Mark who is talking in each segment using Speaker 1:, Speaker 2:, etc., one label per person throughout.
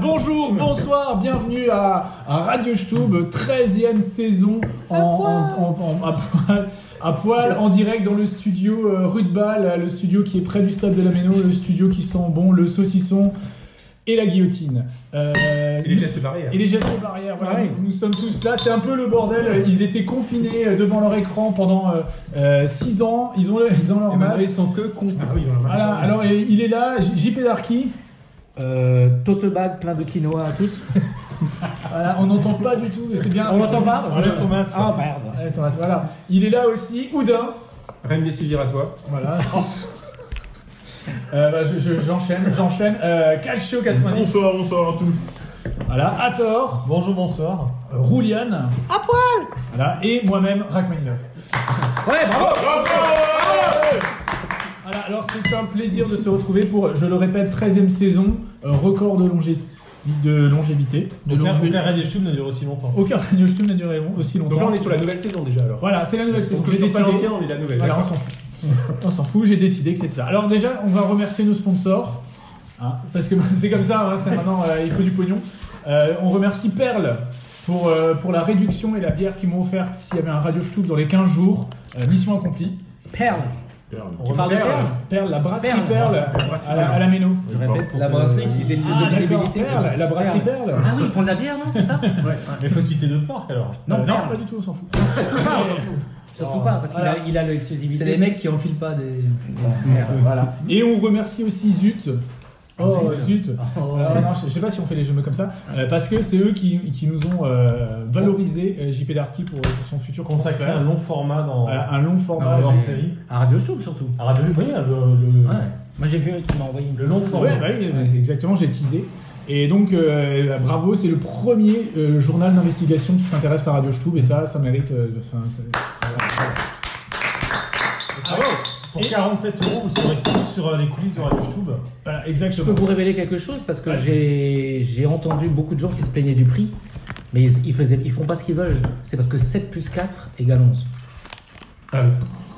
Speaker 1: bonjour, bonsoir, bienvenue à, à Radio Stube, 13e saison en, en- en- en- à, poil, à poil, en direct dans le studio euh, rue de Bâle, le studio qui est près du stade de la Méno, le studio qui sent bon le saucisson et la guillotine. Euh,
Speaker 2: Et les gestes barrières. Ah
Speaker 1: et les gestes barrières, voilà,
Speaker 2: Ouais.
Speaker 1: nous, nous sommes tous là, c'est un peu le bordel. Ils étaient confinés euh, devant leur écran pendant 6 ans, ils ont, le- ils ont leur
Speaker 2: Et maintenant,
Speaker 1: masque.
Speaker 2: ils sont que cons. Ah oui, on va
Speaker 1: Voilà, alors et il est là, J- JP Darky.
Speaker 3: Euh, tote bag plein de quinoa à tous.
Speaker 1: Voilà, on n'entend pas du tout, c'est bien.
Speaker 3: On n'entend pas
Speaker 1: Enlève ton masque.
Speaker 3: Ah merde.
Speaker 1: Enlève ton masque, Voilà. Il est là aussi, Oudin.
Speaker 2: Remdesivir à toi.
Speaker 1: Voilà. Euh, bah, je- je- j'enchaîne, j'enchaîne. Euh, Calcio 90. Bonsoir, bonsoir à tous. Voilà, Hathor. Bonjour, bonsoir. Rouliane. À poil Voilà, et moi-même, Rachmaninov.
Speaker 3: Ouais,
Speaker 1: Oh,
Speaker 3: bravo
Speaker 1: Voilà, alors c'est un plaisir de se retrouver pour, je le répète, 13e saison, euh, record de, longé- de longévité. De
Speaker 4: Aucun,
Speaker 1: longé-
Speaker 4: aucun Radio Stube n'a duré aussi
Speaker 3: Oh,
Speaker 4: longtemps.
Speaker 1: Aucun Radio Stone n'a duré long- aussi longtemps.
Speaker 2: Donc là, on est sur la nouvelle saison déjà alors.
Speaker 1: Voilà, c'est la nouvelle saison.
Speaker 2: Donc
Speaker 1: J'ai
Speaker 2: on est pas
Speaker 1: décidé.
Speaker 2: l'ancien, on est la nouvelle.
Speaker 1: Voilà, on
Speaker 2: D'accord.
Speaker 1: s'en fout. on s'en fout, j'ai décidé que c'était ça. Alors déjà, on va remercier nos sponsors. hein, parce que c'est comme ça, hein, c'est maintenant, euh, il faut du pognon. Euh, on remercie Perle pour, euh, pour la réduction et la bière qu'ils m'ont offerte s'il y avait un Radio Stub dans les 15 jours. Euh, mission accomplie.
Speaker 3: Perle.
Speaker 2: On
Speaker 3: parles de Perle
Speaker 1: Perle, la brasserie
Speaker 3: Perle,
Speaker 1: Perle,
Speaker 2: brasserie
Speaker 1: à, la, à la Méno.
Speaker 3: Je répète, la brasserie qui fait les
Speaker 1: Ah, d'accord,
Speaker 3: éligibilités.
Speaker 1: Perle, la brasserie Perle.
Speaker 3: Ah oui, ils font de la bière, non C'est ça
Speaker 4: Mais faut citer deux marques alors.
Speaker 3: Non,
Speaker 1: Euh,
Speaker 3: Perle.
Speaker 1: pas du tout, on s'en fout.
Speaker 3: Surtout pas, parce qu'il
Speaker 1: Voilà.
Speaker 3: a, il a l'exclusivité.
Speaker 5: C'est les mecs qui enfilent pas des.
Speaker 1: Voilà. Et on remercie aussi Zut. Oh, Zut.
Speaker 3: Ah.
Speaker 5: Oh.
Speaker 1: Alors, non, je je sais pas si on fait les jeux comme ça, euh, parce que c'est eux qui, qui nous ont euh, valorisé euh, JP Darky pour, pour son futur
Speaker 4: Consacrer
Speaker 1: transfert.
Speaker 4: un long format dans
Speaker 1: Voilà, un long format.
Speaker 3: Non,
Speaker 4: hors
Speaker 3: j'ai-
Speaker 4: série.
Speaker 3: À Radio Stube surtout.
Speaker 4: À Radio Stube, oui, le, le-
Speaker 3: Ouais. Moi j'ai vu, tu m'as envoyé une
Speaker 4: le long
Speaker 1: Ouais,
Speaker 4: format.
Speaker 1: bah oui, mais c'est exactement, j'ai teasé. Et donc, euh, bah, bravo, c'est le premier euh, journal d'investigation qui s'intéresse à Radio Stube, et ça, ça mérite. euh, enfin, ça-
Speaker 4: Ah ouais. Pour 47 euros, vous serez tous sur euh, les coulisses de Radio Stube.
Speaker 1: voilà,
Speaker 3: Je peux
Speaker 1: exactement.
Speaker 3: vous révéler quelque chose parce que j'ai j'ai entendu beaucoup de gens qui se plaignaient du prix, mais ils, ils, faisaient, ils font pas ce qu'ils veulent. C'est parce que 7 plus 4 égale 11.
Speaker 4: Ah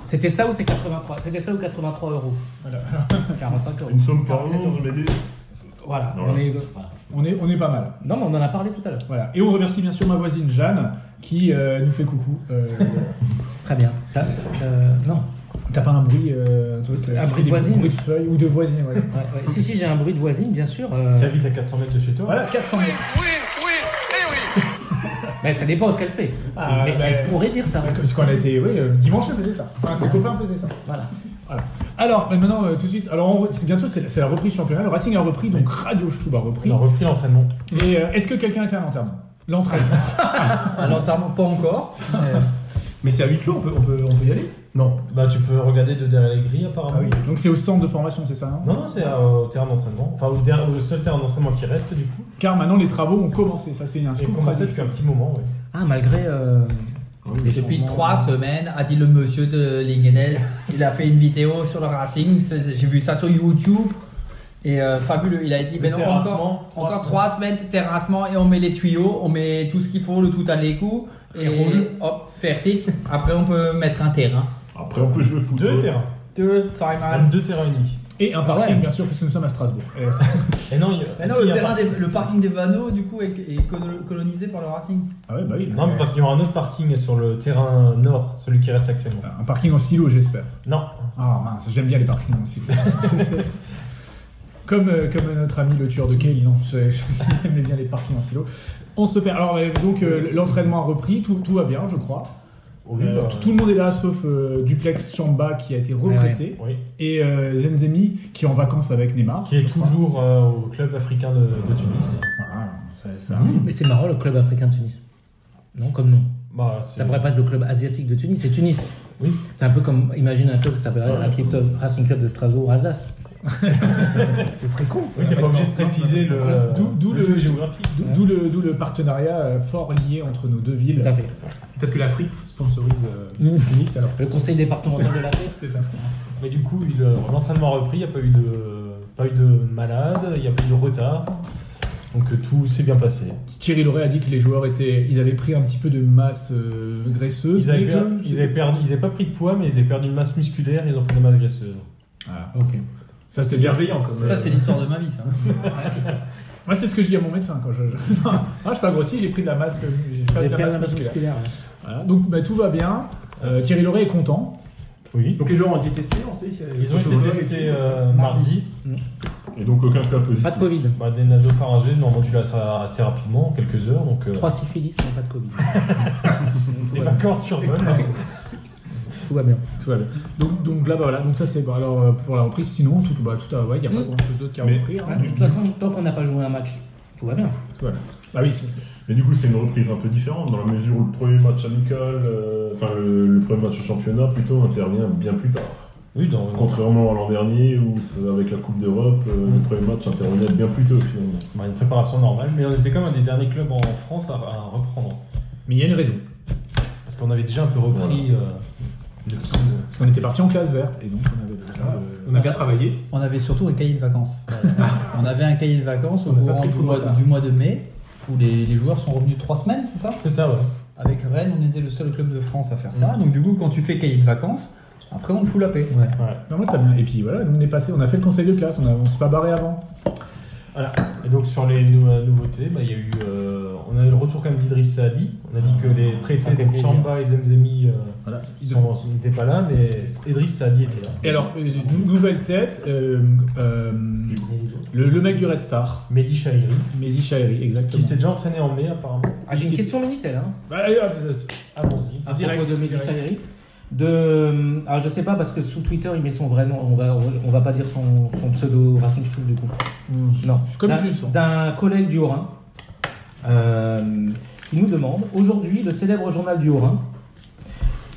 Speaker 3: C'était ça ou c'est 83 C'était ça ou 83 euros
Speaker 1: Voilà.
Speaker 3: 45 euros.
Speaker 6: Une somme par
Speaker 3: 47 euros.
Speaker 6: onze, mais des...
Speaker 3: Voilà,
Speaker 6: Voilà.
Speaker 3: on est. voilà.
Speaker 1: On est, on est pas mal.
Speaker 3: Non, mais on en a parlé tout à l'heure.
Speaker 1: Voilà. Et on remercie bien sûr ma voisine Jeanne qui euh, nous fait coucou. Euh,
Speaker 3: Très bien. T'as- euh, non.
Speaker 1: T'as pas un bruit, euh, un truc, euh,
Speaker 3: Un
Speaker 1: qui
Speaker 3: bruit
Speaker 1: fait des
Speaker 3: voisine.
Speaker 1: bruits de feuilles ou de voisine, ouais.
Speaker 3: Ouais, ouais. Si, si, j'ai un bruit de voisine, bien sûr. euh,
Speaker 4: Qui habite à 400 mètres de chez toi.
Speaker 1: Voilà, 400 mètres.
Speaker 3: mais Ben, ça dépend ce qu'elle fait.
Speaker 1: Ah,
Speaker 3: mais
Speaker 1: bah,
Speaker 3: elle pourrait dire ça.
Speaker 1: Ouais, Comme ce qu'on a été, oui, euh, dimanche, elle faisait ça. Enfin, ses copains faisaient ça.
Speaker 3: Voilà.
Speaker 1: Voilà. Alors, bah, maintenant, euh, tout de suite, alors on re- c'est bientôt, c'est la- c'est la reprise du championnat. Le Racing a repris, donc Radio Stube a repris.
Speaker 4: On a repris l'entraînement.
Speaker 1: Et euh, est-ce que quelqu'un était à l'enterrement L'entraînement.
Speaker 5: À l'enterrement, pas encore.
Speaker 2: Mais c'est à huis clos, on peut, on peut, on peut y aller Non.
Speaker 4: Bah tu peux regarder de derrière les grilles apparemment.
Speaker 2: Ah oui.
Speaker 1: donc c'est au centre de formation, c'est ça hein
Speaker 4: Non, non, c'est euh, au terrain d'entraînement. Enfin, au, der- au seul terrain d'entraînement qui reste du coup.
Speaker 1: Car maintenant, les travaux ont commencé. Ça, c'est un
Speaker 4: J'ai
Speaker 1: scoop.
Speaker 4: commencé
Speaker 1: Radio Stube.
Speaker 4: depuis un petit moment, ouais.
Speaker 3: Ah, malgré. euh, les
Speaker 5: Depuis
Speaker 3: changements.
Speaker 5: trois semaines, a dit le monsieur de Lingenel. Il a fait une vidéo sur le Racing. c'est- J'ai vu ça sur YouTube. Et euh, fabuleux, il a dit, ben non,
Speaker 4: terrassement,
Speaker 5: encore,
Speaker 4: trois
Speaker 5: encore trois semaines de terrassement et on met les tuyaux, on met tout ce qu'il faut, le tout à l'égout, et
Speaker 4: roule.
Speaker 5: hop, fertig. Après, on peut mettre un terrain.
Speaker 6: Après, on peut jouer au foot.
Speaker 4: Deux terrains.
Speaker 5: Deux, ça
Speaker 4: Même deux terrains unis.
Speaker 1: Et un parking,
Speaker 3: Ouais.
Speaker 1: bien sûr, puisque nous sommes à Strasbourg. Et ça-
Speaker 4: Et non, il-
Speaker 5: Mais non,
Speaker 4: s'il
Speaker 5: le,
Speaker 4: y a
Speaker 5: terrain
Speaker 4: pas-
Speaker 5: des- le parking des Vanneaux, du coup, est, est colo- colonisé par le Racing.
Speaker 1: ah ouais, bah oui.
Speaker 4: Non, mais parce qu'il y aura un autre parking sur le terrain nord, celui qui reste actuellement.
Speaker 1: Un parking en silo, j'espère.
Speaker 4: Non,
Speaker 1: Ah mince, j'aime bien les parkings en silo. comme, euh, comme notre ami le tueur de Kelly, non, c'est- j'aimais bien les parkings en silo. On se perd. Alors, euh, donc, euh, l'entraînement a repris, tout, tout va bien, je crois.
Speaker 4: Oui,
Speaker 1: Euh,
Speaker 4: bah,
Speaker 1: tout, tout le monde est là, sauf euh, Duplex Chamba qui a été retraité
Speaker 4: oui.
Speaker 1: et euh, Zenzemi qui est en vacances avec Neymar.
Speaker 4: qui est
Speaker 1: je crois.
Speaker 4: toujours euh, au club africain de, de Tunis.
Speaker 1: Voilà, ça- ça-
Speaker 3: Mais c'est marrant, le club africain de Tunis. Non, comme non.
Speaker 4: Bah,
Speaker 3: Ça pourrait pas être le club asiatique de Tunis, c'est Tunis.
Speaker 4: Oui.
Speaker 3: C'est un peu comme, imagine un club qui s'appellerait un club- Racing Club de Strasbourg, Alsace. Ce serait con.
Speaker 4: Oui, t'es pas obligé de préciser le.
Speaker 1: D'où- d'où
Speaker 4: le
Speaker 1: le-
Speaker 4: lieu géographique.
Speaker 1: D'où d'où le, d'où le partenariat euh, fort lié entre nos deux villes. Mm.
Speaker 3: Tout à fait.
Speaker 4: Peut-être que l'Afrique sponsorise euh, Tunis alors.
Speaker 3: Le conseil départemental de la paix.
Speaker 1: C'est ça.
Speaker 4: Mais du coup, il, euh, l'entraînement a repris, il n'y a pas eu de, pas eu de malade, il n'y a pas eu de retard. Donc euh, tout s'est bien passé.
Speaker 1: Thierry Loret a dit que les joueurs étaient, ils avaient pris un petit peu de masse euh, graisseuse.
Speaker 4: Ils avaient,
Speaker 1: mais
Speaker 4: per-
Speaker 1: que
Speaker 4: ils
Speaker 1: c'était-
Speaker 4: avaient perdu, ils avaient pas pris de poids, mais ils avaient perdu une masse musculaire, ils ont pris de la masse graisseuse.
Speaker 1: Voilà.
Speaker 3: Ok.
Speaker 1: Ah, Ça c'est bienveillant comme.
Speaker 5: Ça, c'est l'histoire de ma vie, ça.
Speaker 1: Moi c'est ce que je dis à mon médecin quand je. je... Non, moi, je suis pas grossi, j'ai pris de la masse. euh, J'ai
Speaker 3: Vous
Speaker 1: perdu
Speaker 3: avez
Speaker 1: de la masse
Speaker 3: perdu la masse
Speaker 1: musculaire.
Speaker 3: musculaire. ouais.
Speaker 1: Voilà. Donc bah, tout va bien. Euh, Thierry Loret est content.
Speaker 4: Oui.
Speaker 2: Donc les joueurs ont été testés, on sait.
Speaker 4: Ils ont été testés euh, mardi.
Speaker 6: Et donc aucun cas positif.
Speaker 3: Pas de Covid.
Speaker 4: Bah, des nasopharyngés, normalement tu l'as assez, assez rapidement, en quelques heures. Donc, euh,
Speaker 3: Trois syphilis, mais pas de Covid.
Speaker 4: les vacances survolent.
Speaker 3: Tout va bien.
Speaker 1: Tout va bien. Donc, donc là bah, voilà, donc ça c'est bon. alors euh, pour la reprise sinon tout bah tout a ouais, il y a pas
Speaker 3: Mm.
Speaker 1: grand chose d'autre qui a
Speaker 6: Mais-
Speaker 1: repris. hein.
Speaker 3: Ouais, De toute façon, tant qu'on n'a pas joué un match, tout va bien.
Speaker 1: Voilà. Bah oui, ça, c'est-
Speaker 6: Mais du coup, c'est une reprise un peu différente dans la mesure où le premier match amical, euh, enfin le, le premier match au championnat plutôt intervient bien plus tard.
Speaker 4: Oui, dans,
Speaker 6: Contrairement à l'an dernier où c'est avec la Coupe d'Europe, euh, le premier match intervenait bien plus tôt finalement.
Speaker 4: bah, une préparation normale, mais on était quand même un des derniers clubs en France à, à reprendre.
Speaker 1: Mais il y a une raison.
Speaker 4: Parce qu'on avait déjà un peu repris. euh, le petit-
Speaker 1: Parce qu'on était parti en classe verte et donc on avait déjà euh, le-
Speaker 2: On a bien travaillé.
Speaker 5: Euh, On avait surtout un cahier de vacances. on avait un cahier de vacances au
Speaker 2: On n'a pas
Speaker 5: courant
Speaker 2: pris
Speaker 5: du,
Speaker 2: trop de
Speaker 5: mois,
Speaker 2: retard.
Speaker 5: du mois de mai, où les, les joueurs sont revenus trois semaines, c'est ça
Speaker 4: C'est ça, ouais.
Speaker 5: Avec Rennes, on était le seul club de France à faire
Speaker 2: Mm.
Speaker 5: ça. Donc du coup, quand tu fais cahier de vacances, après on te fout la paix.
Speaker 4: ouais.
Speaker 3: Ah.
Speaker 1: Non, mais t'as bien. Et puis voilà, nous on est passé, on a fait le conseil de classe, on, a- on s'est pas barré avant.
Speaker 4: Et donc sur les nou- euh, nouveautés, bah, il y a eu, euh, on a eu le retour quand même d'Idriss Saadi. On a dit que
Speaker 1: Ah,
Speaker 4: les
Speaker 3: ça
Speaker 4: prêtés
Speaker 3: fait
Speaker 4: des
Speaker 3: plaisir.
Speaker 4: Chamba et Zemzemi euh,
Speaker 1: hein. Voilà.
Speaker 4: sont- sont- n'étaient pas là, mais Idriss Saadi était là.
Speaker 1: Et alors, euh, nou- nouvelle tête, euh, euh, le, le mec du Red Star,
Speaker 4: Mehdi Chahiri,
Speaker 1: Mehdi Chahiri,
Speaker 4: qui
Speaker 1: exactement.
Speaker 4: s'est déjà entraîné en mai apparemment. Ah,
Speaker 3: Ah, J'ai une question Minitel. Hein.
Speaker 1: Bah, allez, hop, ça-
Speaker 4: Allons-y.
Speaker 3: à
Speaker 1: Direct,
Speaker 3: propos de Mehdi
Speaker 1: direct.
Speaker 3: Chahiri. De, alors je sais pas parce que sous Twitter il met son vrai nom, on va, on va pas dire son, son pseudo Racing Stool du coup. Non,
Speaker 1: Hmm, Comme
Speaker 3: D'un-
Speaker 1: tu le sens.
Speaker 3: D'un collègue du Haut-Rhin euh, qui nous demande aujourd'hui le célèbre journal du Haut-Rhin,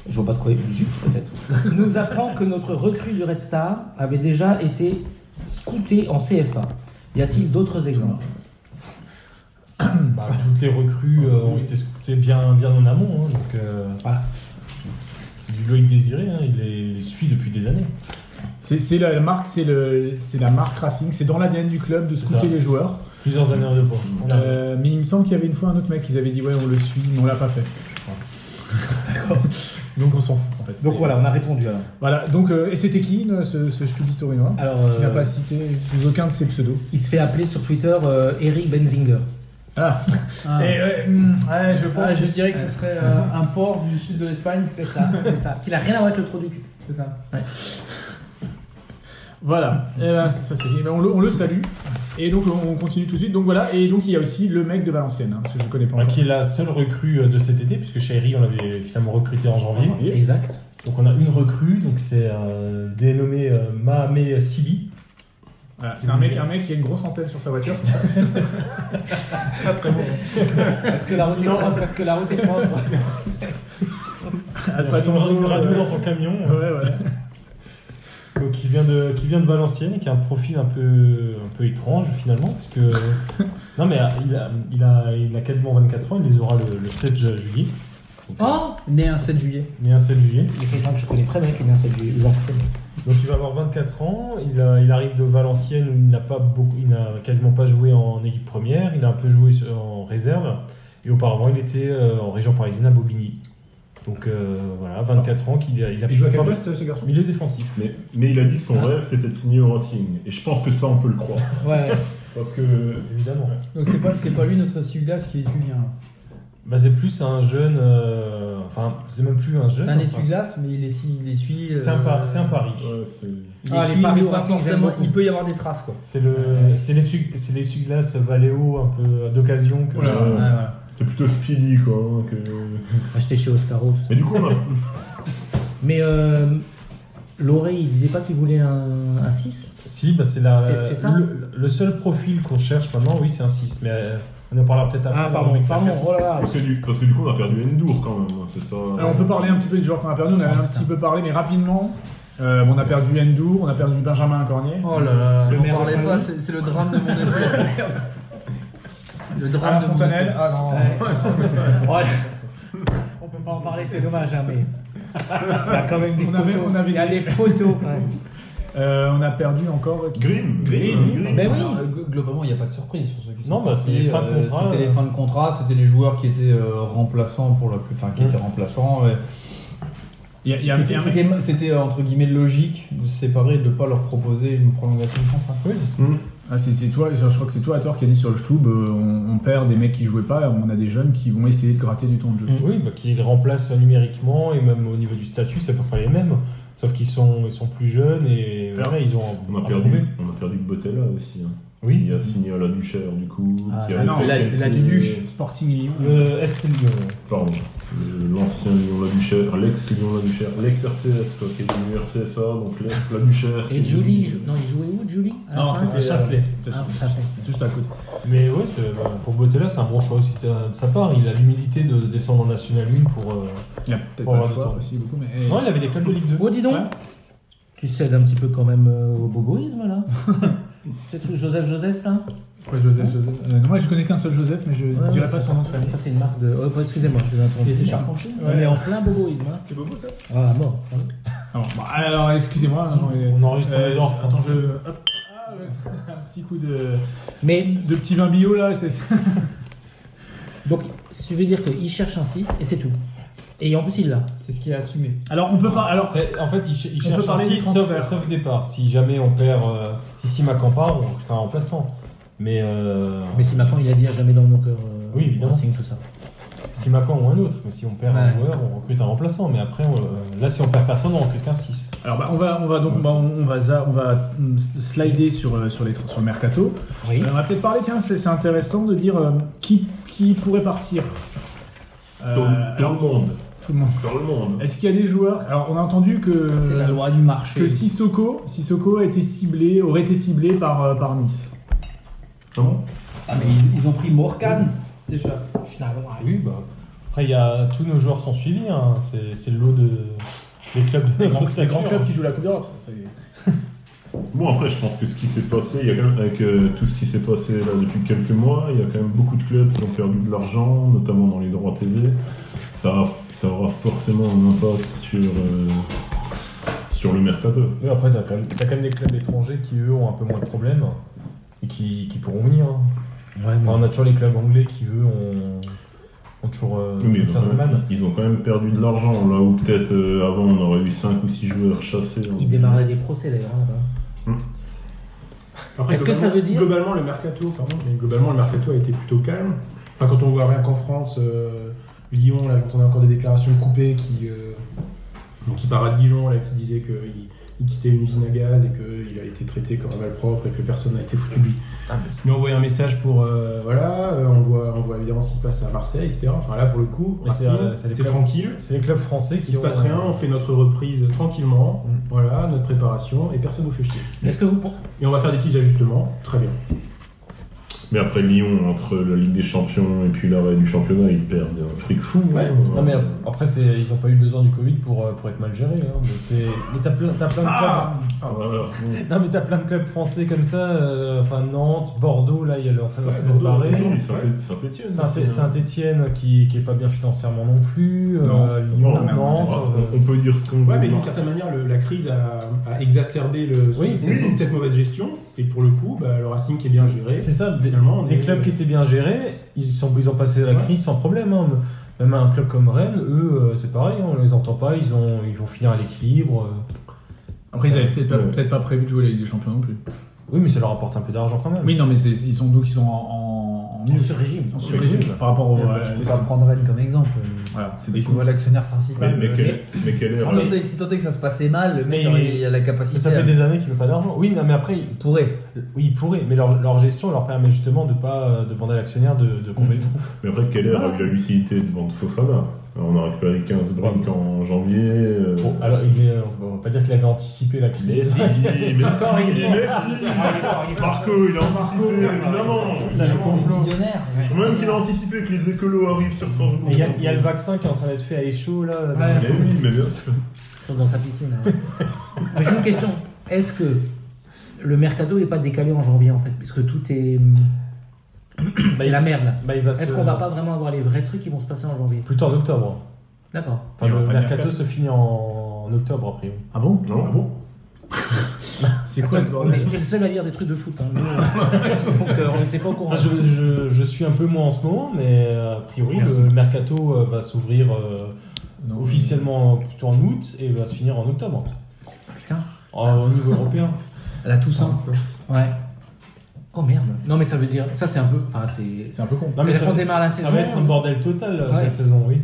Speaker 3: je vois pas de quoi il- zut peut-être, nous apprend que notre recrue du Red Star avait déjà été scouté en CFA. Y a-t-il d'autres exemples
Speaker 4: Bah, toutes les recrues
Speaker 1: Ah,
Speaker 4: euh, ont été scoutées bien, bien en amont. hein, donc, euh,
Speaker 3: Voilà.
Speaker 4: C'est du Loïc Désiré, hein, il, les, il les suit depuis des années.
Speaker 1: C'est c'est la marque, c'est le, c'est la marque Racing, c'est dans l'ADN du club de
Speaker 4: C'est
Speaker 1: scouter
Speaker 4: ça.
Speaker 1: les joueurs.
Speaker 4: Plusieurs années en deux points. On a-
Speaker 1: Euh, mais il me semble qu'il y avait une fois un autre mec, ils avaient dit ouais on le suit, mais on l'a pas fait. D'accord. Donc on s'en fout en fait.
Speaker 3: Donc
Speaker 1: C'est-
Speaker 3: voilà, on a répondu alors.
Speaker 1: Voilà. Donc euh, et c'était qui ne- ce, ce Stubby Torinois
Speaker 3: Alors,
Speaker 1: Il n'a
Speaker 3: euh,
Speaker 1: pas cité sous aucun de ses pseudos.
Speaker 3: il se fait appeler sur Twitter euh, Eric Benzinger.
Speaker 1: Ah.
Speaker 5: Ah.
Speaker 1: Et, euh, hmm, ouais, je pense.
Speaker 5: Ah, je dirais que ce serait euh, un port du sud de l'Espagne, c'est ça, c'est ça,
Speaker 3: Qu'il a rien à voir avec le trou du cul.
Speaker 5: c'est ça.
Speaker 1: Voilà, Eh ben, ça, ça, c'est bien. On, le, on le salue. Et donc on continue tout de suite. Donc voilà, et donc il y a aussi le mec de Valenciennes, hein, parce que je ne connais pas
Speaker 4: Bah,
Speaker 1: encore.
Speaker 4: qui est la seule recrue euh, de cet été, puisque Chahiri, on l'avait finalement recruté en janvier.
Speaker 1: Janvier.
Speaker 3: Exact.
Speaker 4: Donc on a une recrue, donc c'est euh, dénommé euh, Mahamé Sibi.
Speaker 1: Voilà, c'est un mec, un mec qui a une grosse antenne sur sa voiture. c'est ça
Speaker 3: Parce que la route est propre, parce que la route est propre.
Speaker 1: Alpha
Speaker 4: Il
Speaker 1: Tango.
Speaker 4: aura une radio
Speaker 1: euh,
Speaker 4: dans son camion,
Speaker 1: Ouais, ouais.
Speaker 4: donc qui vient de qui vient de Valenciennes, et qui a un profil un peu un peu étrange finalement, parce que non mais euh, il a, il a il a quasiment 24 ans, il les aura le, le 7 ju- juillet,
Speaker 3: Oh
Speaker 5: Né un 7 juillet.
Speaker 4: né un 7 juillet.
Speaker 3: Il y a quelqu'un que je connais très bien qui vient cette du du Vendée.
Speaker 4: Donc il va avoir 24 ans, il, a- il arrive de Valenciennes où il n'a pas beaucoup, il n'a quasiment pas joué en équipe première, il a un peu joué sur- en réserve et auparavant il était euh, en région parisienne à Bobigny. Donc euh, voilà, 24 ans qu'il a, il a
Speaker 2: Ils jouent à quel
Speaker 4: pas-
Speaker 2: poste ce garçon
Speaker 4: milieu défensif.
Speaker 6: Mais, mais il a dit que son
Speaker 3: Ah.
Speaker 6: rêve c'était de signer au Racing. Et je pense que ça on peut le croire.
Speaker 3: Ouais.
Speaker 6: Parce que
Speaker 4: Évidemment.
Speaker 5: Donc c'est pas, c'est pas lui notre Sugas qui est Julien.
Speaker 4: Bah, c'est plus un jeune, euh, enfin c'est même plus un jeune.
Speaker 5: C'est un
Speaker 4: enfin,
Speaker 5: essuie-glace, euh, mais il essuie. Il essuie
Speaker 4: c'est un, par- c'est un pari.
Speaker 6: ouais, c'est-
Speaker 5: Il,
Speaker 3: Ah, les
Speaker 5: essuie,
Speaker 3: paris
Speaker 5: mais
Speaker 3: au
Speaker 5: pas
Speaker 3: Racing, j'aime
Speaker 5: forcément.
Speaker 3: beaucoup.
Speaker 5: Il peut y avoir des traces quoi.
Speaker 4: C'est le, c'est l'essuie- c'est l'essuie-glace Valeo un peu d'occasion que.
Speaker 1: Oula.
Speaker 6: Ouais,
Speaker 5: Ouais, voilà.
Speaker 6: c'est plutôt speedy quoi. hein, que-
Speaker 3: Acheté chez Oscaro, tout ça.
Speaker 6: Mais du coup on a,
Speaker 3: Mais euh, Loré, il disait pas qu'il voulait un, un 6
Speaker 4: Si, bah, c'est la-
Speaker 3: C'est- c'est ça
Speaker 4: le, le seul profil qu'on cherche maintenant, oui, c'est un 6, mais euh, on en parlera peut-être après.
Speaker 3: Ah, pardon,
Speaker 4: avec la
Speaker 3: pardon,
Speaker 4: carte.
Speaker 3: oh là là.
Speaker 6: parce, que du, parce que du coup on a perdu Endur quand même. hein, c'est ça.
Speaker 1: Alors on peut parler un petit peu des joueurs qu'on a perdu. On avait
Speaker 3: Ah,
Speaker 1: un
Speaker 3: putain.
Speaker 1: petit peu parlé, mais rapidement. Euh, on a perdu Endour, on a perdu Benjamin Cornier.
Speaker 5: Oh là là,
Speaker 3: Le
Speaker 5: n'en
Speaker 3: maire de
Speaker 5: parlez
Speaker 3: Saint-Louis.
Speaker 5: pas, c'est c'est le drame de mon époque. le drame
Speaker 1: Alain
Speaker 5: de mon
Speaker 1: Fontanelle.
Speaker 5: époque.
Speaker 1: Ah non.
Speaker 3: Ouais. On peut pas en parler, c'est dommage, hein, mais. Il y a quand même des
Speaker 1: On
Speaker 3: photos.
Speaker 1: avait- on avait
Speaker 3: Il y a
Speaker 1: des-
Speaker 3: des photos.
Speaker 1: Euh, on a perdu encore.
Speaker 6: Grim
Speaker 1: Grimm.
Speaker 3: Ben oui.
Speaker 7: Alors, euh, glo- globalement, il n'y a pas de surprise sur ceux qui sont
Speaker 4: Non, bah, c'est
Speaker 7: sortis,
Speaker 4: les fins de
Speaker 7: euh,
Speaker 4: contrat,
Speaker 7: C'était les
Speaker 4: euh.
Speaker 7: fins de contrat, c'était les joueurs qui étaient euh, remplaçants pour la plus, enfin qui
Speaker 4: Mm.
Speaker 7: étaient remplaçants. ouais.
Speaker 1: Il y a- il y a- il y
Speaker 7: C'était-
Speaker 1: a-
Speaker 7: C'était c'était, euh, entre guillemets logique de se séparer et de ne pas leur proposer une prolongation de contrat.
Speaker 4: Oui, c'est-
Speaker 1: Ah, c'est c'est toi, je crois que c'est toi à tort qui a dit sur le Stub, on, on perd des mecs qui jouaient pas, on a des jeunes qui vont essayer de gratter du temps de jeu.
Speaker 4: oui, bah, qu'ils remplacent numériquement et même au niveau du statut, c'est à peu près les mêmes. Sauf qu'ils sont, ils sont plus jeunes et
Speaker 6: Perd.
Speaker 4: voilà, ils ont
Speaker 6: On a
Speaker 4: à
Speaker 6: perdu,
Speaker 4: prouver.
Speaker 6: on a perdu Botella aussi. hein.
Speaker 4: Oui.
Speaker 6: Il a signé à la Duchère, du coup.
Speaker 7: Ah,
Speaker 6: qui
Speaker 7: ah
Speaker 6: avait
Speaker 1: non,
Speaker 6: fait
Speaker 7: la-
Speaker 6: quelques-
Speaker 7: la Duduche.
Speaker 1: Sporting Lyon.
Speaker 4: Le SC Lyon.
Speaker 6: Pardon. Le- L'ancien Lyon La Duchère, l'ex Lyon La Duchère, l'ex RCS, quoi, qui est devenu RCSA, donc l'ex La Duchère. qui
Speaker 3: Et
Speaker 6: est
Speaker 3: Julie, il
Speaker 6: devenu-
Speaker 3: jou- non, il jouait où, Julie à la
Speaker 4: Non,
Speaker 3: fin
Speaker 4: c'était Chasselet.
Speaker 1: C'était
Speaker 3: Ah,
Speaker 1: ça.
Speaker 3: c'est Chasselet.
Speaker 1: Juste à côté.
Speaker 4: Mais ouais, c'est- bah, pour Botella, c'est un bon choix aussi de de sa part. Il a l'humilité de descendre en National 1 pour. euh,
Speaker 1: Il a peut-être
Speaker 4: Oh,
Speaker 1: pas le
Speaker 4: attends.
Speaker 1: choix aussi beaucoup, mais. eh,
Speaker 4: Non, il avait des clubs de Ligue 2.
Speaker 3: Oh, dis donc,
Speaker 1: Ouais.
Speaker 3: tu cèdes un petit peu quand même euh, au boboïsme, là. C'est truc Joseph Joseph, là.
Speaker 1: Pourquoi Joseph, Joseph Euh, non, Moi je connais qu'un seul Joseph, mais je ne
Speaker 3: Ouais,
Speaker 1: dirai
Speaker 3: ouais,
Speaker 1: pas
Speaker 3: ça-
Speaker 1: son nom de famille.
Speaker 3: Ça, c'est une marque de. Oh, excusez-moi, je vous ai interrompu.
Speaker 7: Il était charpentier.
Speaker 3: On est en plein boboïsme, hein.
Speaker 1: C'est beau ça
Speaker 3: Ah, mort.
Speaker 1: Alors, bon, alors excusez-moi, j'en ai-
Speaker 4: On enregistre
Speaker 1: Euh,
Speaker 4: les gens.
Speaker 1: Attends, je. Hop. Ah, ouais, un petit coup de,
Speaker 3: Mais
Speaker 1: de petit vin bio là, c'est
Speaker 3: Donc, ça veut dire qu'il cherche un 6 et c'est tout. Et en plus, il l'a.
Speaker 5: C'est ce qu'il a assumé.
Speaker 1: Alors on peut pas. Alors
Speaker 4: C'est- En fait, il, ch- il
Speaker 1: On peut
Speaker 4: cherche
Speaker 1: parler
Speaker 4: un
Speaker 1: du
Speaker 4: six, sauf,
Speaker 1: transfert.
Speaker 4: sauf départ. Si jamais on perd, euh, si Simakan part, on recrute un remplaçant. Mais euh,
Speaker 3: Mais si maintenant il a dit à jamais dans nos cœurs, euh,
Speaker 4: Oui, évidemment.
Speaker 3: Racing, tout ça.
Speaker 4: Simakan ou un autre. Mais si on perd un
Speaker 3: Ouais.
Speaker 4: joueur, on recrute un remplaçant. Mais après, on- euh, là, si on perd personne, on recrute qu'un 6.
Speaker 1: Alors bah, on va on va donc bah, on on va za- on va mm, slider sur euh, sur les tr- sur le mercato.
Speaker 3: Oui.
Speaker 1: Euh, on va peut-être parler tiens c'est c'est intéressant de dire euh, qui qui pourrait partir. Euh,
Speaker 6: Dans, dans
Speaker 1: alors,
Speaker 6: le monde.
Speaker 1: tout le monde.
Speaker 6: Dans le monde.
Speaker 1: Est-ce qu'il y a des joueurs Alors on a entendu que
Speaker 5: C'est la loi du marché.
Speaker 1: Euh, que Sissoko Sissoko a été ciblé aurait été ciblé par euh, par Nice.
Speaker 6: Ah bon
Speaker 5: Ah, mais ils, ils ont pris Morgan déjà.
Speaker 4: Oui, bah. Après, il y a, tous nos joueurs sont suivis. hein. C'est c'est le lot de, des clubs de notre
Speaker 1: Les
Speaker 4: stature.
Speaker 1: grands clubs qui jouent la Coupe d'Europe. ça, c'est-
Speaker 6: Bon, après, je pense que ce qui s'est passé, il y a quand même, avec euh, tout ce qui s'est passé là, depuis quelques mois, il y a quand même beaucoup de clubs qui ont perdu de l'argent, notamment dans les droits TV. Ça, a- ça aura forcément un impact sur, euh, sur le mercato.
Speaker 4: Oui, après, t'as quand, même- t'as quand même des clubs étrangers qui, eux, ont un peu moins de problèmes et qui, qui pourront venir. hein.
Speaker 3: Ouais,
Speaker 4: Enfin, on a toujours les clubs anglais qui, eux, ont, ont toujours euh,
Speaker 6: Oui, mais ils, ont
Speaker 4: Saint-Germain.
Speaker 6: quand même, ils ont quand même perdu de l'argent, là où peut-être euh, avant on aurait eu 5 ou 6 joueurs chassés. hein.
Speaker 3: Il démarrait des procès d'ailleurs hein, là-bas.
Speaker 2: Après,
Speaker 3: Est-ce que ça
Speaker 2: globalement-
Speaker 3: veut dire-
Speaker 2: Globalement, le mercato, pardon, mais globalement, le mercato a été plutôt calme. Enfin, quand on voit rien qu'en France, euh, Lyon, là, j'entendais encore des déclarations coupées qui, euh, qui part à Dijon, là, qui disait qu'il il quittait une usine à gaz et qu'il a été traité comme un malpropre et que personne n'a été foutu de lui.
Speaker 6: Ah,
Speaker 2: Il a envoyé un message pour. euh, voilà, euh, on, voit, on voit évidemment ce qui se passe à Marseille, etc. Enfin, là, pour le coup,
Speaker 4: Mais c'est,
Speaker 2: Marseille,
Speaker 4: euh, c'est des
Speaker 2: c'est
Speaker 4: clubs-
Speaker 2: tranquille.
Speaker 4: C'est les clubs français qui
Speaker 2: Il se
Speaker 4: ont-
Speaker 2: passe rien, on fait notre reprise tranquillement,
Speaker 4: Mm.
Speaker 2: voilà, notre préparation, et personne nous fait chier.
Speaker 3: Est-ce que vous. pen-
Speaker 2: Et on va faire des petits ajustements, très bien.
Speaker 6: Mais après Lyon, entre la Ligue des Champions et puis l'arrêt du championnat, ils perdent un fric fou. hein.
Speaker 4: Non, mais euh, après, c'est- ils n'ont pas eu besoin du Covid pour, euh, pour être mal gérés. hein. Mais, c'est- mais t'as plein, t'as plein de clubs.
Speaker 6: Ah, voilà. Bon.
Speaker 4: Non, mais t'as plein de clubs français comme ça. euh, enfin, Nantes, Bordeaux, là, il y a l'entraîneur qui va se barrer.
Speaker 6: Non, mais Saint- Bah, Saint-Étienne. hein.
Speaker 4: Saint-
Speaker 6: c'est-
Speaker 4: Saint-Etienne qui, qui est pas bien financièrement non plus. euh,
Speaker 1: Nantes.
Speaker 4: Lyon,
Speaker 6: Oh, Non, mais
Speaker 4: Nantes.
Speaker 6: On,
Speaker 4: euh,
Speaker 6: on peut dire ce qu'on veut. hein.
Speaker 2: Ouais, mais d'une certaine manière, le- la crise a, a exacerbé le, ce-
Speaker 4: Oui,
Speaker 2: cette,
Speaker 6: oui.
Speaker 2: cette mauvaise gestion, et pour le coup, bah, le Racing qui est bien géré.
Speaker 4: C'est ça, des,
Speaker 2: Finalement, on
Speaker 4: des
Speaker 2: est-
Speaker 4: clubs qui étaient bien gérés, ils, sont, ils ont passé la
Speaker 2: Ouais.
Speaker 4: crise sans problème. hein. Même un club comme Rennes, eux, euh, c'est pareil, on les entend pas, ils, ont, ils vont finir à l'équilibre. euh.
Speaker 1: Après ils avaient peut-être pas,
Speaker 6: Ouais.
Speaker 1: peut-être pas prévu de jouer la Ligue des Champions non plus.
Speaker 4: Oui, mais ça leur apporte un peu d'argent quand même.
Speaker 1: Oui non mais c'est- ils sont donc ils sont en en,
Speaker 3: En sur-régime.
Speaker 1: en sur-régime par rapport au.
Speaker 7: Je peux pas prendre Rennes comme exemple. euh,
Speaker 1: Voilà, c'est
Speaker 7: Tu
Speaker 1: des
Speaker 7: vois l'actionnaire
Speaker 6: Mais,
Speaker 7: principal.
Speaker 6: mais,
Speaker 7: euh,
Speaker 6: quelle, mais quelle
Speaker 7: si
Speaker 6: heure
Speaker 7: tant est- si tant est que ça se passait mal, le mec
Speaker 4: Mais-
Speaker 7: aurait- il a la
Speaker 4: Mais
Speaker 7: capacité.
Speaker 4: ça fait
Speaker 7: à-
Speaker 4: des années qu'ils veulent pas d'argent. Oui, non, mais après, ils-
Speaker 7: Il pourrait.
Speaker 4: oui, ils pourraient, mais leur, leur gestion leur permet justement de pas euh, demander à l'actionnaire de, de combler le trou.
Speaker 6: Mais après, quelle heure a eu la lucidité de vendre Fofana Alors, On a récupéré 15 briques en janvier. euh,
Speaker 4: Bon, alors, il est, on va pas dire qu'il avait anticipé la
Speaker 6: Mais
Speaker 4: crise.
Speaker 6: si, mais si, mais si. Marco, il a
Speaker 1: Marco,
Speaker 6: anticipé, évidemment.
Speaker 7: Visionnaire.
Speaker 6: Je crois même qu'il a anticipé que les écolos arrivent sur France Bleu.
Speaker 4: Mais Il y, a- il y a le vaccin qui est en train d'être fait à échaud là.
Speaker 6: Mais oui, mais bien sûr.
Speaker 3: chose dans sa piscine. hein. Mais j'ai une question. Est-ce que le mercado n'est pas décalé en janvier en fait Puisque tout est.
Speaker 4: Bah,
Speaker 3: C'est
Speaker 4: il-
Speaker 3: la merde là.
Speaker 4: Bah, il va
Speaker 3: Est-ce
Speaker 4: se-
Speaker 3: qu'on va pas vraiment avoir les vrais trucs qui vont se passer en janvier
Speaker 4: Plutôt en octobre. hein.
Speaker 3: D'accord.
Speaker 4: Enfin,
Speaker 2: Et on va
Speaker 4: le
Speaker 2: pas
Speaker 4: mercato
Speaker 2: dire
Speaker 4: se finit en, en octobre, a priori.
Speaker 1: Ah bon
Speaker 6: Non
Speaker 2: Ah bon C'est quoi ce
Speaker 3: On
Speaker 2: bordel
Speaker 3: était le seul à lire des trucs de foot. hein. Nous, euh, Donc euh, on n'était pas au courant.
Speaker 4: Enfin, je, je- je suis un peu moins en ce moment, mais euh, a priori,
Speaker 1: Merci.
Speaker 4: le mercato euh, va s'ouvrir euh,
Speaker 2: Ah
Speaker 4: officiellement plutôt en août et va se finir en octobre.
Speaker 3: Putain,
Speaker 4: En- au niveau européen.
Speaker 3: la Toussaint. Ouais. Oh merde. Non mais ça veut dire. Ça c'est un peu. Enfin c'est.
Speaker 1: C'est un peu con.
Speaker 4: Non, mais
Speaker 3: C'est-à-dire
Speaker 4: ça,
Speaker 3: qu'on démarre la
Speaker 4: ça
Speaker 3: saison,
Speaker 4: va être un
Speaker 3: euh,
Speaker 4: bordel total euh,
Speaker 3: ouais.
Speaker 4: cette saison, oui.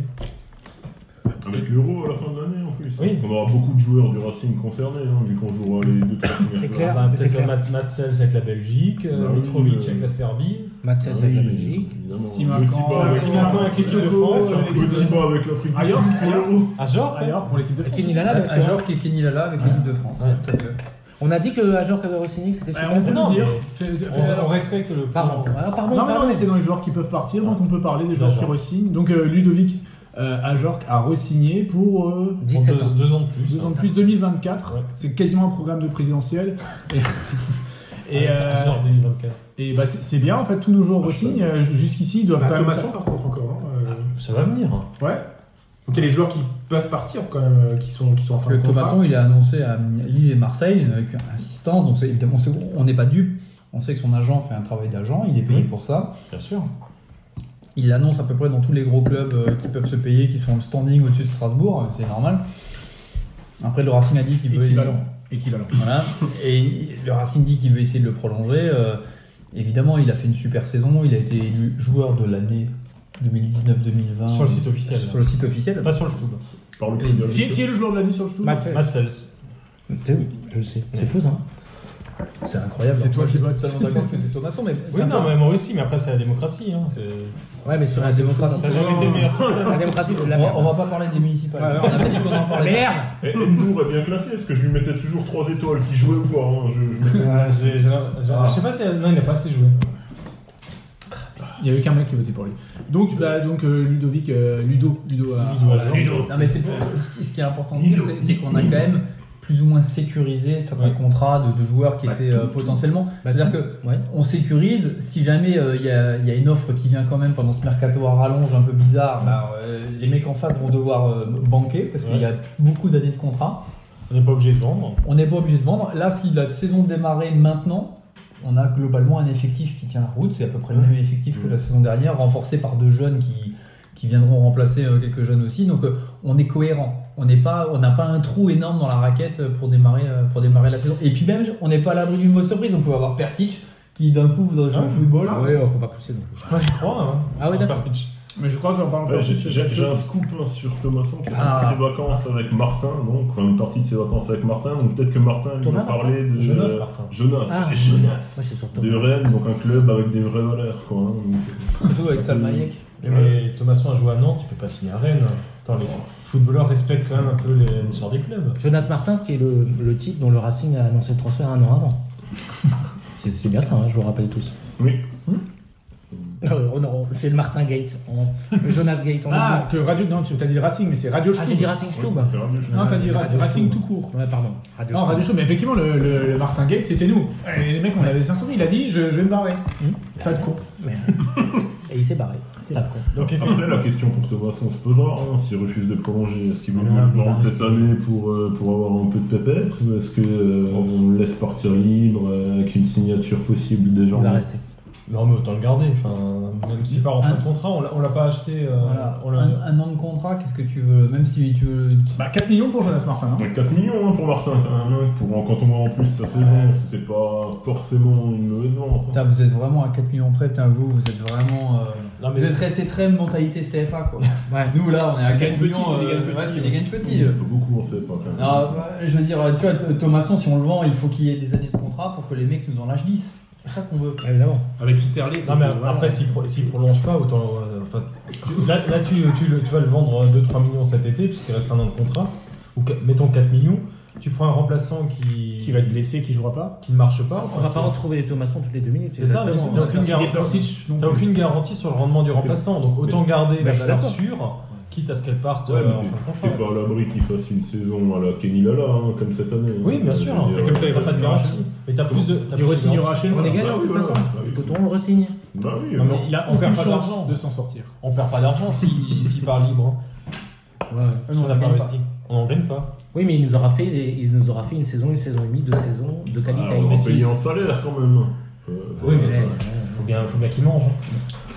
Speaker 6: Avec l'euro à la fin de l'année en plus.
Speaker 4: Oui.
Speaker 6: On aura beaucoup de joueurs du Racing concernés, hein, vu qu'on jouera les deux trois premières
Speaker 3: C'est
Speaker 6: places. Ah
Speaker 3: clair.
Speaker 4: Enfin,
Speaker 3: mais c'est
Speaker 4: Peut-être
Speaker 3: clair.
Speaker 4: Mat- Matsels avec la Belgique, euh,
Speaker 6: Bah oui,
Speaker 4: Mitrovic
Speaker 6: euh,
Speaker 4: avec la Serbie.
Speaker 3: Matsel
Speaker 6: Ah
Speaker 3: avec la
Speaker 6: oui,
Speaker 3: Belgique.
Speaker 6: évidemment.
Speaker 1: Simakan,
Speaker 6: Petit bas avec-
Speaker 4: Simakan,
Speaker 6: Ouais,
Speaker 4: Sissoko,
Speaker 6: ouais,
Speaker 1: euh,
Speaker 6: petit
Speaker 1: l'équipe de-
Speaker 6: bas avec l'Afrique du
Speaker 1: Ayor,
Speaker 6: Sud pour
Speaker 1: Ayor.
Speaker 6: l'Euro.
Speaker 4: À Georges
Speaker 1: Ailleurs, pour l'équipe de France.
Speaker 3: Kenny Lala,
Speaker 2: Bah,
Speaker 3: bien sûr.
Speaker 5: Ajorque et Kenny Lala avec l'équipe de France.
Speaker 4: Ouais.
Speaker 5: Tout à fait.
Speaker 3: On a dit que Ajorque avait re-signé, que c'était
Speaker 1: Ouais,
Speaker 3: super.
Speaker 1: Ah, Bah, on peut
Speaker 4: Non,
Speaker 1: le dire.
Speaker 4: mais-
Speaker 1: Fais- fais-
Speaker 4: on, on respecte le
Speaker 3: Pardon.
Speaker 4: plan.
Speaker 3: Ah, pardon.
Speaker 1: Non, mais là,
Speaker 3: pardon.
Speaker 1: on était dans les joueurs qui peuvent partir, donc on peut parler des joueurs qui
Speaker 4: D'accord.
Speaker 1: re-signent. Donc euh, Ludovic euh, Ajorc a re-signé pour euh,
Speaker 3: 17
Speaker 4: Pour
Speaker 3: ans.
Speaker 4: deux, deux ans de plus. hein.
Speaker 1: deux ans de plus, 2024.
Speaker 4: Ouais.
Speaker 1: C'est quasiment un programme de présidentiel. Et, et, euh,
Speaker 4: À Georges 2024.
Speaker 1: et bah, c'est c'est bien, en fait, tous nos joueurs re-signent. Euh, Jusqu'ici, ils doivent
Speaker 2: Bah,
Speaker 1: quand même.
Speaker 2: Thomasson, par contre, encore, non Euh,
Speaker 4: Ça va venir. hein.
Speaker 2: Ouais. Donc il y a les joueurs qui peuvent partir quand même, euh, qui sont, qui sont en
Speaker 5: Parce que
Speaker 2: fin de
Speaker 5: de toute
Speaker 2: contrat.
Speaker 5: façon, il a annoncé à Lille et Marseille avec insistance, donc c'est- évidemment, c'est- on n'est pas dupe. On sait que son agent fait un travail d'agent, il est payé
Speaker 4: Mhm.
Speaker 5: pour ça.
Speaker 4: Bien sûr.
Speaker 5: Il l'annonce à peu près dans tous les gros clubs euh, qui peuvent se payer, qui sont le standing au-dessus de Strasbourg, euh, c'est normal. Après, le Racing a dit qu'il veut.
Speaker 1: Équivalent. Équivalent.
Speaker 5: Voilà. Et il- le Racing dit qu'il veut essayer de le prolonger. Euh, évidemment, il a fait une super saison. Il a été élu joueur de l'année 2019-2020.
Speaker 4: Sur le site officiel.
Speaker 5: Sur le site officiel.
Speaker 4: Pas sur le Stub.
Speaker 6: Par le
Speaker 5: Et-
Speaker 6: club de la
Speaker 1: Qui est,
Speaker 6: Ligue.
Speaker 1: qui est le joueur de l'année sur le tour
Speaker 3: Matsel.
Speaker 4: Matsels.
Speaker 3: T'es où Je le sais. C'est fou ça.
Speaker 5: hein. C'est incroyable.
Speaker 1: C'est toi
Speaker 5: Moi,
Speaker 1: qui
Speaker 5: je suis
Speaker 1: votes.
Speaker 5: totalement d'accord que c'était Thomasson, mais.
Speaker 4: Oui, non, mais moi aussi, mais après, c'est la démocratie. Hein. c'est-
Speaker 3: Ouais, mais sur
Speaker 5: La
Speaker 3: la démocratie.
Speaker 5: démocratie.
Speaker 4: Ça a jamais été le meilleur système.
Speaker 3: La démocratie, c'est de la
Speaker 5: On, va- on
Speaker 3: merde.
Speaker 5: va pas parler des municipales.
Speaker 3: Ouais, ouais.
Speaker 5: on avait dit qu'on en
Speaker 3: La
Speaker 5: parlait.
Speaker 3: merde
Speaker 6: Et Endour est bien classé, parce que je lui mettais toujours 3 étoiles, qui jouait ou pas. hein, je- je mettais-
Speaker 4: Ah, j'ai- j'ai- j'ai- Je sais pas si. Non, il a pas assez joué.
Speaker 1: Il n'y avait qu'un mec qui votait pour lui. Donc, bah, donc euh, Ludovic, euh, Ludo, Ludo a-
Speaker 4: Ludo.
Speaker 5: Non, mais c'est ce qui- ce qui est important de dire, c'est- c'est qu'on a quand même plus ou moins sécurisé certains
Speaker 4: Ouais. Bah,
Speaker 5: contrats de, de joueurs qui étaient euh, potentiellement. C'est-à-dire que
Speaker 3: Ouais.
Speaker 5: on sécurise. Si jamais euh, il y a- il y, a une offre qui vient quand même pendant ce mercato à rallonge un peu bizarre, bah, euh, les mecs en face vont devoir euh, banquer parce qu'il
Speaker 4: Ouais.
Speaker 5: y a beaucoup d'années de contrat.
Speaker 4: On n'est pas obligé de vendre.
Speaker 5: On n'est pas obligé de vendre. Là, si la saison démarrait maintenant, on a globalement un effectif qui tient la route. C'est à peu près le même effectif que la saison dernière, renforcé par deux jeunes qui, qui viendront remplacer euh, quelques jeunes aussi. Donc, euh, on est cohérent. On n'est pas, on n'a pas un trou énorme dans la raquette euh, pour démarrer, euh, pour démarrer la saison. Et puis même, on n'est pas à l'abri d'une mauvaise surprise. On peut avoir Persic qui d'un coup voudrait jouer au football.
Speaker 3: Ah ouais, faut pas pousser non plus.
Speaker 4: Moi, j'y crois. Hein.
Speaker 3: Ah oui,
Speaker 4: En
Speaker 3: d'accord.
Speaker 4: faire pitch.
Speaker 1: Mais je crois que j'en parle encore.
Speaker 6: Ouais, j'ai-
Speaker 1: c'est-
Speaker 6: J'ai
Speaker 1: c'est-
Speaker 6: j'ai un scoop hein, sur Thomasson qui a
Speaker 5: Ah.
Speaker 6: passé ses vacances avec Martin, donc enfin, une partie de ses vacances avec Martin, donc peut-être que Martin lui
Speaker 3: Thomas
Speaker 6: a parlé de euh,
Speaker 4: Jonas, Martin.
Speaker 6: Jonas,
Speaker 3: Ah.
Speaker 6: Jonas.
Speaker 3: Moi, c'est surtout.
Speaker 6: de Rennes, donc un club avec des vraies valeurs quoi. hein, donc,
Speaker 5: Surtout avec Salma Hayek.
Speaker 4: Mais Thomasson a joué à Nantes, il peut pas signer à Rennes. Attends, les footballeurs respectent quand même un peu les- l'histoire des clubs.
Speaker 3: Jonas Martin, qui est le, le type dont le Racing a annoncé le transfert un an avant. C'est c'est bien ça, hein, je vous rappelle tous.
Speaker 6: Oui.
Speaker 3: Euh, oh non, c'est le Martin Gate, on- le Jonas Gate. On
Speaker 1: Ah,
Speaker 3: oublie.
Speaker 1: que Radio. Non, tu as dit le Racing, mais c'est Radio
Speaker 3: ah j'ai dit
Speaker 1: Stube.
Speaker 3: Racing
Speaker 6: ouais,
Speaker 3: Stube.
Speaker 6: c'est radieux, je-
Speaker 1: Non, t'as dit Ra-
Speaker 3: Radio
Speaker 1: Racing
Speaker 3: Stube.
Speaker 1: tout court.
Speaker 3: Ouais, pardon. Radio
Speaker 1: Non,
Speaker 3: Stube.
Speaker 1: Radio Show, mais effectivement, le, le- le Martin Gates, c'était nous. Et les mecs, on avait 500, il a dit je, je vais me barrer.
Speaker 3: Hum.
Speaker 1: Pas de con.
Speaker 3: Mais, euh, Et il s'est barré. C'est la con.
Speaker 4: Donc, effectivement.
Speaker 6: Après, la question pour Thomasson se posera, hein, s'il refuse de prolonger, est-ce qu'il vaut
Speaker 3: Non,
Speaker 6: mieux le
Speaker 3: mais
Speaker 6: vendre
Speaker 3: non.
Speaker 6: cette année pour, euh, pour avoir un peu de pépette ou est-ce qu'on le laisse partir libre euh, avec une signature possible des gens
Speaker 3: Il va rester.
Speaker 4: Non, mais autant le garder. Enfin, même si par en fin de contrat, on l'a- on l'a pas acheté. euh,
Speaker 5: Voilà.
Speaker 3: Oh
Speaker 4: on l'a-
Speaker 5: Un, un an de contrat, qu'est-ce que tu veux Même si tu veux.
Speaker 1: Bah, 4 millions pour Jonas Martin. hein.
Speaker 6: Ouais, 4 millions hein, pour Martin quand même, hein, pour, quand on voit en plus sa saison, c'était pas forcément une mauvaise vente. hein.
Speaker 5: Putain, vous êtes vraiment à 4 millions près, putain, vous, vous êtes vraiment. euh,
Speaker 4: Non, mais-
Speaker 5: Vous êtes resté très mentalité CFA quoi.
Speaker 3: Ouais.
Speaker 5: Nous là, on est à
Speaker 6: Des
Speaker 5: 4
Speaker 6: gains
Speaker 5: millions.
Speaker 6: petits, c'est des
Speaker 5: euh,
Speaker 6: gains
Speaker 5: ouais,
Speaker 6: petits, hein.
Speaker 5: c'est
Speaker 6: ouais.
Speaker 5: des gains petits. euh.
Speaker 6: Pas beaucoup, on sait pas quand même.
Speaker 5: Non, euh, je veux dire, tu vois, Th- Thomasson, si on le vend, il faut qu'il y ait des années de contrat pour que les mecs nous en lâchent 10. C'est ça qu'on veut.
Speaker 3: Évidemment.
Speaker 2: Avec Citerlé,
Speaker 4: Non, mais après, s'il pro- s'il prolonge pas, autant. euh, enfin, tu- là, là, tu, tu le- tu vas le vendre euh, 2-3 millions cet été, puisqu'il reste un an de contrat. Ou qu- mettons 4 millions. Tu prends un remplaçant qui,
Speaker 1: Qui va être blessé, qui jouera pas.
Speaker 4: qui ne marche pas.
Speaker 3: On va pas retrouver des Thomasson toutes les deux minutes.
Speaker 4: C'est ça, mais
Speaker 3: exactement.
Speaker 4: t'as aucune
Speaker 1: Et
Speaker 4: garantie.
Speaker 1: Persic, non
Speaker 4: T'as
Speaker 1: plus.
Speaker 4: aucune garantie sur le rendement du remplaçant, donc autant garder
Speaker 3: Bah,
Speaker 4: la
Speaker 3: je suis
Speaker 4: valeur
Speaker 3: d'accord.
Speaker 4: sûre, quitte à ce qu'elle parte
Speaker 6: Ouais,
Speaker 4: euh,
Speaker 6: mais
Speaker 4: en fin de
Speaker 6: T'es
Speaker 4: contrat.
Speaker 6: pas à l'abri qu'il fasse une saison à la Kenny Lala, hein, comme cette année.
Speaker 4: Oui, bien sûr.
Speaker 6: Je veux dire,
Speaker 4: Et comme ça, il va
Speaker 6: euh,
Speaker 4: pas de garantie. Mais t'as plus de.
Speaker 1: Il
Speaker 4: t'as plus de
Speaker 1: re-signera
Speaker 4: garantie.
Speaker 1: chez nous.
Speaker 3: On est
Speaker 6: bah
Speaker 3: gagnant de
Speaker 6: oui,
Speaker 3: toute
Speaker 6: voilà.
Speaker 3: façon.
Speaker 6: Bah oui.
Speaker 3: Écoute, on le resigne.
Speaker 6: Bah oui.
Speaker 4: Non, mais
Speaker 1: Il a
Speaker 4: On
Speaker 1: aucune
Speaker 4: perd pas
Speaker 1: chance
Speaker 4: d'argent.
Speaker 1: de s'en sortir.
Speaker 4: On perd pas d'argent s'il s'il part libre.
Speaker 6: Ah,
Speaker 4: hein. Si on n'a pas investi. On n'en gagne pas.
Speaker 3: Oui, mais il nous aura fait, des- il nous aura fait une saison, une saison et demie, deux saisons de
Speaker 6: Ah,
Speaker 3: qualité.
Speaker 6: on
Speaker 3: Mais
Speaker 6: va
Speaker 3: si-
Speaker 6: payer en salaire quand même. Euh,
Speaker 3: Oui, mais
Speaker 6: voilà.
Speaker 3: faut bien, faut bien qu'il mange.
Speaker 4: hein.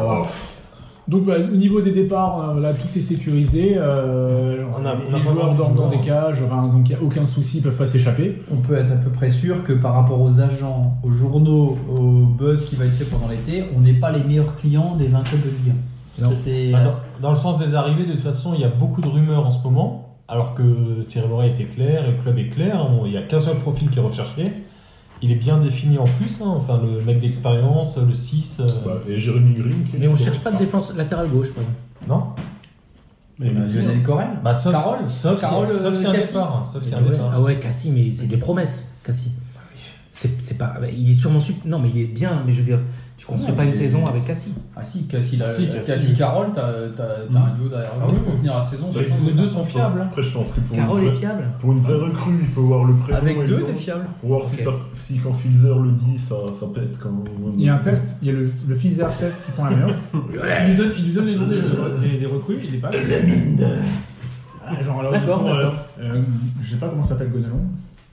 Speaker 6: Oh,
Speaker 1: Donc bah, au niveau des départs, hein, voilà, tout est sécurisé. euh,
Speaker 4: On a- on a
Speaker 1: les
Speaker 4: pas
Speaker 1: joueurs
Speaker 4: vraiment de
Speaker 1: dorment dans
Speaker 4: joueurs,
Speaker 1: des
Speaker 4: hein.
Speaker 1: cages, enfin, donc il n'y a aucun souci, ils peuvent pas s'échapper.
Speaker 5: On peut être à peu près sûr que par rapport aux agents, aux journaux, au buzz qui va être fait pendant l'été, on n'est pas les meilleurs clients des 20 clubs de Ligue 1. Ça,
Speaker 1: Non.
Speaker 5: c'est- Euh,
Speaker 4: Attends, dans le sens des arrivées, de toute façon, il y a beaucoup de rumeurs en ce moment, alors que Thierry Loret était clair, et le club est clair, on- il n'y a qu'un seul profil qui est recherché. Il est bien défini en plus, hein, enfin le mec d'expérience, le 6. euh,
Speaker 6: bah, et Jérémy Green qui est-
Speaker 3: Mais on cherche pas de défense latérale gauche, pardon.
Speaker 4: Non
Speaker 5: Mais Lionel Corel
Speaker 4: Bah sauf,
Speaker 5: Carole
Speaker 4: sauf, si-
Speaker 5: Carole,
Speaker 4: sauf si un
Speaker 5: Cassie.
Speaker 4: départ. hein, sauf si un Ah
Speaker 3: Ouais,
Speaker 4: départ.
Speaker 3: Ah ouais, Cassie, mais c'est des promesses, Cassie. C'est c'est pas. bah, Il est sûrement. sup- Non, mais il est bien, mais je veux dire, tu construis
Speaker 5: Ouais,
Speaker 3: pas une
Speaker 5: mais-
Speaker 3: saison avec Cassie.
Speaker 5: Ah si, Cassie, la,
Speaker 4: Si,
Speaker 5: si,
Speaker 4: Cassie.
Speaker 5: Carole, t'as t'as- t'as un duo derrière
Speaker 4: Ah
Speaker 5: eux
Speaker 4: oui,
Speaker 5: pour
Speaker 4: oui.
Speaker 5: tenir la saison.
Speaker 6: Bah,
Speaker 5: ce sont
Speaker 4: Les deux
Speaker 5: mecs
Speaker 4: sont
Speaker 5: importants.
Speaker 4: fiables. hein.
Speaker 6: Après, je pense que pour
Speaker 3: hein. Carole
Speaker 6: une,
Speaker 3: est
Speaker 6: vraie,
Speaker 3: fiable.
Speaker 6: pour une vraie recrue, il faut voir le prénom. et
Speaker 5: Avec
Speaker 6: le
Speaker 5: deux,
Speaker 6: nom.
Speaker 5: t'es fiable.
Speaker 6: Pour voir si,
Speaker 3: Ok.
Speaker 6: ça, si quand Filzer le dit, ça, ça pète quand même.
Speaker 1: Il y a un test, il y a le, le fils d'Artest qui prend la meilleure. il, lui donne, il lui donne les noms des, des- des recrues, il les passe. Ah, genre alors,
Speaker 3: D'accord,
Speaker 1: ils font, euh,
Speaker 3: d'accord.
Speaker 1: euh, je sais pas comment s'appelle Gonalon.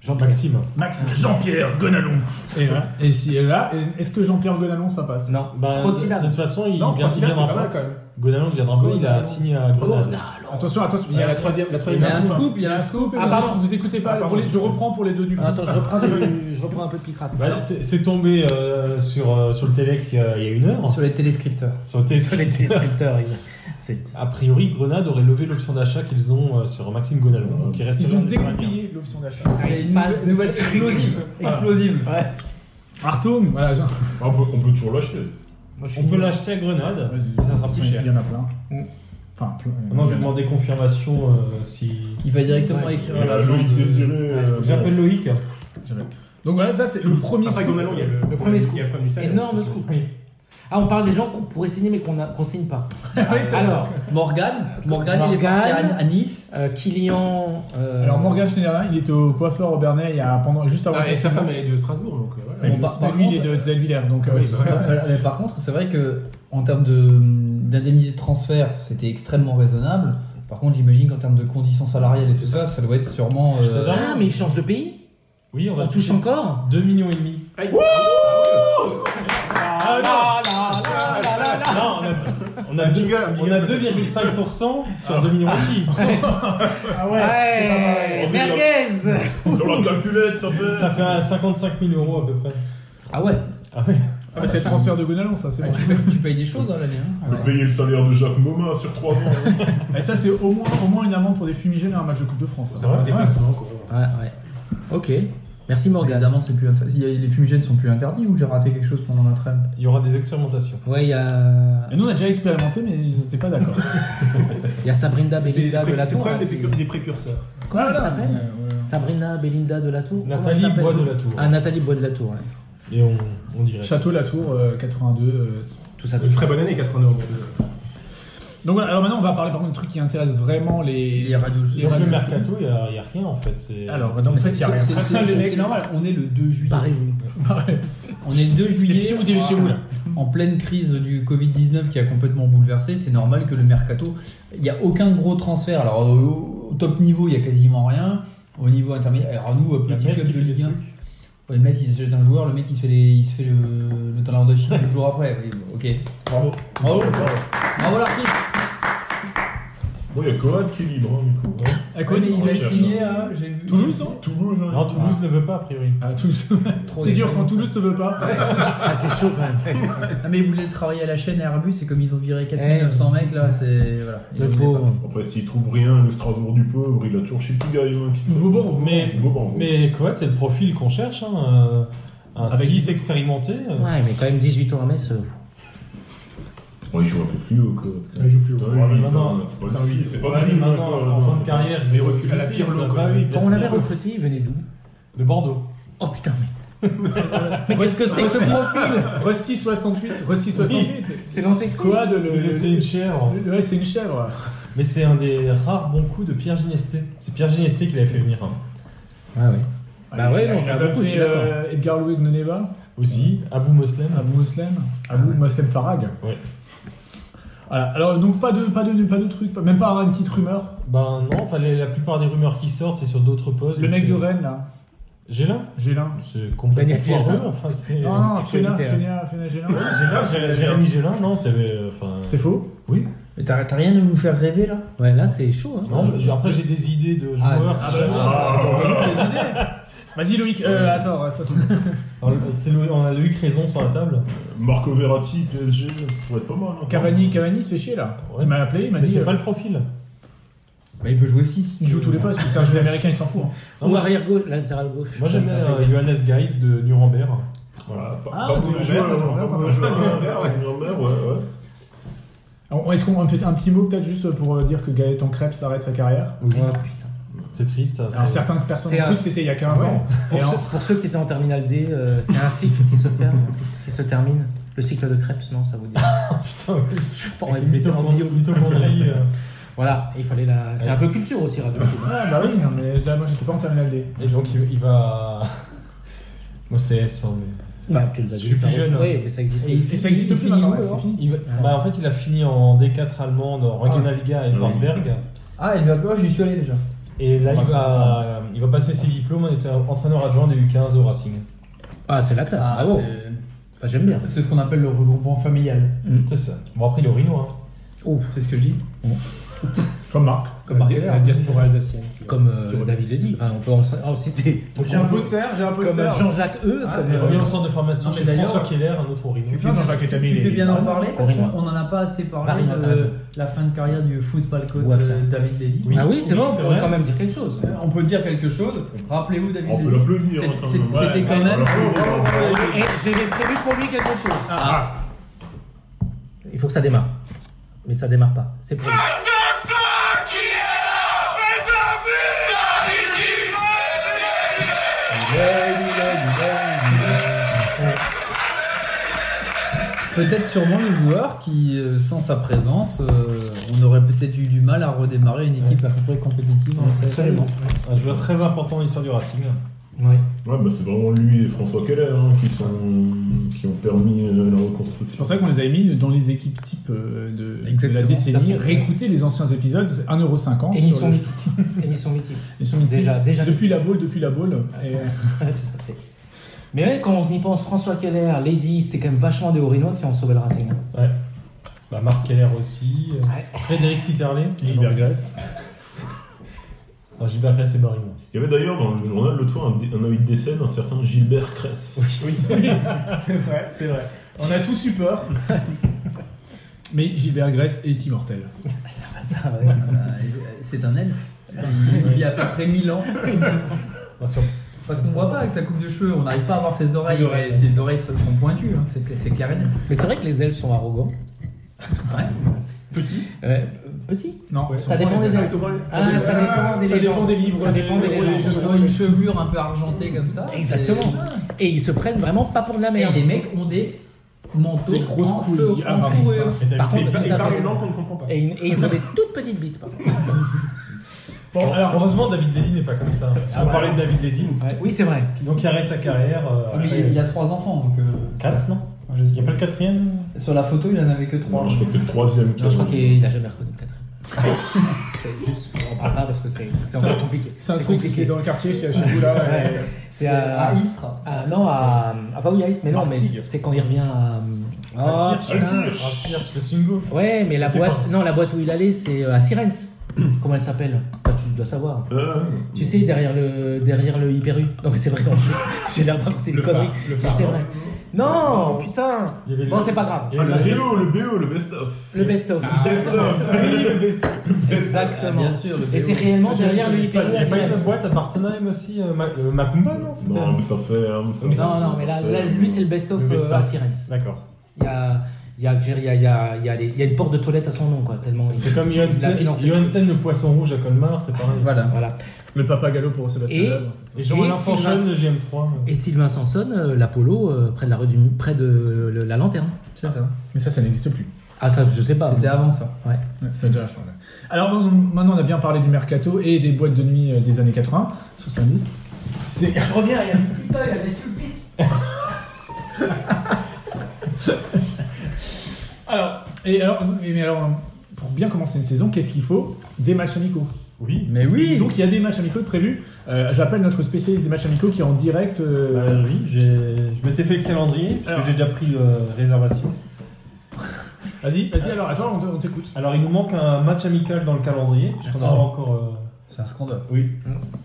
Speaker 4: Jean-Maxime.
Speaker 1: Max Jean-Pierre Gonalon. Et, voilà. et si et là, est-ce que Jean-Pierre Gonalon ça passe
Speaker 3: Non,
Speaker 4: Bah,
Speaker 3: trop de
Speaker 4: de, de
Speaker 3: syllabes.
Speaker 4: toute façon, il,
Speaker 1: Non,
Speaker 4: vient, il
Speaker 1: Francis Lalanne,
Speaker 4: viendra
Speaker 1: c'est pas mal
Speaker 4: pas.
Speaker 1: quand même.
Speaker 4: Gonalon, il viendra pas, il a
Speaker 1: Gonalon.
Speaker 4: signé à Grenoble.
Speaker 1: Attention, attention,
Speaker 4: Euh,
Speaker 1: il y a la troisième. La
Speaker 5: Il
Speaker 1: troisième
Speaker 5: y a un
Speaker 1: info, hein.
Speaker 5: scoop, il y a un scoop.
Speaker 1: Ah pardon, vous écoutez
Speaker 5: Ah,
Speaker 1: pas,
Speaker 5: pardon.
Speaker 1: pour les- je reprends pour les deux du fond.
Speaker 3: Attends, je reprends, du- je reprends un peu de Picrate.
Speaker 4: Bah, c'est c'est tombé euh, sur, euh, sur le Telex il y a, il y a une heure.
Speaker 5: Sur les téléscripteurs.
Speaker 4: Sur le Telex.
Speaker 3: Sur les descripteurs, il- c'est-
Speaker 4: A priori, Grenade aurait levé l'option d'achat qu'ils ont euh, sur Maxime Gonalon. Donc, il reste
Speaker 1: Ils
Speaker 4: là
Speaker 1: ont
Speaker 4: les derniers.
Speaker 1: découpillé l'option d'achat.
Speaker 5: C'est
Speaker 3: Ah, il
Speaker 5: une
Speaker 3: passe
Speaker 5: nouvelle,
Speaker 3: de
Speaker 5: nouvelle
Speaker 3: cette-
Speaker 5: explosive. explosive.
Speaker 3: Ouais.
Speaker 1: Artoum, voilà. genre-
Speaker 6: Ah, on, peut, on peut toujours l'acheter.
Speaker 4: On peut l'acheter à Grenade, mais ça sera plus cher.
Speaker 1: Il y en a plein. Enfin, plein.
Speaker 4: Maintenant, je vais demander confirmation euh, si.
Speaker 5: Il va directement
Speaker 4: Ouais.
Speaker 5: écrire à
Speaker 6: Euh,
Speaker 5: l'agent
Speaker 6: Loïc
Speaker 5: de-
Speaker 6: Désiré. euh,
Speaker 4: J'appelle Loïc.
Speaker 1: Donc voilà, ça c'est le premier scoop.
Speaker 3: Le premier scoop.
Speaker 2: Il y a du salaire.
Speaker 3: Énorme scoop. Ah, on parle des gens qu'on pourrait signer mais qu'on a- qu'on signe pas. Alors,
Speaker 5: Morgane. Morgane, il est
Speaker 3: Morgane.
Speaker 5: parti à- à Nice.
Speaker 3: euh, Kylian. euh,
Speaker 1: Alors Morgan Schneiderlin, il était au coiffeur au Bernet il y a pendant juste avant.
Speaker 2: Ah, et
Speaker 1: le
Speaker 2: sa
Speaker 1: confinement.
Speaker 2: femme, elle est de Strasbourg, donc euh, voilà.
Speaker 1: Mais
Speaker 5: Bon,
Speaker 1: lui,
Speaker 5: par-
Speaker 1: aussi-
Speaker 5: par
Speaker 1: lui, il est
Speaker 5: contre-
Speaker 1: de Zellviller, donc euh,
Speaker 2: Oui,
Speaker 1: c'est
Speaker 2: bah,
Speaker 1: vrai.
Speaker 5: Voilà, mais par contre, c'est vrai que en termes de- d'indemnité de, transfert, c'était extrêmement raisonnable. Par contre, j'imagine qu'en termes de conditions salariales et tout ça, ça doit être sûrement. euh,
Speaker 4: Je t'adore.
Speaker 3: Ah, mais il change de pays
Speaker 4: Oui, on va
Speaker 3: On touche
Speaker 4: toucher
Speaker 3: encore
Speaker 4: 2 millions et demi.
Speaker 3: Ah
Speaker 4: Non, on a, on a,
Speaker 2: Un
Speaker 4: deux-
Speaker 2: jingle, un
Speaker 4: on
Speaker 2: jingle.
Speaker 4: a 2,5% sur 2 millions et demi.
Speaker 1: Ah
Speaker 3: Ouais,
Speaker 6: pas mal.
Speaker 3: merguez
Speaker 6: Dans la calculette, ça fait.
Speaker 4: Ça fait un 55 000 euros à peu près.
Speaker 3: Ah ouais
Speaker 4: Ah ouais.
Speaker 1: Ah, bah, c'est le transfert de Gonalon, ça c'est
Speaker 5: ah,
Speaker 1: bon.
Speaker 5: tu, payes, tu payes des choses hein, l'année. hein.
Speaker 6: Vous payez Ah, le salaire de Jacques Moma sur 3 ans. hein.
Speaker 1: Et ça c'est au moins, au moins une amende pour des fumigènes à un match de Coupe de France.
Speaker 2: Ça fait un déplacement, quoi.
Speaker 3: Ouais, ouais. Ok. Merci
Speaker 5: Les
Speaker 3: Morgane.
Speaker 5: amendes, c'est plus inter- il y a- les fumigènes sont plus interdits ou j'ai raté quelque chose pendant notre trêve
Speaker 4: Il y aura des expérimentations.
Speaker 3: Ouais, il y a,
Speaker 1: Et nous on a déjà expérimenté, mais ils n'étaient pas d'accord.
Speaker 3: il y a Sabrina
Speaker 2: C'est c'est
Speaker 3: Belinda de la
Speaker 2: le
Speaker 3: Tour.
Speaker 2: problème des
Speaker 3: là, qui-
Speaker 2: précu- des précurseurs.
Speaker 3: Comment
Speaker 5: Ah,
Speaker 3: elle
Speaker 1: Voilà.
Speaker 3: s'appelle
Speaker 1: Euh, ouais.
Speaker 3: Sabrina Belinda de la Tour. Comment elle
Speaker 4: Nathalie
Speaker 3: s'appelle
Speaker 4: Bois de la Tour.
Speaker 3: Ah, Nathalie Bois de la Tour, ouais.
Speaker 4: Et on, on dirait.
Speaker 1: Château Latour, euh, 82. euh,
Speaker 3: Tout ça, tout
Speaker 2: Une
Speaker 3: ça.
Speaker 2: très bonne année, 80 euros.
Speaker 1: Donc voilà, alors maintenant on va parler par contre de trucs qui intéressent vraiment les,
Speaker 5: Les radios.
Speaker 1: les
Speaker 4: Donc le
Speaker 1: radios-
Speaker 4: mercato, il n'y a, il y a rien en fait. c'est-
Speaker 1: Alors bah, donc, en fait il n'y a rien.
Speaker 5: C'est- c'est-
Speaker 4: Les
Speaker 5: C'est
Speaker 4: mecs-
Speaker 5: c'est normal, on est le 2 juillet.
Speaker 3: Barrez-vous.
Speaker 5: On est le 2 juillet.
Speaker 1: Dépêchez-vous, dépêchez-vous, là.
Speaker 5: En pleine crise du Covid-19 qui a complètement bouleversé, c'est normal que le mercato. Il n'y a aucun gros transfert. Alors, au, au top niveau, il n'y a quasiment rien. Au niveau intermédiaire. Alors, nous,
Speaker 4: Il y a
Speaker 5: petit
Speaker 4: Metz
Speaker 5: club
Speaker 4: qui
Speaker 5: de
Speaker 4: fait des
Speaker 5: Ligue 1.
Speaker 4: trucs.
Speaker 5: Ouais, Metz, il s'achète un joueur, le mec, il se fait, les- il se fait le, le talent de Chine le jour après. Oui, ok.
Speaker 6: Bravo.
Speaker 5: Bravo. Bravo, l'artiste.
Speaker 6: Bon, il y a Coad qui est libre, hein, du coup. hein.
Speaker 1: Ah, Cody,
Speaker 5: Il
Speaker 1: il
Speaker 5: a
Speaker 1: est-
Speaker 5: signé à. j'ai vu-
Speaker 1: Toulouse non
Speaker 6: Toulouse, hein.
Speaker 4: Non, Toulouse ne veut pas a priori.
Speaker 1: Ah, Toulouse.
Speaker 5: Trop
Speaker 1: C'est dur
Speaker 5: évident.
Speaker 1: quand Toulouse te veut pas.
Speaker 3: Ah, c'est chaud quand même.
Speaker 5: Ah, mais ils voulaient le travailler à la chaîne à Airbus, c'est comme ils ont viré
Speaker 3: Eh.
Speaker 5: 4900 mecs là, c'est. Voilà. Ils
Speaker 3: Le
Speaker 5: voulaient
Speaker 3: pauvre.
Speaker 6: Après, s'il trouve rien, le Strasbourg du pauvre, il a toujours chez Pigaille. Hein, qui...
Speaker 1: Vauban, Vauban.
Speaker 4: Mais,
Speaker 6: Vauban,
Speaker 4: mais quoi, c'est le profil qu'on cherche. Hein. Un
Speaker 1: Avec-
Speaker 4: 6 expérimenté. euh,
Speaker 3: Ouais, mais quand même 18 ans à Metz. euh,
Speaker 6: Bon, il joue un peu plus haut, Coad.
Speaker 2: Il joue plus haut.
Speaker 6: Ouais, mais
Speaker 4: maintenant-
Speaker 6: ça, c'est pas
Speaker 2: Enfin, oui,
Speaker 6: si, c'est pas hein.
Speaker 4: Ouais, mais
Speaker 6: possible,
Speaker 4: maintenant, euh,
Speaker 6: quoi.
Speaker 4: en fin de carrière,
Speaker 2: Mais
Speaker 4: je
Speaker 2: recule à la
Speaker 4: sais,
Speaker 2: Pirlo,
Speaker 4: ça
Speaker 2: quoi.
Speaker 4: va vite.
Speaker 3: Quand on l'avait recruté, il venait d'où
Speaker 4: De Bordeaux.
Speaker 3: Oh putain, mais. Mais qu'est-ce que c'est que ce profil
Speaker 1: Rusty 68, Rusty 68.
Speaker 3: C'est l'antéchrist.
Speaker 1: Quoi de le.
Speaker 4: Mais C'est une chèvre.
Speaker 1: le- Ouais, c'est une chèvre.
Speaker 4: Mais c'est un des rares bons coups de Pierre Ginesté. C'est Pierre Ginesté qui l'avait fait venir. hein.
Speaker 3: Ah oui. Bah ouais, non,
Speaker 1: Il
Speaker 3: c'est
Speaker 1: a
Speaker 3: un
Speaker 1: quand
Speaker 3: bon
Speaker 1: même
Speaker 3: coup, je suis
Speaker 1: fait,
Speaker 3: d'accord.
Speaker 1: euh, Edgar Louis Gnoneba,
Speaker 4: Aussi, Abou Moslem.
Speaker 1: Abou Moslem, Abou Moslem Farag.
Speaker 4: Ouais.
Speaker 1: Voilà, alors donc pas de, pas de, pas de truc, pas- même pas hein, une petite rumeur.
Speaker 4: Ben non, enfin, les- la plupart des rumeurs qui sortent, c'est sur d'autres postes.
Speaker 1: Le mec de
Speaker 4: Rennes.
Speaker 1: Rennes là,
Speaker 4: Gélin
Speaker 1: Gélin.
Speaker 4: C'est complètement
Speaker 3: Daniel Gélin.
Speaker 4: foireux. Enfin, c'est.
Speaker 1: Non, non, Fena,
Speaker 3: actualité,
Speaker 1: Fena, Fena Gélin.
Speaker 4: Gélin, Gé- Jérémy Gélin, non, c'est. euh, Enfin.
Speaker 1: C'est faux.
Speaker 4: Oui.
Speaker 5: Mais t'as t'as rien à nous faire rêver là
Speaker 3: Ouais, là, c'est chaud. hein.
Speaker 4: Non, mais après j'ai des idées de
Speaker 5: Ah,
Speaker 4: joueurs. si
Speaker 1: bah,
Speaker 5: ah,
Speaker 4: jamais-
Speaker 1: Vas-y Loïc, euh, attends, attends.
Speaker 4: Alors, c'est Loïc- on a Loïc raison sur la table.
Speaker 6: Marco Verratti, PSG, ça pourrait être pas mal. hein.
Speaker 1: Cavani, Cavani, c'est chier là.
Speaker 4: Ouais.
Speaker 1: Il m'a appelé, il m'a
Speaker 4: Mais
Speaker 1: dit.
Speaker 4: c'est
Speaker 1: euh,
Speaker 4: pas le profil.
Speaker 5: Bah, il peut jouer 6.
Speaker 1: Il joue tous les postes, c'est un jeu américain, il s'en fout. hein.
Speaker 4: Non,
Speaker 3: Ou
Speaker 4: moi-
Speaker 3: arrière gauche, latéral gauche.
Speaker 4: Moi j'aime
Speaker 3: Ça me
Speaker 4: bien
Speaker 3: fait
Speaker 4: euh,
Speaker 3: plaisir.
Speaker 4: Johannes Geis de Nuremberg.
Speaker 6: Voilà, pas,
Speaker 1: Ah,
Speaker 6: pas
Speaker 1: de
Speaker 6: mauvais
Speaker 1: Robert,
Speaker 6: joueur, hein.
Speaker 1: de
Speaker 6: pas
Speaker 1: Robert,
Speaker 6: mauvais
Speaker 1: ouais.
Speaker 6: joueur.
Speaker 1: De Robert,
Speaker 6: Ouais, Nuremberg, ouais, ouais.
Speaker 1: Alors, Est-ce qu'on peut un petit mot peut-être juste pour euh, dire que Gaëtan Crêpes s'arrête sa carrière
Speaker 3: Oh, putain.
Speaker 4: C'est triste. hein,
Speaker 1: Alors
Speaker 4: c'est-
Speaker 1: certaines personnes
Speaker 3: c'est
Speaker 1: ont
Speaker 3: un-
Speaker 1: cru que c'était il y a 15 ans.
Speaker 3: Pour,
Speaker 1: Et en-
Speaker 3: ceux, pour ceux qui étaient en terminal D, euh, c'est un cycle qui se ferme, qui se termine. Le cycle de Krebs, non, ça vous dit.
Speaker 4: Putain, ouais.
Speaker 3: Je suis pas
Speaker 4: Avec les mitochondries- mitochondries, euh,
Speaker 3: Voilà, et il fallait la. C'est un peu culture aussi, Radio Cube.
Speaker 1: Ah bah oui, non, mais là moi j'étais pas en terminale D.
Speaker 4: Et donc il, il va. Moi c'était S, hein, mais.
Speaker 3: Bah, tu le vas
Speaker 4: je
Speaker 3: lui
Speaker 4: suis plus
Speaker 3: faire
Speaker 4: jeune.
Speaker 3: Oui, mais ça existe.
Speaker 1: Et, et ça existe plus maintenant, ouais, c'est fini.
Speaker 4: Il va-
Speaker 5: Ah.
Speaker 4: bah, en fait, il a fini en D4 allemande en Regionalliga à Elversberg.
Speaker 5: Ah, il va oh, j'y suis allé déjà.
Speaker 4: Et là, il
Speaker 5: Ah.
Speaker 4: va, il va passer ses diplômes en étant entraîneur adjoint des U15 au Racing.
Speaker 3: Ah, c'est la classe,
Speaker 5: Ah,
Speaker 3: bravo.
Speaker 5: c'est-
Speaker 3: Bah, J'aime bien.
Speaker 5: C'est ce qu'on appelle le regroupement familial.
Speaker 4: C'est ça. Bon, après, il est orinois. hein.
Speaker 5: C'est ce que je dis.
Speaker 1: Comme Marc.
Speaker 5: Comme par
Speaker 7: La diaspora alsacienne.
Speaker 3: Comme euh, David le dit, enfin, on peut en, en citer.
Speaker 7: J'ai un poster, j'ai un
Speaker 3: Comme
Speaker 7: poster.
Speaker 3: Jean-Jacques E,
Speaker 5: Ah,
Speaker 3: comme.
Speaker 4: Il
Speaker 5: mais
Speaker 3: euh,
Speaker 4: revient au centre de formation
Speaker 5: non, mais
Speaker 4: chez
Speaker 5: d'ailleurs-
Speaker 4: François Keller, un autre orinois.
Speaker 1: Non, Jean-Jacques Etami,
Speaker 5: Tu
Speaker 1: il
Speaker 5: fais
Speaker 1: est-
Speaker 5: bien d'en parler parce
Speaker 3: Orinois.
Speaker 5: qu'on n'en a pas assez parlé
Speaker 3: Marina
Speaker 5: de
Speaker 3: Tazou.
Speaker 5: la fin de carrière du football coach
Speaker 3: Ouafia.
Speaker 5: euh, David Ledy.
Speaker 3: Ah oui, c'est
Speaker 4: Oui,
Speaker 3: bon, on
Speaker 4: c'est
Speaker 3: pourrait
Speaker 4: vrai.
Speaker 3: quand même dire quelque chose.
Speaker 5: Euh, On peut dire quelque chose. Rappelez-vous David
Speaker 6: On peut
Speaker 5: Ledy.
Speaker 6: l'applaudir.
Speaker 5: C'est-
Speaker 6: hein,
Speaker 5: c'est-
Speaker 6: quand même.
Speaker 5: C'était quand
Speaker 6: Ouais,
Speaker 5: même.
Speaker 6: bravo, bravo, bravo.
Speaker 3: Et j'ai prévu pour lui quelque chose.
Speaker 5: Ah,
Speaker 3: Il faut que ça démarre. Mais ça démarre pas. C'est pour lui.
Speaker 5: Peut-être sûrement le joueur qui, euh, sans sa présence, euh, on aurait peut-être eu du mal à redémarrer une équipe à peu près compétitive. en CFL.
Speaker 4: Un joueur très important dans l'histoire du Racing.
Speaker 3: Ouais.
Speaker 6: Ouais, bah, c'est vraiment lui et François Keller hein, qui, sont, qui ont permis euh, la reconstruction.
Speaker 1: C'est pour ça qu'on les avait mis dans les équipes type euh, de, de
Speaker 3: Exactement,
Speaker 1: la décennie.
Speaker 3: tout à fait.
Speaker 1: Réécoutez les anciens épisodes, c'est 1,50€.
Speaker 3: Et ils
Speaker 1: sur
Speaker 3: sont
Speaker 1: le-
Speaker 3: mythiques. Et ils sont mythiques.
Speaker 1: Ils sont mythiques.
Speaker 3: Déjà- déjà
Speaker 1: depuis la boule, depuis la boule. Et, euh,
Speaker 3: Mais ouais, quand on y pense, François Keller, Lady, c'est quand même vachement des Orinois qui ont sauvé le Racing. hein.
Speaker 4: Ouais. Bah, Marc Keller aussi. euh,
Speaker 3: Ouais.
Speaker 4: Frédéric Sitterlé.
Speaker 1: Gilbert Grèce.
Speaker 4: Non, Gilbert Grèce et Barrymore.
Speaker 6: Il y avait d'ailleurs dans le journal l'autre fois un, dé- un avis de décès d'un certain Gilbert Cress.
Speaker 1: C'est vrai, c'est vrai. On a tous eu peur. Mais Gilbert Grèce est immortel.
Speaker 3: Ça, ouais.
Speaker 5: Euh, C'est un elfe. Il y a à peu près 1000 ans.
Speaker 4: Enfin, sur-
Speaker 5: Parce qu'on voit pas avec sa coupe de cheveux, on n'arrive pas à voir ses oreilles.
Speaker 4: Ses oreilles,
Speaker 5: et ses oreilles sont sont pointues, hein. c'est c'est clair et net.
Speaker 3: Mais c'est vrai que les elfes sont arrogants.
Speaker 1: Petit
Speaker 3: Ouais, petits
Speaker 1: Non, ouais,
Speaker 3: Ça dépend des elfes. Ah, ça dépend des
Speaker 1: Ça dépend
Speaker 3: légendes.
Speaker 1: des livres.
Speaker 3: Ça dépend des
Speaker 5: Ils
Speaker 3: légendes.
Speaker 5: ont une chevelure un peu argentée comme ça.
Speaker 3: Exactement. Et ils se prennent vraiment pas pour de la
Speaker 5: Et
Speaker 3: merde.
Speaker 5: les mecs ont des manteaux
Speaker 1: Des grosses
Speaker 5: en
Speaker 1: couilles.
Speaker 5: feu-
Speaker 1: Ah,
Speaker 5: en
Speaker 1: pardon,
Speaker 5: fourrure.
Speaker 1: ça.
Speaker 3: Par contre,
Speaker 7: Et
Speaker 3: tout
Speaker 7: par- et
Speaker 3: à
Speaker 7: par
Speaker 3: fait.
Speaker 7: une langue qu'on ne comprend pas.
Speaker 3: Et, une- et ils ont des toutes petites bites. par contre.
Speaker 1: Bon, alors,
Speaker 4: Heureusement, David Ledy n'est pas comme ça.
Speaker 5: Ah,
Speaker 4: on parlait de David Ledy.
Speaker 3: Oui, c'est vrai.
Speaker 4: Donc, il arrête sa carrière. euh,
Speaker 5: Oui,
Speaker 4: après-
Speaker 5: il a trois enfants, donc euh,
Speaker 4: 4, non Il n'y a pas le quatrième
Speaker 5: sur la photo il en avait que trois.
Speaker 6: Non, je crois que hein. c'est le troisième. qui
Speaker 3: Non, je crois
Speaker 6: a-
Speaker 3: qu'il a jamais reconnu le quatrième. c'est juste, on en parle pas parce que c'est c'est encore compliqué.
Speaker 1: c'est un truc qui est dans le quartier, chez chez vous là. ouais.
Speaker 3: Ouais. C'est à,
Speaker 5: À Istres.
Speaker 3: Ah, non, à. Ah, bah oui, à Istres, mais non, mais
Speaker 1: Martigues.
Speaker 3: c'est quand il revient à.
Speaker 4: Ah,
Speaker 3: Oh, putain.
Speaker 4: Kirch. Ah, Kirch, le Sungo.
Speaker 3: Ouais, mais la
Speaker 4: C'est
Speaker 3: boîte.
Speaker 4: quoi
Speaker 3: Non, la boîte où il allait, c'est euh, à Sirens. Comment elle s'appelle Bah, Tu dois savoir.
Speaker 6: Euh,
Speaker 3: Tu sais, derrière le, derrière le Hyperu. Non, mais c'est vrai en plus. J'ai l'air de raconter des conneries. C'est vrai. Non, putain.
Speaker 4: Il y avait le-
Speaker 3: Bon, c'est pas grave.
Speaker 4: Il y
Speaker 6: ah,
Speaker 4: avait
Speaker 6: le
Speaker 4: le-
Speaker 6: BO, le BO, le best-of.
Speaker 3: Le best-of. Exactement. Exactement.
Speaker 5: Bien sûr, le
Speaker 3: Et
Speaker 5: BO.
Speaker 3: c'est réellement derrière le
Speaker 4: Il
Speaker 3: Hyperu
Speaker 4: n'y
Speaker 3: à
Speaker 4: a pas une
Speaker 3: Sirens.
Speaker 4: boîte à Partenheim aussi euh, Ma- euh, Macumba, non C'était-
Speaker 6: Non, mais ça fait. hein, ça-
Speaker 3: Non, non, mais là, là, lui, c'est le best-of
Speaker 4: Le best-of.
Speaker 3: euh, à Sirens.
Speaker 4: D'accord.
Speaker 3: Il y a, Il y a, je veux dire, il y a, il y a- il y a les- il y a une porte de toilette à son nom, quoi, tellement.
Speaker 4: C'est comme
Speaker 3: il a
Speaker 4: Johansen,
Speaker 3: financé le truc.
Speaker 4: Johansen, le poisson rouge à Colmar, c'est pareil.
Speaker 7: Voilà.
Speaker 3: Voilà.
Speaker 7: Le papa galop pour
Speaker 3: Et-
Speaker 7: Sébastien Dalma, c'est ça.
Speaker 4: Et Jean-Alain
Speaker 3: Et
Speaker 4: Fanchon,
Speaker 3: Sylvain-
Speaker 4: le GM3.
Speaker 3: Et Sylvain Sanson, euh, l'Apollo, euh, près de la rue du, près de le- la lanterne.
Speaker 7: C'est ça. Mais ça, ça n'existe plus.
Speaker 3: Ah ça, je sais pas.
Speaker 7: C'était avant ça.
Speaker 3: Ouais.
Speaker 7: Ça a déjà changé.
Speaker 1: Alors bon, maintenant on a bien parlé du mercato et des boîtes de nuit euh, des années 80, 70. C'est
Speaker 5: Reviens, il y a putain, il y a des sulfites.
Speaker 1: alors et alors mais mais alors pour bien commencer une saison, qu'est-ce qu'il faut Des matchs amicaux.
Speaker 4: Oui.
Speaker 7: Mais oui
Speaker 1: Donc il y a des matchs amicaux de prévus. Euh, J'appelle notre spécialiste des matchs amicaux qui est en direct. euh,
Speaker 4: Bah oui, j'ai- je m'étais fait le calendrier, parce
Speaker 1: Alors.
Speaker 4: que j'ai déjà pris euh, réservation.
Speaker 1: Vas-y, vas-y. Alors à toi, on te- on t'écoute.
Speaker 4: Alors il nous manque un match amical dans le calendrier, puisqu'on n'a pas encore. euh,
Speaker 7: C'est un scandale.
Speaker 4: Oui.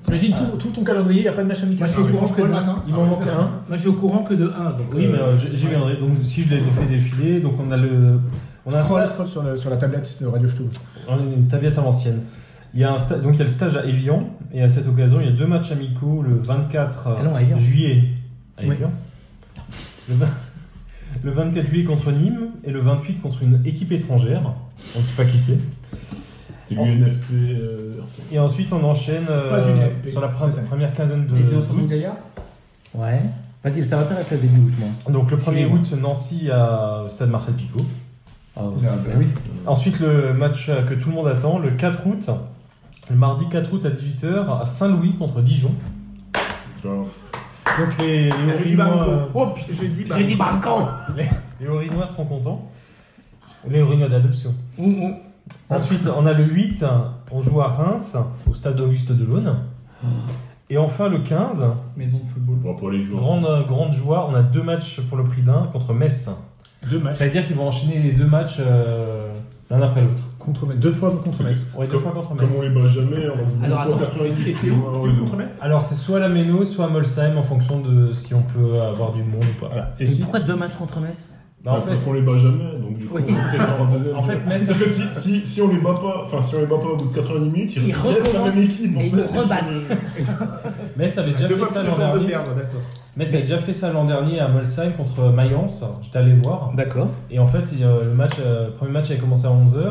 Speaker 1: T'imagines tout, tout ton calendrier, il n'y a pas de match amical. Ah,
Speaker 3: Moi, je suis au courant que
Speaker 1: le
Speaker 3: demain.
Speaker 1: matin.
Speaker 4: Il m'en manque un.
Speaker 3: Moi, je suis au courant que de 1. Donc,
Speaker 4: Oui,
Speaker 3: euh,
Speaker 4: mais euh, j- j'y viendrai. Donc si je l'ai fait défiler, donc on a le. On a un
Speaker 1: Scroll,
Speaker 4: stade-
Speaker 1: scroll sur, le- sur la tablette de Radio Stub.
Speaker 4: on a une tablette à l'ancienne. Il y a un sta- donc il y a le stage à Evian, et à cette occasion, il y a deux matchs amicaux le 24
Speaker 3: Ah non, à Évian.
Speaker 4: juillet à
Speaker 3: Oui.
Speaker 4: Évian. Le, vingt- le 24 juillet contre Nîmes, et le 28 contre une équipe étrangère. On ne sait pas qui c'est.
Speaker 6: C'est l'UNFP. euh,
Speaker 4: Et ensuite, on enchaîne euh,
Speaker 1: Pas d'une AFP,
Speaker 4: sur la pre-
Speaker 1: cette année.
Speaker 4: première quinzaine de
Speaker 7: Et puis, Antonio
Speaker 4: août.
Speaker 7: Gaillard
Speaker 3: Ouais. Vas-y, ça m'intéresse le début août, moi.
Speaker 4: Donc le 1er
Speaker 3: Suivez-moi.
Speaker 4: août, Nancy à au stade Marcel Picot.
Speaker 7: oui.
Speaker 4: Ensuite, le match euh, que tout le monde attend, le 4 août, le mardi 4 août à 18h à Saint-Louis contre Dijon.
Speaker 6: genre,
Speaker 4: Donc les, les Orinois, euh,
Speaker 1: Oh, putain, je l'ai dit
Speaker 3: J'ai dit Banco
Speaker 4: les Orinois seront contents. Les Orinois d'adoption. Ensuite, on a le 8, on joue à Reims, au stade Auguste Delaune. Et enfin, le 15,
Speaker 7: Maison de football.
Speaker 6: bon, pour les joueurs.
Speaker 4: grande, grande joie, on a deux matchs pour le prix d'un contre Metz.
Speaker 1: Deux matchs
Speaker 4: Ça veut dire qu'ils vont enchaîner les deux matchs euh, l'un après l'autre.
Speaker 1: contre Metz. Deux fois contre Metz.
Speaker 4: Ouais, deux
Speaker 6: Comme-
Speaker 4: fois contre
Speaker 6: Comme
Speaker 4: Metz.
Speaker 6: on les bat jamais, on joue
Speaker 3: Alors,
Speaker 6: une fois
Speaker 3: attends,
Speaker 6: 90, ouais, hein, ouais, non.
Speaker 1: Metz
Speaker 4: Alors c'est soit la Méno, soit Molsheim en fonction de si on peut avoir du monde ou pas.
Speaker 3: Et pourquoi deux matchs contre Metz
Speaker 4: Bah, en
Speaker 6: Ouais,
Speaker 4: fait,
Speaker 6: parce qu'on les bat jamais, donc du coup,
Speaker 3: Oui.
Speaker 6: on fait leur deuxième.
Speaker 4: En fait, Metz-
Speaker 6: Parce que si, si, si on les bat pas, enfin si on les bat pas au bout de 90 minutes,
Speaker 3: Ils
Speaker 6: ils, restent la
Speaker 3: recommencent
Speaker 6: même équipe. en
Speaker 3: et ils
Speaker 6: fait.
Speaker 3: nous rebattent.
Speaker 4: Metz avait déjà
Speaker 7: Deux
Speaker 4: fait
Speaker 7: fois
Speaker 4: ça
Speaker 7: plus
Speaker 4: l'an
Speaker 7: de chances de
Speaker 4: dernier.
Speaker 7: perdre, d'accord.
Speaker 4: Metz avait déjà fait ça l'an dernier à Molsheim contre Mayence. J'étais allé voir.
Speaker 3: D'accord.
Speaker 4: Et en fait, il, euh, le match, euh, le premier match avait commencé à 11h.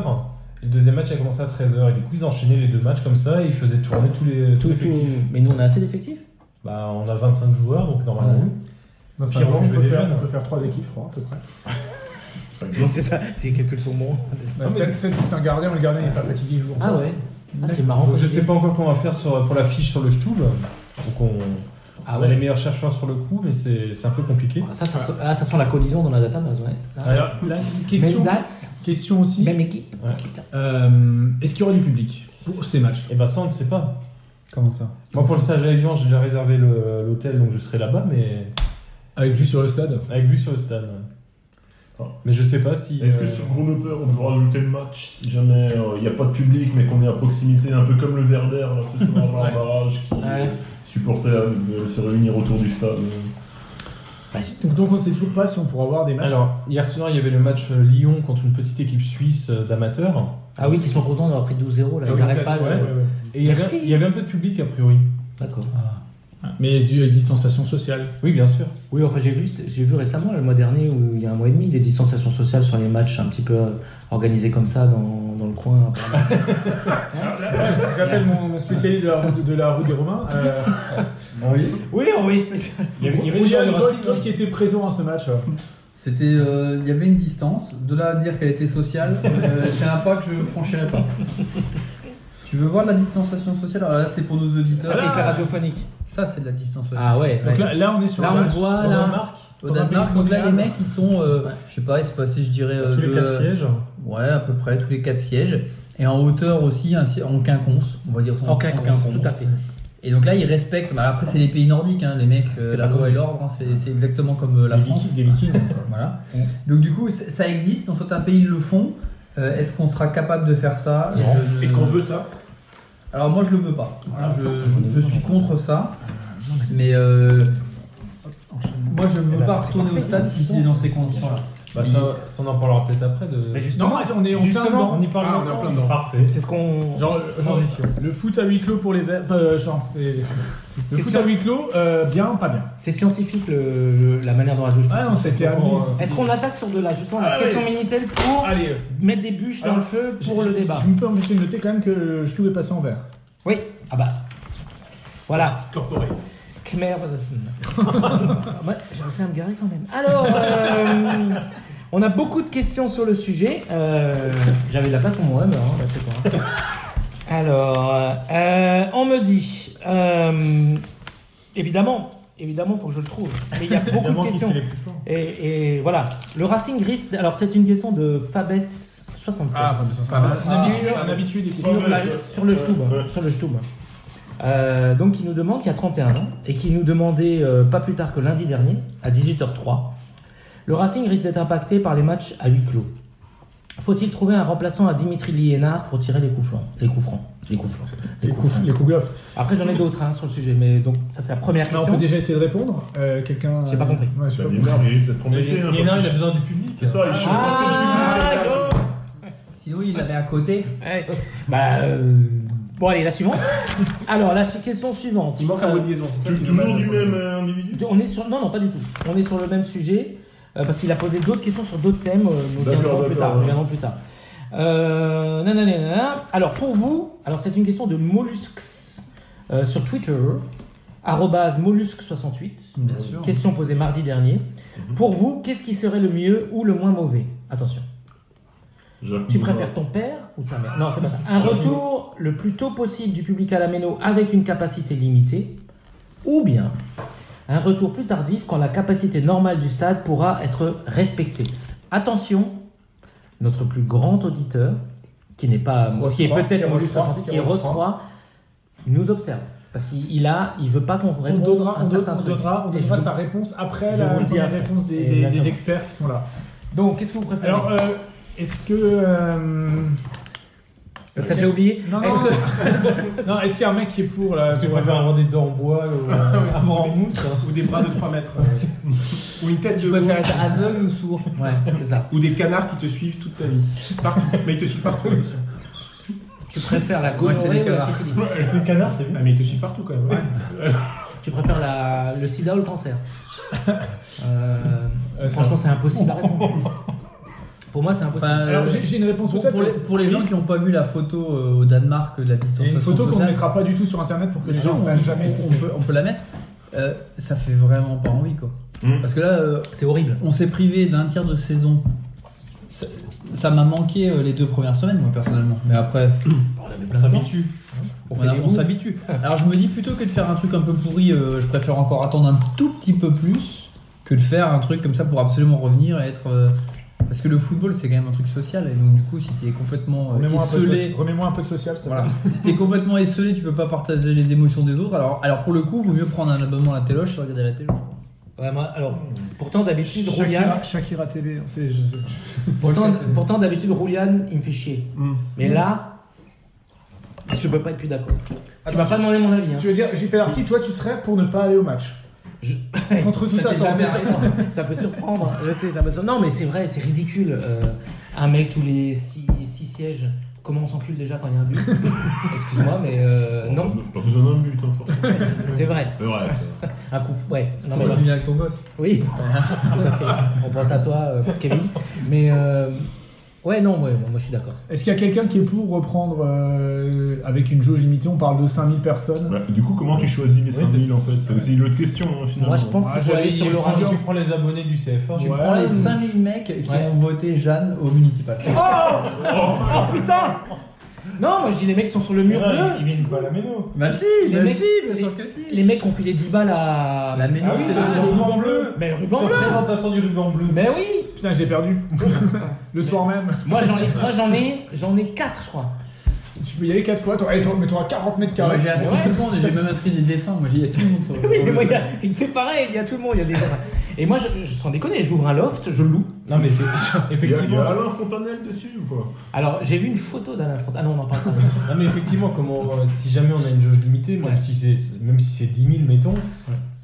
Speaker 4: Le deuxième match a commencé à 13h. Et du coup, ils enchaînaient les deux matchs comme ça et ils faisaient tourner tous les
Speaker 3: Tout,
Speaker 4: tous les
Speaker 3: tout...
Speaker 4: effectifs.
Speaker 3: Mais nous, on a assez d'effectifs
Speaker 4: Bah, on a 25 joueurs, donc normalement.
Speaker 3: Ouais.
Speaker 1: Non, c'est
Speaker 4: Pire,
Speaker 1: un
Speaker 4: on
Speaker 1: jeu, on,
Speaker 4: peut
Speaker 1: peut
Speaker 4: faire-
Speaker 1: faire, on peut faire trois équipes, je crois, à peu près.
Speaker 3: Donc c'est ça, c'est les calculs sont bons.
Speaker 1: Bah, 7, plus un gardien, le gardien n'est pas fatigué, il joue.
Speaker 3: Ah
Speaker 1: encore.
Speaker 3: ouais Ah, c'est marrant.
Speaker 4: Donc,
Speaker 3: comme
Speaker 4: je
Speaker 3: idée.
Speaker 4: sais pas encore comment on va faire sur, pour la fiche sur le Stub. Donc on,
Speaker 3: Ah
Speaker 4: on a les
Speaker 3: ouais.
Speaker 4: meilleurs chercheurs sur le coup, mais c'est c'est un peu compliqué.
Speaker 3: Ah, Ça, ça, sent- ah, ça sent la collision dans la database, ouais. Ah,
Speaker 4: Alors,
Speaker 1: La
Speaker 3: Même
Speaker 1: question,
Speaker 3: date,
Speaker 1: question aussi,
Speaker 3: même équipe.
Speaker 4: Ouais.
Speaker 3: Putain.
Speaker 1: euh, est-ce qu'il y aura du public pour ces matchs
Speaker 4: Et ben ça, on ne sait pas.
Speaker 7: Comment ça
Speaker 4: Moi pour le stage à Evian, j'ai déjà réservé le- l'hôtel donc je serai là-bas mais
Speaker 1: Avec vue sur le stade
Speaker 4: avec vue sur le stade. ouais. Mais je sais pas si.
Speaker 6: Est-ce
Speaker 4: euh,
Speaker 6: que sur Grenoble, on peut rajouter le match si jamais il n'y a pas de public mais qu'on est à proximité, un peu comme le Verder, là, c'est souvent genre un barrage qui
Speaker 3: Ouais.
Speaker 6: supportait à de se réunir autour du stade.
Speaker 1: Donc, donc on sait toujours pas si on pourra voir des matchs.
Speaker 4: Alors hier soir il y avait le match euh, Lyon contre une petite équipe suisse euh, d'amateurs
Speaker 3: Ah oui, qui sont contents d'avoir pris 12-0 là. Ils
Speaker 4: Ah oui,
Speaker 3: n'arrêtent
Speaker 4: ça-
Speaker 3: pas.
Speaker 4: ouais.
Speaker 3: le-
Speaker 4: et il y, avait,
Speaker 3: Merci.
Speaker 4: il y avait un peu de public a priori.
Speaker 3: D'accord.
Speaker 1: Mais du, avec distanciation sociale.
Speaker 4: Oui bien sûr.
Speaker 3: Oui, enfin j'ai vu, j'ai vu récemment, le mois dernier ou il y a un mois et demi, des distanciations sociales sur les matchs un petit peu euh, organisés comme ça dans, dans le coin.
Speaker 1: J'appelle mon, mon spécialiste de la route, de la route des Romains. Euh,
Speaker 4: Oui.
Speaker 3: Oui, oui, spécial.
Speaker 4: Il y avait, il y avait déjà
Speaker 1: Yann,
Speaker 4: le
Speaker 1: toi,
Speaker 4: Racing,
Speaker 1: toi
Speaker 4: hein.
Speaker 1: qui étais présent à ce match, euh,
Speaker 7: C'était, euh, il y avait une distance. De là à dire qu'elle était sociale, euh, c'est un pas que je franchirais pas. Tu veux voir la distanciation sociale Alors là, c'est pour nos auditeurs.
Speaker 3: Ça, c'est hyper radiophonique.
Speaker 7: Ça, c'est de la distanciation
Speaker 3: Ah ouais.
Speaker 7: sociale.
Speaker 1: donc là, là, on est sur
Speaker 3: Là,
Speaker 1: un
Speaker 3: on
Speaker 1: match.
Speaker 3: voit,
Speaker 4: Dans un
Speaker 3: là.
Speaker 4: marque,
Speaker 7: Au
Speaker 1: dans un
Speaker 7: Danemark,
Speaker 1: pays
Speaker 7: donc là, les
Speaker 1: scandinave.
Speaker 7: mecs, ils sont, euh,
Speaker 3: Ouais.
Speaker 7: je sais pas, espacés, je dirais. euh,
Speaker 4: tous les
Speaker 7: de,
Speaker 4: quatre
Speaker 7: euh,
Speaker 4: sièges.
Speaker 7: Ouais, à peu près, tous les 4 sièges. Et en hauteur aussi, un si- en quinconce, on va dire.
Speaker 3: En quinconce, tout à fait.
Speaker 7: Et donc là, ils respectent. bah, après, c'est les pays nordiques, hein, les mecs, euh,
Speaker 3: C'est
Speaker 7: la
Speaker 3: pas
Speaker 7: loi
Speaker 3: comme-
Speaker 7: et l'ordre, hein, c'est c'est exactement comme euh, la
Speaker 1: Des
Speaker 7: France.
Speaker 1: vikings, des vikings.
Speaker 7: Voilà.
Speaker 1: Mm.
Speaker 7: Donc du coup, c- ça existe, dans certains pays ils le font. Euh, Est-ce qu'on sera capable de faire ça Je-
Speaker 2: Est-ce qu'on veut ça
Speaker 7: Alors moi je le veux pas. Voilà, je,
Speaker 1: Ah,
Speaker 7: je- je suis contre ça.
Speaker 1: Eh ben,
Speaker 7: Mais euh, moi je ne veux pas retourner au stade si c'est dans ces conditions-là.
Speaker 4: Bah, ça, ça, on en parlera peut-être après. De...
Speaker 3: Mais
Speaker 1: Non,
Speaker 3: justement,
Speaker 1: moi, on est en plein
Speaker 4: Justement,
Speaker 1: dedans.
Speaker 4: on y parle
Speaker 8: Ah, on est en
Speaker 4: maintenant.
Speaker 8: plein dedans.
Speaker 4: Parfait.
Speaker 3: c'est ce qu'on.
Speaker 1: Genre, genre,
Speaker 4: Transition.
Speaker 1: le foot à huis clos pour les verts. euh, genre, c'est. Le
Speaker 3: C'est
Speaker 1: foot
Speaker 3: ça.
Speaker 1: à huis clos, euh, bien, pas bien.
Speaker 3: C'est scientifique le- le- la manière dont la jauge.
Speaker 1: Ah non, c'était à mille, c'était-
Speaker 3: Est-ce qu'on attaque sur de la justement la
Speaker 1: Allez.
Speaker 3: question Minitel pour
Speaker 1: Allez, euh,
Speaker 3: mettre des bûches dans
Speaker 1: Alors,
Speaker 3: le feu
Speaker 1: je-
Speaker 3: pour
Speaker 1: je-
Speaker 3: le débat
Speaker 1: Je me peux empêcher de noter quand même que je tout est passé en vert.
Speaker 3: Oui. Ah bah. Voilà.
Speaker 8: Corporate.
Speaker 3: Khmer. ouais, j'ai réussi à me garer quand même. Alors, euh, on a beaucoup de questions sur le sujet. Euh, J'avais de la place pour mon hammer, hein, là, c'est quoi, hein. Alors, euh, on me dit, euh, évidemment, évidemment, faut que je le trouve. Mais il y a beaucoup
Speaker 4: Évidemment,
Speaker 3: de
Speaker 4: qui
Speaker 3: questions.
Speaker 4: c'est les plus forts
Speaker 3: Et, et voilà, le Racing risque. Alors, c'est une question de Fabès 67
Speaker 1: Ah, Un habitué, un habitué des questions.
Speaker 3: sur, la- sur le Stub. Sur le Stub. Euh, donc, il nous demande, qui a 31 ans, et qui nous demandait euh, pas plus tard que lundi dernier, à 18h03, le Racing risque d'être impacté par les matchs à huis clos. Faut-il trouver un remplaçant à Dimitri Liénard pour tirer les coups francs Les coups francs. Les coups francs. Les coups francs. Après, j'en ai d'autres hein, sur le sujet, mais donc ça, c'est la première
Speaker 1: Là, on
Speaker 3: question.
Speaker 1: peut déjà essayer de répondre. Euh, Quelqu'un.
Speaker 3: J'ai pas compris.
Speaker 1: Ouais, j'ai
Speaker 6: Bah,
Speaker 1: pas
Speaker 6: il
Speaker 1: compris.
Speaker 6: est- il risque d'être embêté. hein,
Speaker 4: Il y en a un,
Speaker 6: parce
Speaker 4: il
Speaker 6: que-
Speaker 4: a besoin du public.
Speaker 6: C'est ça, il cherche
Speaker 3: Ah, go
Speaker 5: Sinon, il l'avait à côté.
Speaker 3: Ouais. Bah, euh, Bon, allez, la suivante. Alors, la su- question suivante.
Speaker 8: Il manque un
Speaker 3: Euh,
Speaker 8: mot de liaison, c'est ça
Speaker 6: Tu-
Speaker 8: qui est
Speaker 6: Toujours
Speaker 8: dommage.
Speaker 6: du même euh, individu
Speaker 3: On est sur non non pas du tout. On est sur le même sujet euh, parce qu'il a posé d'autres questions sur d'autres thèmes. euh, nous
Speaker 6: D'accord,
Speaker 3: reviendrons plus
Speaker 6: d'accord,
Speaker 3: tard. nous
Speaker 6: ouais.
Speaker 3: reviendrons plus tard. Euh, nanana, nanana. Alors pour vous, alors c'est une question de Mollusks euh, sur Twitter @mollusque68.
Speaker 9: Bien
Speaker 8: Hmm.
Speaker 9: sûr.
Speaker 3: Question posée mardi dernier. Pour vous, qu'est-ce qui serait le mieux ou le moins mauvais Attention.
Speaker 6: Jacques
Speaker 3: Tu
Speaker 6: Moura.
Speaker 3: préfères ton père ou ta mère Non, c'est pas ça. Un retour le plus tôt possible du public à la méno avec une capacité limitée, ou bien un retour plus tardif quand la capacité normale du stade pourra être respectée. Attention, notre plus grand auditeur, qui n'est pas,
Speaker 8: Rose
Speaker 3: qui est
Speaker 8: Croix, qui
Speaker 3: peut-être
Speaker 8: est
Speaker 3: Moulus
Speaker 8: Rose Croix,
Speaker 3: 68, qui
Speaker 8: qui
Speaker 3: est
Speaker 8: est
Speaker 3: Rose
Speaker 8: Rose
Speaker 3: Croix, nous observe parce qu'il a, il veut pas qu'on
Speaker 1: On
Speaker 3: réponde
Speaker 1: donnera,
Speaker 3: à
Speaker 1: on
Speaker 3: un
Speaker 1: donnera,
Speaker 3: certain
Speaker 1: on
Speaker 3: truc.
Speaker 1: donnera, on
Speaker 3: Et je
Speaker 1: donnera
Speaker 3: vous-
Speaker 1: sa réponse après
Speaker 3: je
Speaker 1: la
Speaker 3: vous le dis
Speaker 1: première
Speaker 3: après.
Speaker 1: réponse des, des- des
Speaker 3: Exactement.
Speaker 1: experts qui sont là.
Speaker 3: Donc, qu'est-ce que vous préférez
Speaker 1: Alors, euh, est-ce que. euh,
Speaker 3: Ça déjà oublié
Speaker 1: Non,
Speaker 3: Est-ce
Speaker 1: non.
Speaker 3: que
Speaker 1: non, est-ce qu'il y a un mec qui est pour là
Speaker 4: Est-ce que tu
Speaker 1: pour-
Speaker 4: préfères avoir des dents en bois ou
Speaker 1: euh,
Speaker 4: un bras en mousse
Speaker 8: Ou des bras de 3 mètres. euh, Ou une tête de
Speaker 5: Tu préfères
Speaker 8: veau.
Speaker 5: être aveugle ou sourd
Speaker 3: Ouais, c'est ça.
Speaker 8: Ou des canards qui te suivent toute ta vie. Partout. Mais ils te suivent partout. attention.
Speaker 3: Tu préfères la
Speaker 5: Moi, c'est
Speaker 3: gonorrhée
Speaker 5: les
Speaker 3: ou la
Speaker 5: canards.
Speaker 3: syphilis
Speaker 4: Les canards, c'est
Speaker 8: Ah, mais ils te suivent partout quand même. ouais.
Speaker 3: Tu préfères la- le sida ou le cancer Euh,
Speaker 1: Euh, ça-
Speaker 3: Franchement, c'est impossible à répondre. Pour moi, c'est impossible.
Speaker 5: Enfin,
Speaker 1: Alors, j'ai j'ai une réponse
Speaker 5: Euh, Pour,
Speaker 1: toute faite.
Speaker 5: pour les, pour les gens qui n'ont pas vu la photo euh, au Danemark de la
Speaker 1: Il y a
Speaker 5: distanciation
Speaker 1: une photo qu'on ne
Speaker 5: sociale,
Speaker 1: mettra pas du tout sur internet pour que les
Speaker 5: si,
Speaker 1: gens ne
Speaker 5: on-
Speaker 1: sachent jamais ce que
Speaker 5: on
Speaker 1: c'est.
Speaker 5: peut- On peut la mettre. Euh, ça fait vraiment pas envie quoi.
Speaker 2: Hmm.
Speaker 6: Mm.
Speaker 5: Parce que là, euh,
Speaker 3: c'est horrible.
Speaker 5: on s'est privé d'un tiers de saison. Ça- Ça m'a manqué euh, les deux premières semaines, moi personnellement. Mais après,
Speaker 4: On s'habitue.
Speaker 5: on,
Speaker 3: fait
Speaker 5: a-
Speaker 3: des
Speaker 5: on
Speaker 3: ouf.
Speaker 5: s'habitue. Alors je me dis plutôt que de faire un truc un peu pourri, euh, je préfère encore attendre un tout petit peu plus que de faire un truc comme ça pour absolument revenir et être. euh, Parce que le football, c'est quand même un truc social. Et donc, du coup, si tu es complètement euh,
Speaker 1: Remets-moi un, peu de
Speaker 5: esselé-
Speaker 1: soci- remets-moi un peu de social, s'il te plaît.
Speaker 5: Voilà. si t'es complètement esselé, tu peux pas partager les émotions des autres. Alors, alors pour le coup, vaut mieux prendre un abonnement à la téloche et regarder la téloche.
Speaker 3: Ouais, moi, alors, pourtant d'habitude, Roulian,
Speaker 1: Shakira, Shakira TV, c'est- je sais-
Speaker 3: pourtant, pourtant, d'habitude Roulian, il me fait chier.
Speaker 1: Mm.
Speaker 3: Mais là, je peux pas être plus d'accord. Tu
Speaker 1: Attends,
Speaker 3: m'as pas demandé mon avis. hein.
Speaker 1: Tu veux dire, JP Larky, toi tu serais pour ne pas aller au match
Speaker 3: Je-
Speaker 1: Contre toute
Speaker 3: Ça t'est jamais
Speaker 1: attente.
Speaker 3: arrivé. ça peut surprendre. Je sais, ça peut surprendre. Non, mais c'est vrai, c'est ridicule. Euh, un mec tous les 6 sièges. Comment on s'encule déjà quand il y a un but Excuse-moi, mais euh, non,
Speaker 6: Pas besoin d'un but, hein, forcément.
Speaker 3: c'est vrai.
Speaker 6: C'est vrai.
Speaker 3: Un coup, ouais. Non, mais
Speaker 5: T'aurais
Speaker 3: voilà.
Speaker 5: dû venir avec ton gosse.
Speaker 3: Oui, tout à fait. On pense à toi, euh, Kevin. Mais euh, ouais, non, ouais, moi je suis d'accord.
Speaker 1: Est-ce qu'il y a quelqu'un qui est pour reprendre euh, avec une jauge limitée On parle de 5000 personnes.
Speaker 6: Bah, du coup, comment tu choisis les
Speaker 4: Ouais,
Speaker 6: 5000
Speaker 4: c'est-
Speaker 6: en fait C'est aussi une autre question, hein, finalement.
Speaker 3: Moi je pense
Speaker 1: Ah,
Speaker 3: qu'il faut aller sur le
Speaker 4: Quand
Speaker 3: radio.
Speaker 4: tu prends les abonnés du CFA,
Speaker 5: Tu
Speaker 1: Ouais.
Speaker 5: prends les 5000 mecs qui
Speaker 3: Ouais.
Speaker 5: ont voté Jeanne au municipal.
Speaker 3: Oh, Non, moi je dis les mecs qui sont sur le mur bleu.
Speaker 4: ils viennent pas à la méno.
Speaker 5: bah si,
Speaker 3: Les
Speaker 5: bah
Speaker 3: mecs-
Speaker 5: si, bien sûr que si.
Speaker 3: Les mecs qui ont filé 10 balles à.
Speaker 5: La méno,
Speaker 4: Ah oui,
Speaker 5: c'est
Speaker 4: le
Speaker 5: la-
Speaker 4: ruban bleu.
Speaker 3: Mais le ruban
Speaker 4: Sur
Speaker 3: bleu
Speaker 4: la présentation du ruban bleu.
Speaker 3: Mais oui
Speaker 1: Putain, j'ai perdu. le soir même.
Speaker 3: Moi j'en ai, moi, j'en ai, j'en ai 4, je crois.
Speaker 1: Tu peux y aller 4 fois, t'auras- t'auras- mais t'auras 40 mètres
Speaker 5: Moi
Speaker 1: carrés.
Speaker 5: Ah, j'ai inscrit
Speaker 3: Ouais,
Speaker 5: tout le monde, et j'ai même inscrit des défunts. Moi j'ai il y a tout le monde sur le
Speaker 3: Oui, mais moi, il y a- c'est pareil, il y a tout le monde, il y a des gens. Et moi, je, je- sans déconner, j'ouvre un loft, je loue.
Speaker 4: Non, mais
Speaker 6: Il y a- il y
Speaker 4: effectivement.
Speaker 6: a Alain Fontanelle dessus ou quoi
Speaker 3: Alors, j'ai vu une photo d'Alain Fontaine. Ah non, on en parle pas.
Speaker 4: Non mais effectivement, comment, euh, si jamais on a une jauge limitée, même
Speaker 3: Ouais.
Speaker 4: si c'est même si c'est 10 000, mettons,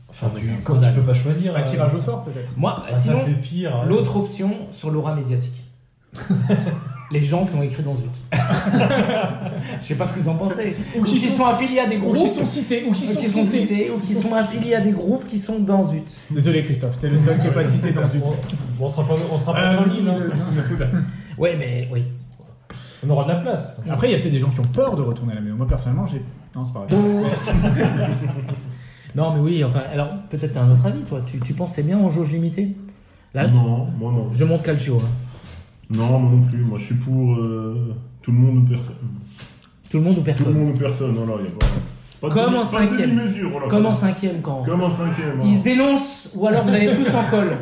Speaker 4: Enfin,
Speaker 3: mais
Speaker 4: tu,
Speaker 3: c'est un
Speaker 4: quand tu
Speaker 3: scandale.
Speaker 4: peux pas choisir.
Speaker 1: Ah, Un
Speaker 4: euh,
Speaker 1: tirage au sort peut-être.
Speaker 3: Moi,
Speaker 4: ah, ça,
Speaker 3: sinon,
Speaker 4: c'est pire. hein.
Speaker 3: l'autre option sur l'aura médiatique. les gens qui ont écrit dans Zut. Je sais pas ce que vous en pensez. Ou qui, sont, affiliés à des
Speaker 1: Ou
Speaker 3: groupes.
Speaker 1: qui sont cités, ou qui
Speaker 3: ou
Speaker 1: sont
Speaker 3: qui sont
Speaker 1: cités.
Speaker 3: cités, ou qui sont affiliés à des groupes qui sont dans Zut.
Speaker 1: Désolé Christophe, t'es le seul qui est pas cité dans une.
Speaker 4: On, on sera pas, on sera pas
Speaker 1: Euh,
Speaker 4: sans Lille. hein.
Speaker 3: Ouais, mais oui.
Speaker 4: On aura de la place.
Speaker 1: Après, il y a peut-être des gens qui ont peur de retourner à la maison. Moi personnellement, j'ai. Non, c'est pas vrai.
Speaker 3: Non, mais oui, enfin, alors peut-être t'as un autre avis, toi. Tu, tu penses que c'est bien en jauge limitée Là,
Speaker 6: Non, moi non.
Speaker 3: je monte Calcio. hein.
Speaker 6: Non, moi non plus. Moi, je suis pour euh, tout le monde ou personne.
Speaker 3: Tout le monde ou
Speaker 6: Tout le
Speaker 3: personne.
Speaker 6: monde ou personne. Alors, il y a pas. pas de
Speaker 3: Comme
Speaker 6: demi-
Speaker 3: en
Speaker 6: pas de
Speaker 3: cinquième.
Speaker 6: demi-mesure, voilà.
Speaker 3: Comme en cinquième, quand
Speaker 6: Comme en cinquième.
Speaker 3: ils
Speaker 6: alors.
Speaker 3: se dénoncent, ou alors vous allez tous en col.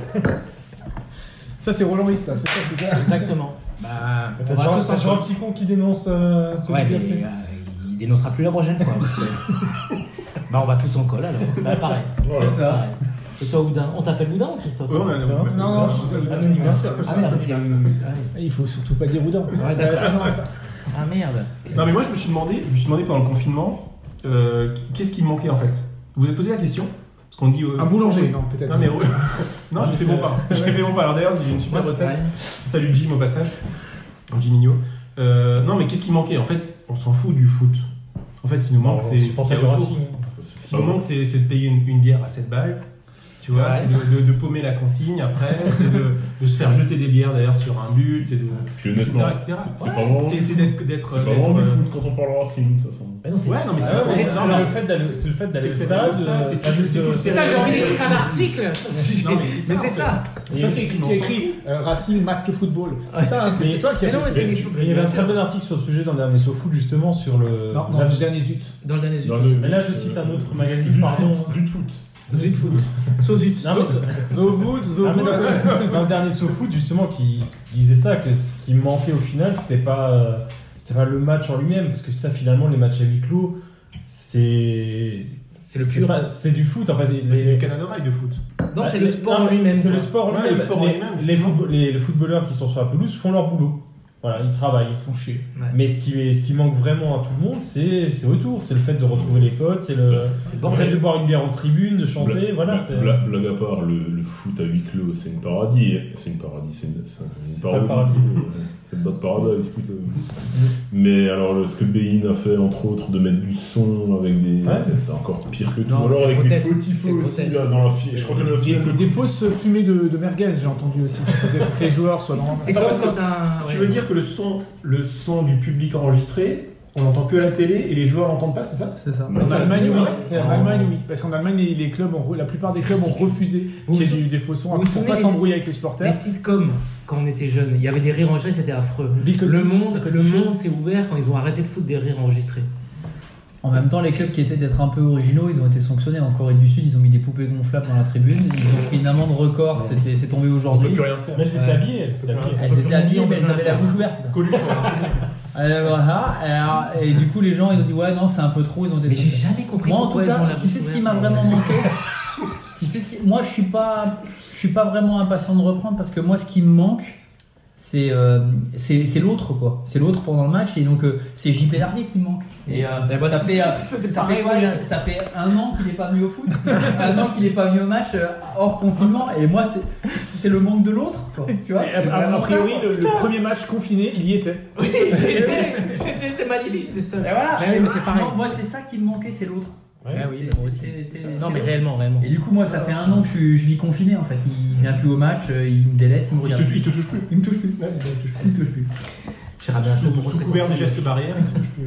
Speaker 1: Ça, c'est Roland Riss, ça. C'est ça, c'est ça.
Speaker 3: Exactement.
Speaker 1: Bah,
Speaker 4: T'as
Speaker 3: va
Speaker 4: genre,
Speaker 3: tous
Speaker 4: t'as genre
Speaker 3: ensemble.
Speaker 4: un petit con qui dénonce euh, celui
Speaker 3: Ouais,
Speaker 4: qui a
Speaker 3: mais
Speaker 4: fait.
Speaker 3: euh, il dénoncera plus la prochaine fois. parce que- bah, on va tous en col alors. Bah, pareil.
Speaker 6: Voilà.
Speaker 3: pareil. Et toi, Boudin On t'appelle Boudin ou Christophe
Speaker 2: Ouais, on a-
Speaker 4: Non,
Speaker 1: non, non, je
Speaker 4: Anonyme.
Speaker 1: bien sûr.
Speaker 3: Ah merde, parce qu'il y a un-
Speaker 1: Il faut surtout pas dire Oudin.
Speaker 3: Ouais, d'accord. Ah merde.
Speaker 2: Non mais moi je me suis demandé, je me suis demandé pendant le confinement, euh, qu'est-ce qui me manquait en fait Vous vous êtes posé la question Parce qu'on dit. euh,
Speaker 1: Un boulanger, non, peut-être.
Speaker 2: Non mais non, j'ai fait bon pas. J'ai fait bon pas. Alors d'ailleurs j'ai une
Speaker 3: Moi,
Speaker 2: super
Speaker 3: c'est
Speaker 2: recette.
Speaker 3: vrai.
Speaker 2: Salut Jim au passage. Jim Igno. Euh, non mais qu'est-ce qui manquait En fait, on s'en fout du foot. En fait, ce qui nous manque,
Speaker 4: Bon,
Speaker 2: c'est ce
Speaker 4: supporter
Speaker 2: qu'il
Speaker 4: du
Speaker 2: y a autour.
Speaker 4: Racing. Ah,
Speaker 2: Ce qui nous manque, c'est c'est de payer une, une bière à 7 balles. Tu vois, c'est de, de- de paumer la consigne après, c'est de, de se faire jeter des bières d'ailleurs sur un but, c'est de.
Speaker 6: Puis
Speaker 2: etc.
Speaker 6: honnêtement,
Speaker 2: etc.
Speaker 6: c'est
Speaker 2: Ouais,
Speaker 6: pas vraiment.
Speaker 2: c'est-
Speaker 6: C'est
Speaker 2: c'est d'être. d'être-
Speaker 6: pas
Speaker 2: d'être,
Speaker 6: vraiment du
Speaker 2: euh,
Speaker 6: foot quand on parle Racing, de toute façon.
Speaker 3: Bah non, c'est-
Speaker 2: Ouais, non, mais c'est
Speaker 4: Ah ouais, mais
Speaker 2: pas- non,
Speaker 4: c'est
Speaker 2: mais-
Speaker 4: le fait d'aller- c'est le fait d'aller au
Speaker 2: C'est que c'est
Speaker 4: stade.
Speaker 2: le stade,
Speaker 4: euh,
Speaker 2: c'est tout- c'est tout le
Speaker 4: de-
Speaker 3: Putain, j'ai envie d'écrire un article.
Speaker 2: Non, mais c'est
Speaker 3: Mais
Speaker 2: ça,
Speaker 3: c'est
Speaker 2: en fait.
Speaker 3: ça.
Speaker 1: C'est toi qui qui a écrit euh, Racing, masque, football.
Speaker 5: Ah,
Speaker 1: C'est ça, hein, c'est c'est toi qui
Speaker 3: Mais
Speaker 1: as
Speaker 3: non, mais
Speaker 1: fait
Speaker 3: c'est les
Speaker 4: Il y avait un très bon article sur le sujet dans le dernier SoFoot justement sur le.
Speaker 1: ça. Non,
Speaker 4: là,
Speaker 1: dans le
Speaker 4: je-
Speaker 1: dernier zut.
Speaker 3: Dans le dernier Zut.
Speaker 6: Dans
Speaker 3: aussi.
Speaker 6: le-
Speaker 4: mais là, je cite un autre magazine,
Speaker 6: Du
Speaker 4: pardon.
Speaker 6: foot, Du foot.
Speaker 3: Zut foot. So Zut.
Speaker 4: Non, mais-
Speaker 1: Zovoot,
Speaker 4: Ah, mais
Speaker 1: Zovoot.
Speaker 4: dans, dans le dernier SoFoot, justement, qui disait ça, que ce qui manquait au final, c'était pas, euh, c'était pas le match en lui-même, parce que ça, finalement, les matchs à huis clos, c'est.
Speaker 3: C'est le
Speaker 4: c'est
Speaker 3: pur.
Speaker 4: pas- C'est du foot, en fait. Les-
Speaker 2: C'est du Canada Rail de foot.
Speaker 3: Non, c'est
Speaker 4: les-
Speaker 3: le sport
Speaker 4: non,
Speaker 3: en lui-même.
Speaker 4: C'est bah, le
Speaker 3: quoi.
Speaker 4: sport en
Speaker 2: Ouais,
Speaker 4: lui-même.
Speaker 2: le sport en
Speaker 4: Les-
Speaker 2: lui-même,
Speaker 4: les, footba- les- les footballeurs qui sont sur la pelouse font leur boulot. Voilà, ils travaillent. Ils se font chier.
Speaker 3: Ouais.
Speaker 4: Mais ce qui, est- ce qui manque vraiment à tout le monde, c'est c'est autour. C'est le fait de retrouver les potes, c'est le,
Speaker 3: C'est le
Speaker 4: le fait de
Speaker 3: bordel.
Speaker 4: boire une bière en tribune, de chanter.
Speaker 6: Bla-
Speaker 4: voilà,
Speaker 6: bla-
Speaker 4: c'est.
Speaker 6: bla- blague à part, le, le foot à huis clos, c'est une paradis. hein. C'est une paradis, c'est une, c'est une
Speaker 4: C'est
Speaker 6: parodie.
Speaker 4: pas paradis.
Speaker 6: Euh, C'est notre paradis, putain. Mais alors, le- ce que Bein a fait, entre autres, de mettre du son avec des.
Speaker 4: Ouais.
Speaker 6: c'est- c'est encore pire que tout.
Speaker 3: Non,
Speaker 6: alors,
Speaker 3: c'est
Speaker 6: avec
Speaker 3: grotesque,
Speaker 6: des faux tifos
Speaker 3: c'est
Speaker 6: aussi,
Speaker 3: grotesque.
Speaker 6: là, dans la file. Je crois que la
Speaker 1: Des,
Speaker 6: finale-
Speaker 1: des fausses fumées de, de merguez, j'ai entendu aussi, qui faisaient pour que les joueurs soient dans
Speaker 3: C'est comme quand un.
Speaker 2: Tu veux dire que le son, le son du public enregistré, on l'entend que à la télé et les joueurs l'entendent pas, c'est ça
Speaker 5: C'est ça.
Speaker 1: En
Speaker 6: Ouais.
Speaker 1: Allemagne, oui.
Speaker 6: Ouais.
Speaker 1: En Allemagne, oui. Parce qu'en Allemagne, les- les clubs ont re- la plupart des clubs ont refusé
Speaker 3: Vous
Speaker 1: qu'il y
Speaker 3: vous
Speaker 1: ait du- des faux sons
Speaker 3: vous
Speaker 1: pour
Speaker 3: souvenez
Speaker 1: pas
Speaker 3: des-
Speaker 1: s'embrouiller avec les
Speaker 3: Les
Speaker 1: supporters.
Speaker 3: sitcoms, quand on était jeune, il y avait des rires enregistrés, c'était affreux. Le monde, le monde s'est ouvert quand ils ont arrêté de foutre des rires enregistrés.
Speaker 5: En même temps, les clubs qui essaient d'être un peu originaux, ils ont été sanctionnés. En Corée du Sud, ils ont mis des poupées gonflables dans la tribune. Ils ont pris une amende record. C'était, c'est tombé
Speaker 2: On peut
Speaker 5: aujourd'hui.
Speaker 2: plus rien faire.
Speaker 4: Mais elles étaient
Speaker 5: Ouais.
Speaker 4: habillées, elles étaient habillées.
Speaker 5: Elles étaient habillées, mais elles avaient la bouche ouverte.
Speaker 2: Coluche, voilà.
Speaker 5: Euh, voilà. Alors, Et, du coup, les gens, ils ont dit ouais, non, c'est un peu trop. Ils ont été
Speaker 3: Mais j'ai
Speaker 5: sanctionnés.
Speaker 3: jamais compris
Speaker 5: Moi, en
Speaker 3: pourquoi
Speaker 5: tout
Speaker 3: ils ont
Speaker 5: cas,
Speaker 3: la
Speaker 5: tu
Speaker 3: bouche
Speaker 5: sais ce qui m'a
Speaker 3: ouverte.
Speaker 5: vraiment manqué Tu sais ce qui... Moi, je suis pas, je suis pas vraiment impatient de reprendre parce que moi, ce qui me manque, c'est euh, c'est c'est l'autre quoi. C'est l'autre pendant le match et donc euh, c'est JP Dardier qui me manque. Et euh,
Speaker 3: eh ben,
Speaker 5: ça fait euh, ça, fait quoi, ça- ça fait un an qu'il n'est pas venu au foot, un an qu'il n'est pas venu au match euh, hors confinement et moi c'est c'est le manque de l'autre quoi. Tu vois
Speaker 1: Et
Speaker 3: euh,
Speaker 5: c'est
Speaker 1: A
Speaker 5: vraiment
Speaker 1: a priori,
Speaker 5: ça, quoi.
Speaker 1: le, le premier match confiné, il y était.
Speaker 3: Oui, j'étais j'étais magnifique, j'étais seul.
Speaker 5: Et voilà,
Speaker 3: Mais
Speaker 5: je-
Speaker 3: eh oui, mais c'est pareil.
Speaker 5: non, moi c'est ça qui me manquait, c'est l'autre.
Speaker 3: Ah oui,
Speaker 5: C'est-
Speaker 3: bah, moi aussi.
Speaker 5: c'est- c'est-
Speaker 3: Non,
Speaker 5: c'est
Speaker 3: mais eh,
Speaker 5: l'autre.
Speaker 3: réellement, réellement.
Speaker 5: Et du coup, moi, ça fait un an que je, suis- je vis confiné en fait. Il vient plus au match, euh, il me délaisse, il me
Speaker 2: Il
Speaker 5: regarde.
Speaker 2: te, il te touche plus.
Speaker 5: Il me touche plus.
Speaker 2: Ouais, il te touche plus.
Speaker 5: Il me touche plus.
Speaker 3: J'ai ramené un peu pour
Speaker 2: Sous, sous
Speaker 3: cette
Speaker 2: couvert des
Speaker 3: conférence.
Speaker 2: gestes barrières, il te touche plus.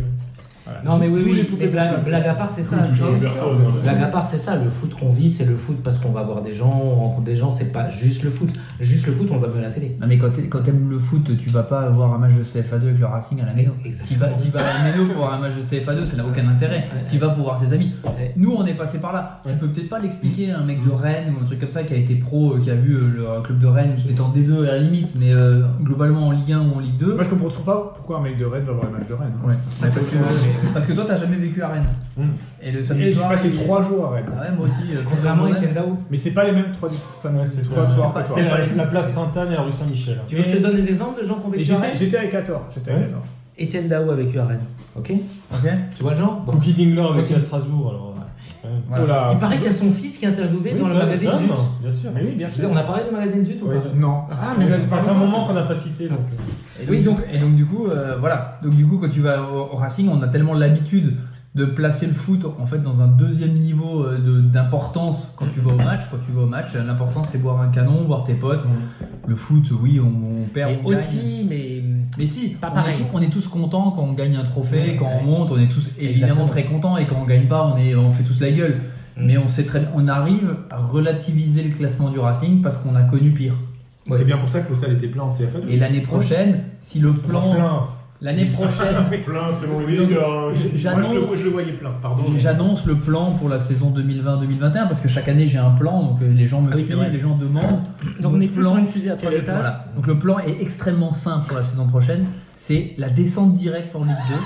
Speaker 3: Non, mais oui,
Speaker 1: Tous les
Speaker 3: oui,
Speaker 1: poupées
Speaker 3: mais blague,
Speaker 1: gonflables.
Speaker 3: blague à part, c'est ça.
Speaker 6: Touche
Speaker 3: c'est-
Speaker 6: personne, hein.
Speaker 3: Blague à part, c'est ça. Le foot qu'on vit, c'est le foot parce qu'on va voir des gens, on rencontre des gens. C'est pas juste le foot. Juste le foot, on le voit mieux à la télé.
Speaker 5: Non mais quand t'es- quand t'aimes le foot, tu vas pas voir un match de CFA2 avec le Racing à la Méno. Tu vas,
Speaker 3: Exactement.
Speaker 5: t'y vas à la Méno pour voir un match de CFA2, ça n'a aucun intérêt.
Speaker 3: Ouais.
Speaker 5: Tu vas pour voir ses amis.
Speaker 3: Ouais.
Speaker 5: Nous, on est passé par là. Tu peux peut-être pas l'expliquer à un mec de Rennes ou un truc comme ça qui a été pro, euh, qui a vu euh, le club de Rennes étant D2 à la limite, mais euh, globalement en Ligue 1 ou en Ligue 2.
Speaker 1: Moi, je comprends toujours pas pourquoi un mec de Rennes va voir un match de Rennes. hein.
Speaker 5: Ouais.
Speaker 1: C'est-
Speaker 5: Parce,
Speaker 1: c'est-
Speaker 5: que, parce que toi, t'as jamais vécu à Rennes.
Speaker 4: Mm.
Speaker 5: Et le
Speaker 1: Et
Speaker 5: samedi
Speaker 1: J'ai
Speaker 5: soir,
Speaker 1: passé
Speaker 5: il-
Speaker 1: trois jours à Rennes.
Speaker 5: Ah ouais, moi aussi. euh,
Speaker 3: Contrairement à
Speaker 5: Rennes.
Speaker 3: Etienne Dao.
Speaker 1: Mais c'est pas les mêmes trois, samedis,
Speaker 4: c'est
Speaker 1: trois
Speaker 4: pas-
Speaker 1: soirs.
Speaker 5: c'est
Speaker 1: que
Speaker 5: pas-
Speaker 1: toi.
Speaker 4: C'est la, la place Sainte-Anne et la rue Saint-Michel.
Speaker 3: Tu veux que je te donne des exemples de gens qui ont
Speaker 1: Et
Speaker 3: vécu à
Speaker 1: j'étais-
Speaker 3: Rennes
Speaker 1: j'étais avec 14. J'étais à
Speaker 4: Ouais.
Speaker 1: 14.
Speaker 3: Etienne Dao a vécu à Rennes. Ok Tu
Speaker 5: Ok.
Speaker 3: vois le genre Bon.
Speaker 4: Cookie Dingler avec
Speaker 3: Continue.
Speaker 4: Strasbourg, alors.
Speaker 1: Oh là.
Speaker 3: Il paraît qu'il y a son fils qui est interviewé
Speaker 4: Oui,
Speaker 3: dans le
Speaker 4: Tom,
Speaker 3: magazine
Speaker 4: Tom,
Speaker 3: Zut.
Speaker 4: Bien sûr.
Speaker 3: Mais oui, bien sûr. On a parlé du magazine Zut ou
Speaker 4: Oui.
Speaker 3: pas
Speaker 1: Non.
Speaker 4: Ah, mais,
Speaker 1: Mais
Speaker 4: c'est
Speaker 1: c'est
Speaker 4: ça fait
Speaker 1: pas
Speaker 4: un
Speaker 1: grave,
Speaker 4: moment
Speaker 1: ça.
Speaker 4: qu'on n'a pas cité. Donc. euh,
Speaker 10: Et
Speaker 5: Oui,
Speaker 10: donc,
Speaker 5: donc-
Speaker 10: et donc, du coup, euh, voilà.
Speaker 5: Donc du coup, quand tu vas au, au Racing, on a tellement l'habitude de placer le foot en fait dans un deuxième niveau euh, de- d'importance quand tu vas au match. Quand tu vas au match, euh, l'important c'est boire un canon, voir tes potes. Le foot, oui, on, on perd,
Speaker 3: Mais
Speaker 5: on gagne.
Speaker 3: aussi, mais hum,
Speaker 5: Mais si,
Speaker 3: Pas
Speaker 5: on, est
Speaker 3: pareil.
Speaker 5: tous, on est tous contents quand on gagne un trophée,
Speaker 3: Ouais,
Speaker 5: quand
Speaker 3: ouais.
Speaker 5: on monte, on est tous évidemment
Speaker 3: Exactement.
Speaker 5: très contents et quand on gagne pas, on, est, on fait tous la gueule.
Speaker 3: Mm.
Speaker 5: Mais on sait très bien, on arrive à relativiser le classement du Racing parce qu'on a connu pire. Ouais.
Speaker 2: C'est bien pour ça que le salle était plein en E CFA.
Speaker 5: Et l'année prochaine, si le plan,
Speaker 4: Plein.
Speaker 5: l'année prochaine,
Speaker 6: Plein, selon les gars. hein.
Speaker 5: j'annonce-
Speaker 2: Moi, je le, vois- je le voyais plein, pardon.
Speaker 5: Et J'annonce le plan pour la saison 2020-2021 parce que chaque année j'ai un plan, donc euh, les gens me
Speaker 3: Ah oui, c'est
Speaker 5: suivent,
Speaker 3: vrai.
Speaker 5: les gens demandent.
Speaker 3: donc on
Speaker 5: Mon
Speaker 3: est plus
Speaker 5: plan-
Speaker 3: sur une fusée à trois étages.
Speaker 5: Voilà. Donc le plan est extrêmement simple pour la saison prochaine, c'est la descente directe en Ligue 2.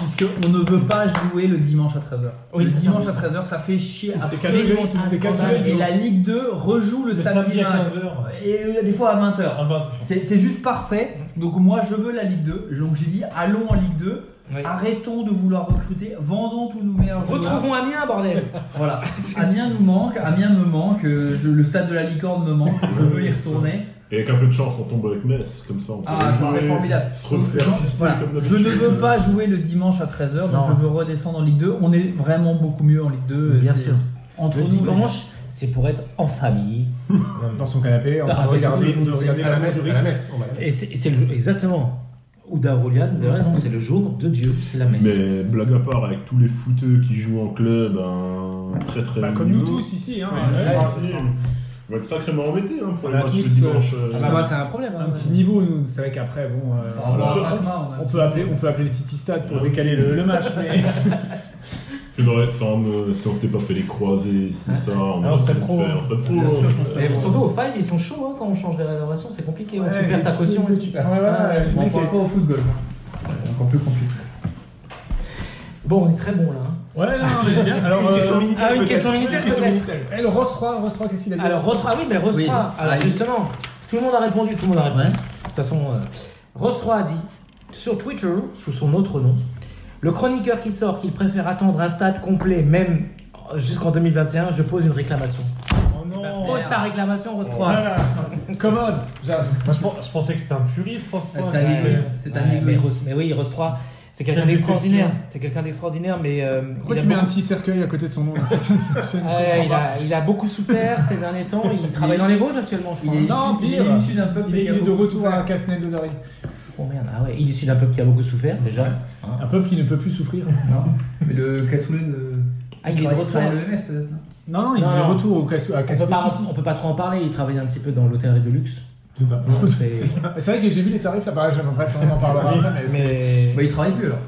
Speaker 5: Puisque on ne veut pas jouer le dimanche à 13h.
Speaker 3: Oui,
Speaker 5: le
Speaker 3: c'est ça.
Speaker 5: dimanche à 13h, ça fait chier à
Speaker 1: C'est
Speaker 5: présent.
Speaker 1: cassé. C'est cassé.
Speaker 5: Et la Ligue 2 rejoue le,
Speaker 4: Le
Speaker 5: samedi,
Speaker 4: samedi à Ah,
Speaker 5: matin.
Speaker 4: 15h.
Speaker 5: Et euh, des fois à
Speaker 3: Ah,
Speaker 5: 20h.
Speaker 4: Un 20.
Speaker 5: C'est c'est juste parfait.
Speaker 3: Mm.
Speaker 5: Donc moi je veux la Ligue 2. Donc j'ai dit allons en Ligue 2.
Speaker 3: Oui.
Speaker 5: Arrêtons de vouloir recruter. Vendons tous nos meilleurs joueurs.
Speaker 3: Retrouvons Amiens, bordel.
Speaker 5: Voilà. Amiens nous manque. Amiens me manque. euh, je- le stade de la Licorne me manque. Je veux y retourner.
Speaker 6: Et avec un peu de chance, on tombe avec Metz, comme ça. On peut
Speaker 5: Ah, ça serait
Speaker 6: jouer,
Speaker 5: formidable.
Speaker 6: se refaire
Speaker 5: Donc,
Speaker 6: fister
Speaker 5: voilà.
Speaker 6: comme
Speaker 5: Je
Speaker 6: d'habitude.
Speaker 5: ne veux pas jouer le dimanche à 13h. Donc
Speaker 3: Non.
Speaker 5: je veux redescendre en Ligue 2. On est vraiment beaucoup mieux en Ligue 2.
Speaker 3: Bien
Speaker 5: C'est-
Speaker 3: sûr.
Speaker 5: Entre
Speaker 3: Le
Speaker 5: nous,
Speaker 3: dimanche, c'est pour être en famille.
Speaker 1: Dans son canapé, en
Speaker 3: Ah,
Speaker 1: train de
Speaker 3: c'est
Speaker 1: regarder,
Speaker 3: cool.
Speaker 1: de regarder
Speaker 2: à
Speaker 1: la
Speaker 2: la messe,
Speaker 1: messe.
Speaker 2: à la messe. on va à la messe.
Speaker 3: Et c'est c'est le exactement. Ou d'Aurelia, vous avez raison, c'est le jour de Dieu, c'est la messe.
Speaker 6: Mais blague à part, avec tous les footeux qui jouent en club, un très très
Speaker 1: Bah,
Speaker 6: haut
Speaker 1: comme nous
Speaker 6: niveau,
Speaker 1: tous ici, hein.
Speaker 6: Ouais,
Speaker 1: Ouais.
Speaker 6: ouais, on va être sacrément embêtés hein, pour
Speaker 1: On
Speaker 6: les
Speaker 1: a
Speaker 6: matchs
Speaker 1: tous,
Speaker 6: de dimanche.
Speaker 1: euh,
Speaker 6: euh,
Speaker 1: tous-
Speaker 3: Ça va, c'est un problème. hein.
Speaker 1: Un petit niveau, nous. C'est vrai qu'après, bon, euh,
Speaker 5: Par rapport
Speaker 6: Voilà.
Speaker 5: à Pragma, on a-
Speaker 1: on peut appeler, on peut appeler le City Stade pour décaler le, le match, mais
Speaker 6: Que dans l'ensemble, si on s'était pas fait les croisés, c'est ça,
Speaker 4: Ah,
Speaker 6: on
Speaker 4: on
Speaker 6: aurait
Speaker 4: serait
Speaker 6: pu le
Speaker 4: pro.
Speaker 6: faire, on serait pro.
Speaker 5: Bien sûr, je pense
Speaker 3: Mais surtout au five, ils sont chauds hein, quand on change les réservations, c'est compliqué. tu perds ta caution. et tu-
Speaker 1: Ouais, voilà, le
Speaker 5: on
Speaker 1: mec
Speaker 5: parle
Speaker 1: est-
Speaker 5: pas au football. Encore plus compliqué.
Speaker 3: Bon, on est très bon là. hein.
Speaker 1: Ouais, non, mais bien. Alors,
Speaker 2: Une question
Speaker 1: euh,
Speaker 2: Minitel,
Speaker 3: ah, une
Speaker 2: peut-être.
Speaker 3: question Minitel, peut-être.
Speaker 2: Minitel.
Speaker 1: eh, le Ross 3, Ross 3, qu'est-ce qu'il a dit
Speaker 3: Alors, Ross 3, oui, mais Ross
Speaker 5: Oui.
Speaker 3: 3, alors justement, tout le monde a répondu, tout le monde a répondu. De toute façon, euh, Ross 3 a dit sur Twitter, sous son autre nom, le chroniqueur qui sort qu'il préfère attendre un stade complet, même jusqu'en 2021, je pose une réclamation.
Speaker 4: Oh non.
Speaker 3: Pose ta réclamation, Ross 3.
Speaker 1: Voilà. Commode.
Speaker 4: Moi, je, pense- je pensais que c'était un puriste, Ross
Speaker 3: Ah,
Speaker 5: C'est
Speaker 4: 3.
Speaker 5: un
Speaker 4: mais-
Speaker 5: égoïste. C'est un
Speaker 3: Ouais, mais,
Speaker 5: égoïste.
Speaker 3: Ross- mais oui, Ross 3, c'est quelqu'un
Speaker 4: Quelle
Speaker 3: d'extraordinaire.
Speaker 4: déception.
Speaker 3: C'est quelqu'un d'extraordinaire, mais. euh,
Speaker 1: Pourquoi
Speaker 3: il a
Speaker 1: tu mets un
Speaker 3: beaucoup-
Speaker 1: petit cercueil à côté de son nom Ça, ça, ça, ça, je ne comprends
Speaker 3: Ouais, il,
Speaker 1: pas.
Speaker 3: a, il a beaucoup souffert ces derniers temps. Il travaille dans les Vosges actuellement, je
Speaker 5: Il
Speaker 3: crois.
Speaker 5: est,
Speaker 1: Non,
Speaker 5: issu, il
Speaker 1: pire.
Speaker 5: est issu d'un peuple
Speaker 1: Il est,
Speaker 5: qui a
Speaker 1: il est de
Speaker 5: beaucoup
Speaker 1: retour à
Speaker 5: souffert.
Speaker 1: Casnel de Dory.
Speaker 3: Oh merde, ah ouais, il est issu d'un peuple qui a beaucoup souffert déjà.
Speaker 1: Un peuple qui ne peut plus souffrir.
Speaker 5: Mais le Cassoulet, le...
Speaker 3: Ah, il est de retour.
Speaker 5: travaille à l'OMS, peut-être. non
Speaker 1: Non, non, il
Speaker 3: Non,
Speaker 1: est de
Speaker 3: non.
Speaker 1: retour au Cas- à
Speaker 3: On peut,
Speaker 1: Casper
Speaker 3: pas,
Speaker 1: City.
Speaker 3: on peut pas trop en parler, il travaille un petit peu dans l'hôtellerie de luxe.
Speaker 1: C'est ça.
Speaker 3: C'est-
Speaker 1: C'est vrai que j'ai vu les tarifs là-bas. je- Bref, on en parlera après. Mais, c'est-
Speaker 3: mais
Speaker 5: Bah, il travaille plus alors.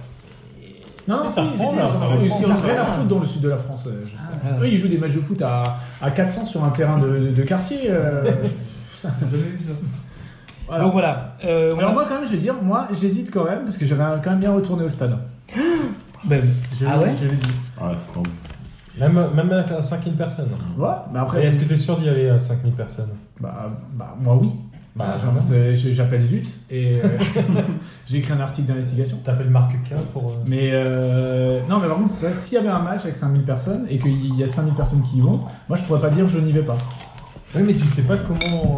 Speaker 1: Non, non,
Speaker 4: Ça
Speaker 1: si,
Speaker 4: reprend,
Speaker 1: si,
Speaker 4: là,
Speaker 1: si,
Speaker 4: ça
Speaker 1: ils-
Speaker 4: reprend,
Speaker 1: Ils
Speaker 4: ça
Speaker 1: n'ont rien à
Speaker 4: reprend.
Speaker 1: foutre dans le sud de la France. euh, je sais.
Speaker 3: Ah, ouais.
Speaker 1: Eux, ils jouent des matchs de foot à, à 400 sur un terrain de, de- de quartier. euh,
Speaker 5: J'ai jamais vu ça.
Speaker 1: voilà.
Speaker 3: Donc voilà. euh, on
Speaker 1: Alors
Speaker 3: a-
Speaker 1: moi, quand même, je vais dire, moi, j'hésite quand même parce que j'aimerais quand même bien retourner au stade.
Speaker 3: Ben, ah ouais
Speaker 6: Ah, c'est tendu.
Speaker 4: Même, même à 5000 personnes.
Speaker 1: Ouais, mais
Speaker 4: Et
Speaker 1: après,
Speaker 4: est-ce que t'es sûr d'y aller à 5000 personnes
Speaker 1: bah, bah, moi oui. Bah, genre, moi, c'est- je- j'appelle Zut et euh, j'ai écrit un article d'investigation.
Speaker 4: T'appelles Marc K pour. euh,
Speaker 1: Mais euh, non, mais par contre, c'est vrai, s'il y avait un match avec 5000 personnes et qu'il y a 5000 personnes qui y vont, moi je pourrais pas dire je n'y vais pas.
Speaker 4: Oui, mais tu sais pas comment.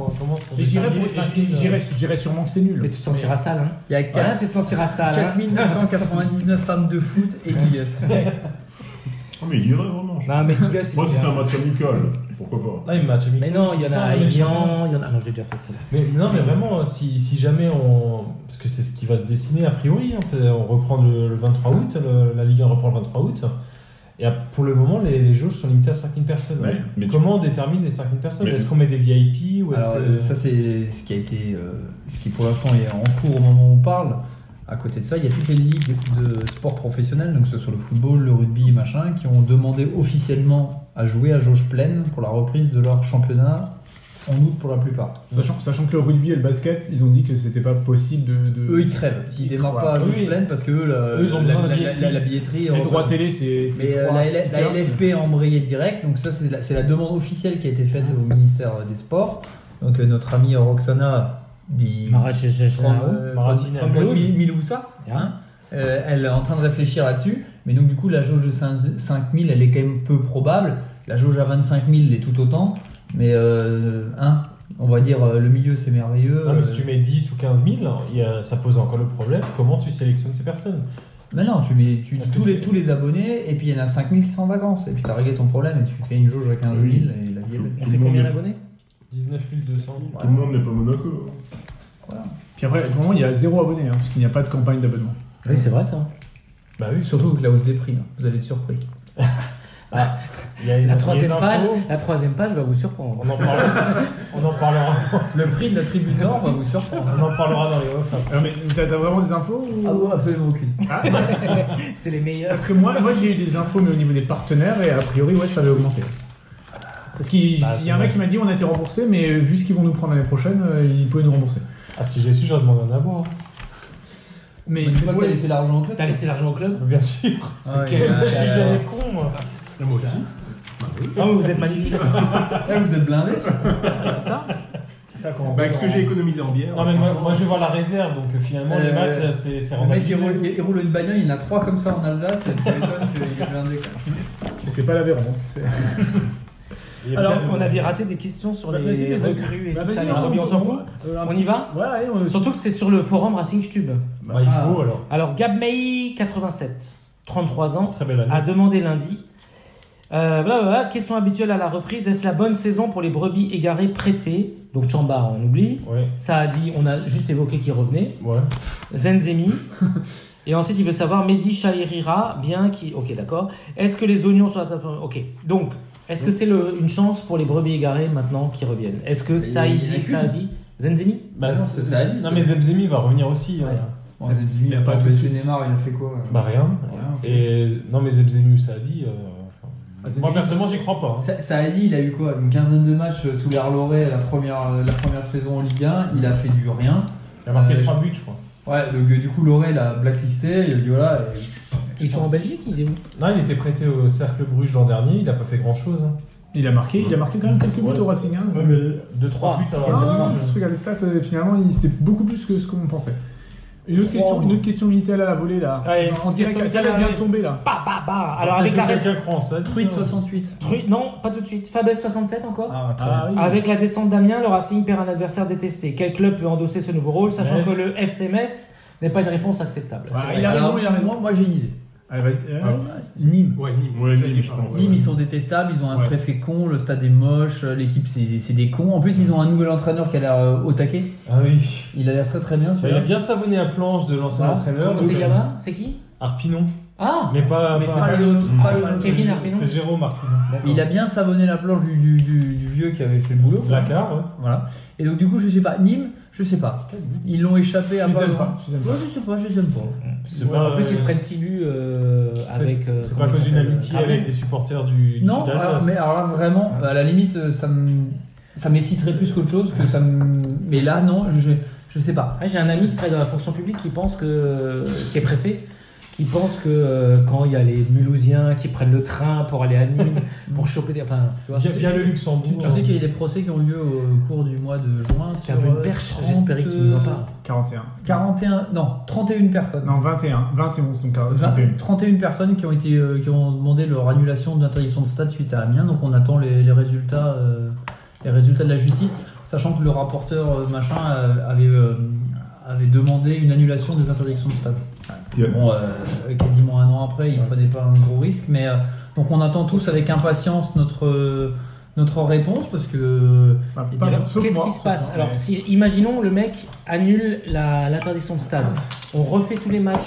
Speaker 3: euh,
Speaker 4: comment sont
Speaker 1: Et j'irais pour- euh.
Speaker 4: déterminés
Speaker 1: et
Speaker 4: les
Speaker 1: j'irais- j'irais sûrement que c'est nul.
Speaker 3: Mais tu te sentiras sale, hein.
Speaker 5: Il y a
Speaker 3: Voilà,
Speaker 5: 4
Speaker 3: tu te sentiras sale.
Speaker 5: Ah bah.
Speaker 3: hein.
Speaker 5: 4999 femmes de foot et Gigas.
Speaker 6: Ah, mais il y aurait vraiment. je-
Speaker 3: Non, mais les gars, c'est
Speaker 6: Moi, si c'est
Speaker 3: bien.
Speaker 6: un match amical, pourquoi pas
Speaker 4: Ah, les matchs amicaux,
Speaker 3: Mais non, il y en a à
Speaker 4: c'est pas un match amical.
Speaker 3: Evian, il y en a. Ah non, j'ai déjà fait ça.
Speaker 4: Mais non, mais vraiment, euh, si, si jamais on. Parce que c'est ce qui va se dessiner a priori. hein, t'es- on reprend le, le 23 août, le- la Ligue 1 reprend le 23 août. Et à- pour le moment, les, les jauges sont limitées à 5000 personnes.
Speaker 6: Ouais, mais tu-
Speaker 4: Comment on détermine les 5000 personnes
Speaker 6: Mais-
Speaker 4: Est-ce qu'on met des VIP ou est-ce
Speaker 5: Alors,
Speaker 4: que.
Speaker 5: euh, ça, c'est ce qui a été. euh, ce qui pour l'instant est en cours au moment où on parle. À côté de ça, il y a toutes les ligues de sport professionnel, donc que ce soit le football, le rugby et machin, qui ont demandé officiellement à jouer à jauge pleine pour la reprise de leur championnat en août pour la plupart.
Speaker 1: Sachant, sachant que le rugby et le basket, ils ont dit que c'était pas possible de. de-
Speaker 5: Eux, ils crèvent. S'ils
Speaker 1: Ils-
Speaker 5: démarrent
Speaker 1: voilà.
Speaker 5: pas à jauge
Speaker 4: Oui.
Speaker 5: pleine, parce que eux, la,
Speaker 4: Eux, ils ont besoin
Speaker 5: la,
Speaker 4: de
Speaker 5: la-
Speaker 4: billetterie.
Speaker 5: la- la billetterie.
Speaker 1: les droits télé, c'est c'est
Speaker 5: Mais euh,
Speaker 1: trois
Speaker 5: la, L- la
Speaker 1: stickers.
Speaker 5: LFP a embrayé direct, donc ça c'est la, c'est la demande officielle qui a été faite au ministère euh, des Sports. Donc euh, notre amie Roxana dit
Speaker 3: Marrakech, hein.
Speaker 5: From- euh,
Speaker 4: Maracine,
Speaker 5: From-
Speaker 4: Milousa.
Speaker 5: Mi- Milousa, hein, euh, elle est en train de réfléchir là-dessus. Mais donc, du coup, la jauge de 5000, elle est quand même peu probable. La jauge à 25 000 l'est tout autant. Mais, euh, hein, on va dire, euh, le milieu, c'est merveilleux.
Speaker 4: Non, mais si
Speaker 5: Euh,
Speaker 4: tu mets 10 ou 15 000, il y a- ça pose encore le problème. Comment tu sélectionnes ces personnes
Speaker 5: Mais non, tu mets tu,
Speaker 4: Parce que
Speaker 5: tous,
Speaker 4: tu-
Speaker 5: les, tous les abonnés, et puis il y en a 5000 qui sont en vacances. Et puis t'as réglé ton problème, et tu fais une jauge à 15 000, et la vie est belle.
Speaker 3: On
Speaker 6: Tout
Speaker 3: fait
Speaker 6: le
Speaker 3: combien
Speaker 6: monde est-
Speaker 3: d'abonnés
Speaker 4: 19 200.
Speaker 6: Tout le monde n'est pas Monaco.
Speaker 1: Puis après, pour le moment, il y a zéro abonné, hein, parce qu'il n'y a pas de campagne d'abonnement.
Speaker 3: Oui, c'est vrai ça. hein.
Speaker 4: Bah oui,
Speaker 5: Surtout avec la hausse des prix, hein, vous allez être surpris.
Speaker 4: il y a les-
Speaker 3: La
Speaker 4: les
Speaker 3: troisième,
Speaker 4: infos,
Speaker 3: page, la troisième page va vous surprendre.
Speaker 4: On en, parlera, on, en parlera,
Speaker 5: Le prix de la tribune d'or va vous surprendre.
Speaker 4: on en parlera dans les off.
Speaker 1: Euh, mais t'as t'as vraiment des infos ou-
Speaker 5: Ah ouais, absolument aucune.
Speaker 1: Ah, parce-
Speaker 3: C'est les meilleurs.
Speaker 1: Parce que moi, moi j'ai eu des infos, mais au niveau des partenaires, et a priori, ouais, ça avait augmenté. Parce qu'il
Speaker 4: Bah,
Speaker 1: il y a un
Speaker 4: c'est
Speaker 1: mec qui m'a dit on a été remboursé, mais euh, vu ce qu'ils vont nous prendre l'année prochaine, euh, ils pouvaient nous rembourser.
Speaker 4: Ah, si j'ai su, j'aurais demandé un abo.
Speaker 1: Mais
Speaker 5: Mais
Speaker 1: c'est
Speaker 5: c'est pas que t'as
Speaker 1: ouais,
Speaker 5: laissé l'argent en club
Speaker 3: T'as laissé l'argent au club
Speaker 4: Bien sûr.
Speaker 5: Ah,
Speaker 4: Quel-
Speaker 5: il y a-
Speaker 4: Je suis jamais con, moi.
Speaker 3: Ah oui, vous êtes magnifique.
Speaker 5: Ah, vous êtes blindés
Speaker 1: c'est ça qu'on-
Speaker 2: Bah, avec ce que j'ai économisé en bière.
Speaker 4: Non, Ah, mais moi, moi, je vais voir la réserve, donc euh, finalement, les
Speaker 5: Euh,
Speaker 4: matchs, euh, c'est c'est
Speaker 5: Le mec,
Speaker 4: rentabilisé.
Speaker 5: il roule, il roule une bagnole, il y en a trois comme ça en Alsace, et tu m'étonnes qu'il est blindé. quoi.
Speaker 1: Mais c'est pas l'Aveyron. hein, c'est-
Speaker 4: Il y a
Speaker 3: Alors,
Speaker 4: peut-être-
Speaker 3: on avait raté des questions sur
Speaker 1: Bah, vas-y,
Speaker 3: les
Speaker 1: vas-y.
Speaker 3: recrues et
Speaker 1: Bah,
Speaker 3: tout ça.
Speaker 1: vas-y,
Speaker 3: mais on s'en fout.
Speaker 1: euh, un
Speaker 3: On
Speaker 1: petit-
Speaker 3: y va
Speaker 1: Voilà, allez, on-
Speaker 3: Surtout que c'est sur le forum Racing Tube.
Speaker 4: Bah, il
Speaker 5: Ah.
Speaker 4: faut alors.
Speaker 3: Alors, Gabmei 87, 33 ans,
Speaker 4: Très belle année.
Speaker 3: a demandé lundi. Euh, blablabla, question habituelle à la reprise, est-ce la bonne saison pour les brebis égarées prêtées Donc Chamba, on oublie.
Speaker 4: Ouais.
Speaker 3: Ça a dit, on a juste évoqué qu'il revenait.
Speaker 4: Ouais.
Speaker 3: Zenzemi. Et ensuite, il veut savoir Mehdi Chahirira, bien qui. Ok, d'accord. Est-ce que les oignons sont à table Ok. Donc, est-ce que c'est le- une chance pour les brebis égarées maintenant qui reviennent Est-ce que
Speaker 5: Mais il y en a
Speaker 3: Saïdi,
Speaker 5: qu'une.
Speaker 3: Saadi, Zenzemi
Speaker 4: Bah,
Speaker 5: non,
Speaker 4: c'est-
Speaker 5: c'est ça, Alice.
Speaker 4: non, mais Zebzemi va revenir aussi. hein.
Speaker 3: Ouais.
Speaker 5: Bon, c'est lui,
Speaker 1: Il a pas
Speaker 5: quand
Speaker 1: tout de
Speaker 5: Messi,
Speaker 1: suite.
Speaker 5: Neymar, il a fait quoi euh
Speaker 4: Bah, rien.
Speaker 5: Rien.
Speaker 4: Et non, mais Zebzemi ou Saadi. euh, enfin,
Speaker 1: Ah, Zebzemi,
Speaker 4: Moi, personnellement, j'y crois pas. hein.
Speaker 5: Sa- Saadi, il a eu quoi Une quinzaine de matchs euh, sous l'air Loré la première, euh, la première saison en Ligue 1. Il a fait du rien.
Speaker 4: Il a marqué
Speaker 5: Euh,
Speaker 4: 3 buts, je crois.
Speaker 5: Ouais, donc euh, du coup, Loré l'a blacklisté. Il a dit voilà. et-
Speaker 3: Il joue en Belgique, il est où
Speaker 4: Non, il était prêté au Cercle Bruges l'an dernier, il n'a pas fait hein. grand chose.
Speaker 1: Il a marqué, il a marqué quand même quelques buts
Speaker 4: Ouais.
Speaker 1: au Racing. hein, c'est-
Speaker 4: mais 2-3 buts
Speaker 1: Non, non,
Speaker 4: alors.
Speaker 1: non, parce que regarde les stats, euh, finalement, il- c'était beaucoup plus que ce qu'on pensait. Une autre question, une autre question Minitel à la volée là.
Speaker 4: Allez,
Speaker 1: en direct,
Speaker 4: question
Speaker 1: ça vient de
Speaker 4: Minitel.
Speaker 1: tomber là.
Speaker 3: Bah, bah, bah Alors, avec la
Speaker 4: quelqu'un croit en ça.
Speaker 5: Truite 68.
Speaker 3: Tru- Non, pas tout de suite. Fabès 67 encore
Speaker 5: Ah,
Speaker 1: Ah, oui.
Speaker 3: Avec la descente d'Amiens, le Racing perd un adversaire détesté. Quel club peut endosser ce nouveau rôle, sachant
Speaker 4: Metz.
Speaker 3: que le FCMS n'est pas une réponse acceptable
Speaker 1: Ouais, il a raison, il a raison.
Speaker 5: Moi, moi, j'ai une idée.
Speaker 1: Allez, vas-y, euh,
Speaker 5: Ah. Nîmes.
Speaker 2: Ouais, Nîmes.
Speaker 6: Ouais,
Speaker 2: J'allais
Speaker 6: Nîmes, je
Speaker 2: parler.
Speaker 6: pense.
Speaker 5: Nîmes, ils sont détestables, ils ont un
Speaker 2: Ouais.
Speaker 5: préfet con, le stade est moche, euh, l'équipe, c'est c'est des cons. En plus, ils ont un nouvel entraîneur qui a l'air euh, au taquet.
Speaker 4: Ah oui.
Speaker 5: Il a l'air très très bien,
Speaker 4: Bah, il a
Speaker 5: celui-là.
Speaker 4: bien savonné la planche de l'ancien
Speaker 5: Voilà.
Speaker 4: entraîneur.
Speaker 3: Comment c'est
Speaker 4: donc, euh,
Speaker 3: gamin C'est qui
Speaker 4: Arpinon.
Speaker 3: Ah
Speaker 4: Mais pas.
Speaker 5: Mais c'est pas l'autre. pas
Speaker 3: Ah,
Speaker 5: l'autre.
Speaker 3: Kevin Arpinon
Speaker 4: C'est Jérôme Arpinon.
Speaker 5: Il a bien savonné la planche du, du- du- du vieux qui avait fait le boulot.
Speaker 4: Placard, ouais.
Speaker 5: Voilà. Et donc, du coup, je sais pas. Nîmes, je sais pas. Ils l'ont échappé à
Speaker 1: tu les
Speaker 5: pas.
Speaker 1: aimes pas, tu les aimes
Speaker 5: Moi,
Speaker 1: pas.
Speaker 5: je sais pas, je les aime pas.
Speaker 4: C'est
Speaker 3: Ouais, En
Speaker 4: pas,
Speaker 3: plus, ils se
Speaker 4: euh,
Speaker 3: prennent 6 buts euh, avec. euh,
Speaker 4: C'est
Speaker 3: comment
Speaker 4: pas à
Speaker 3: il
Speaker 4: cause d'une
Speaker 3: s'appelle,
Speaker 4: amitié
Speaker 3: Ravel.
Speaker 4: avec des supporters du du
Speaker 5: Non,
Speaker 4: Stade
Speaker 5: alors-
Speaker 4: Alsace.
Speaker 5: mais alors là, vraiment, à la limite, euh, ça me. Ça m'exciterait plus qu'autre chose que ça me. Mais là, non, je, je sais pas.
Speaker 3: Ouais, J'ai un ami qui travaille dans la fonction publique qui pense que. qui est préfet, qui pense que euh, quand il y a les Mulhousiens qui prennent le train pour aller à Nîmes, pour choper des. Enfin, tu vois.
Speaker 4: Via,
Speaker 3: c'est-
Speaker 4: via le
Speaker 5: Tu,
Speaker 4: Luxembourg.
Speaker 5: tu sais qu'il y a des procès qui ont lieu au cours du mois de juin.
Speaker 3: Tu as
Speaker 5: sur,
Speaker 3: vu une
Speaker 5: euh,
Speaker 3: perche,
Speaker 5: 30,
Speaker 3: j'espérais que tu nous en parles.
Speaker 1: 41.
Speaker 5: 41, non, 31 personnes.
Speaker 1: Non, 21. 21, donc euh, 41.
Speaker 5: 20 31 personnes qui ont, été, euh, qui ont demandé leur annulation d'interdiction de stade suite à Amiens. Donc on attend les, les résultats, euh, les résultats de la justice, sachant que le rapporteur euh, machin euh, avait, euh, avait demandé une annulation des interdictions de stade.
Speaker 6: Yeah.
Speaker 5: Bon, euh, quasiment un an après, il ne prenait pas un gros risque. Mais euh, donc on attend tous avec impatience notre, euh, notre réponse parce que euh,
Speaker 1: Bah,
Speaker 5: Et
Speaker 1: pas-
Speaker 5: déjà,
Speaker 1: sauf
Speaker 3: Qu'est-ce
Speaker 1: moi,
Speaker 3: qui se
Speaker 1: sauf
Speaker 3: passe
Speaker 1: moi,
Speaker 3: Alors,
Speaker 1: mais-
Speaker 3: si, imaginons le mec annule la- l'interdiction de stade. On refait tous les matchs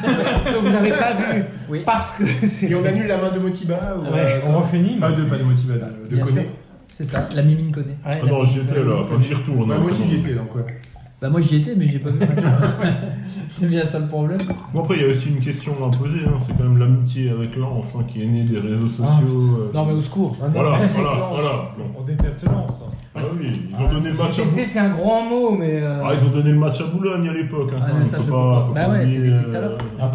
Speaker 3: que vous n'avez pas vu
Speaker 5: Oui.
Speaker 3: parce que c'est.
Speaker 2: Et on annule la main de Motiba ou euh,
Speaker 4: Ouais, on refait Nîmes.
Speaker 2: Pas de, pas de Motiba, de, de
Speaker 5: Bien
Speaker 2: Koné.
Speaker 5: sûr. c'est ça, la mimine connaît.
Speaker 3: Ouais,
Speaker 6: Ah non, j'y étais là, quand j'y retourne.
Speaker 2: Bah,
Speaker 6: hein,
Speaker 2: moi
Speaker 6: c'est
Speaker 2: aussi
Speaker 6: bon.
Speaker 2: j'y étais donc ouais.
Speaker 5: Bah moi j'y étais mais j'ai pas vu. le match. c'est bien ça le problème.
Speaker 6: Bon, après, il y a aussi une question à poser, hein, c'est quand même l'amitié avec Lens hein, qui est née des réseaux
Speaker 4: Ah,
Speaker 6: sociaux. euh,
Speaker 3: Non, mais au secours.
Speaker 6: Voilà,
Speaker 3: Avec
Speaker 6: voilà,
Speaker 3: Lens.
Speaker 6: voilà. Bon.
Speaker 4: On déteste Lens.
Speaker 6: Ah oui, ils ont donné le match à
Speaker 3: Tester, c'est un grand mot, mais. euh,
Speaker 6: Ah, ils ont donné le match à Boulogne à l'époque. Hein,
Speaker 5: Ah,
Speaker 6: quand
Speaker 5: mais
Speaker 6: même,
Speaker 5: ça,
Speaker 6: faut
Speaker 5: je
Speaker 6: pas,
Speaker 5: peux
Speaker 6: faut
Speaker 3: pas.
Speaker 6: pas
Speaker 3: Bah ouais,
Speaker 6: oublier,
Speaker 3: c'est des petites
Speaker 6: euh,
Speaker 3: salopes.
Speaker 4: Ah.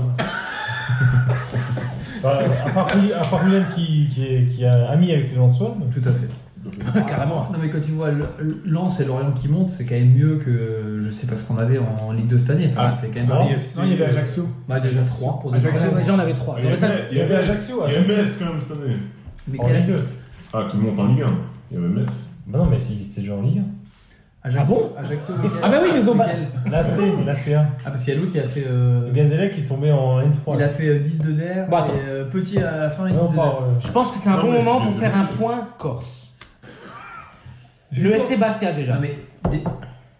Speaker 4: Bah, à part Julian qui, qui est, qui est ami avec les Lensois,
Speaker 5: Tout à fait.
Speaker 3: Carrément.
Speaker 5: Non mais quand tu vois le- le- Lens et Lorient qui montent, c'est quand même mieux que je sais pas ce qu'on avait en Ligue 2 cette année. Enfin, ça fait quand même
Speaker 2: Non,
Speaker 1: Non, il y avait Ajaccio.
Speaker 5: bah, déjà 3 pour
Speaker 1: Ajaccio,
Speaker 5: démarrer.
Speaker 3: Déjà, on avait trois.
Speaker 6: Ah,
Speaker 3: Non, mais ça,
Speaker 4: Il y avait Ajaccio,
Speaker 6: Il y avait
Speaker 4: Ajaccio.
Speaker 6: Metz quand même cette année.
Speaker 5: Mais
Speaker 4: En
Speaker 5: quel-
Speaker 4: Ligue 2.
Speaker 6: Ah, qui monte en Ligue 1. Il y avait Metz.
Speaker 4: Bah non, mais s'ils étaient déjà en Ligue
Speaker 5: Ajaccio,
Speaker 3: Ah bon
Speaker 5: Ajaccio, lequel-
Speaker 3: Ah bah oui, ils ont
Speaker 5: lequel
Speaker 4: un. La C, la C1.
Speaker 5: Ah parce qu'il y a l'autre qui a fait. euh,
Speaker 4: Gazélec qui est tombé en
Speaker 5: Il
Speaker 4: N3.
Speaker 5: a fait euh, 10 de der
Speaker 3: Bon, Bah, attends.
Speaker 5: et euh, petit à la fin. et 10
Speaker 4: Non,
Speaker 5: de
Speaker 4: pas.
Speaker 5: der.
Speaker 4: euh,
Speaker 3: Je pense que c'est un
Speaker 6: Non,
Speaker 3: bon
Speaker 6: mais
Speaker 3: moment
Speaker 6: c'est-
Speaker 3: pour faire un point Corse. Le SC Bastia déjà.
Speaker 5: Non mais des-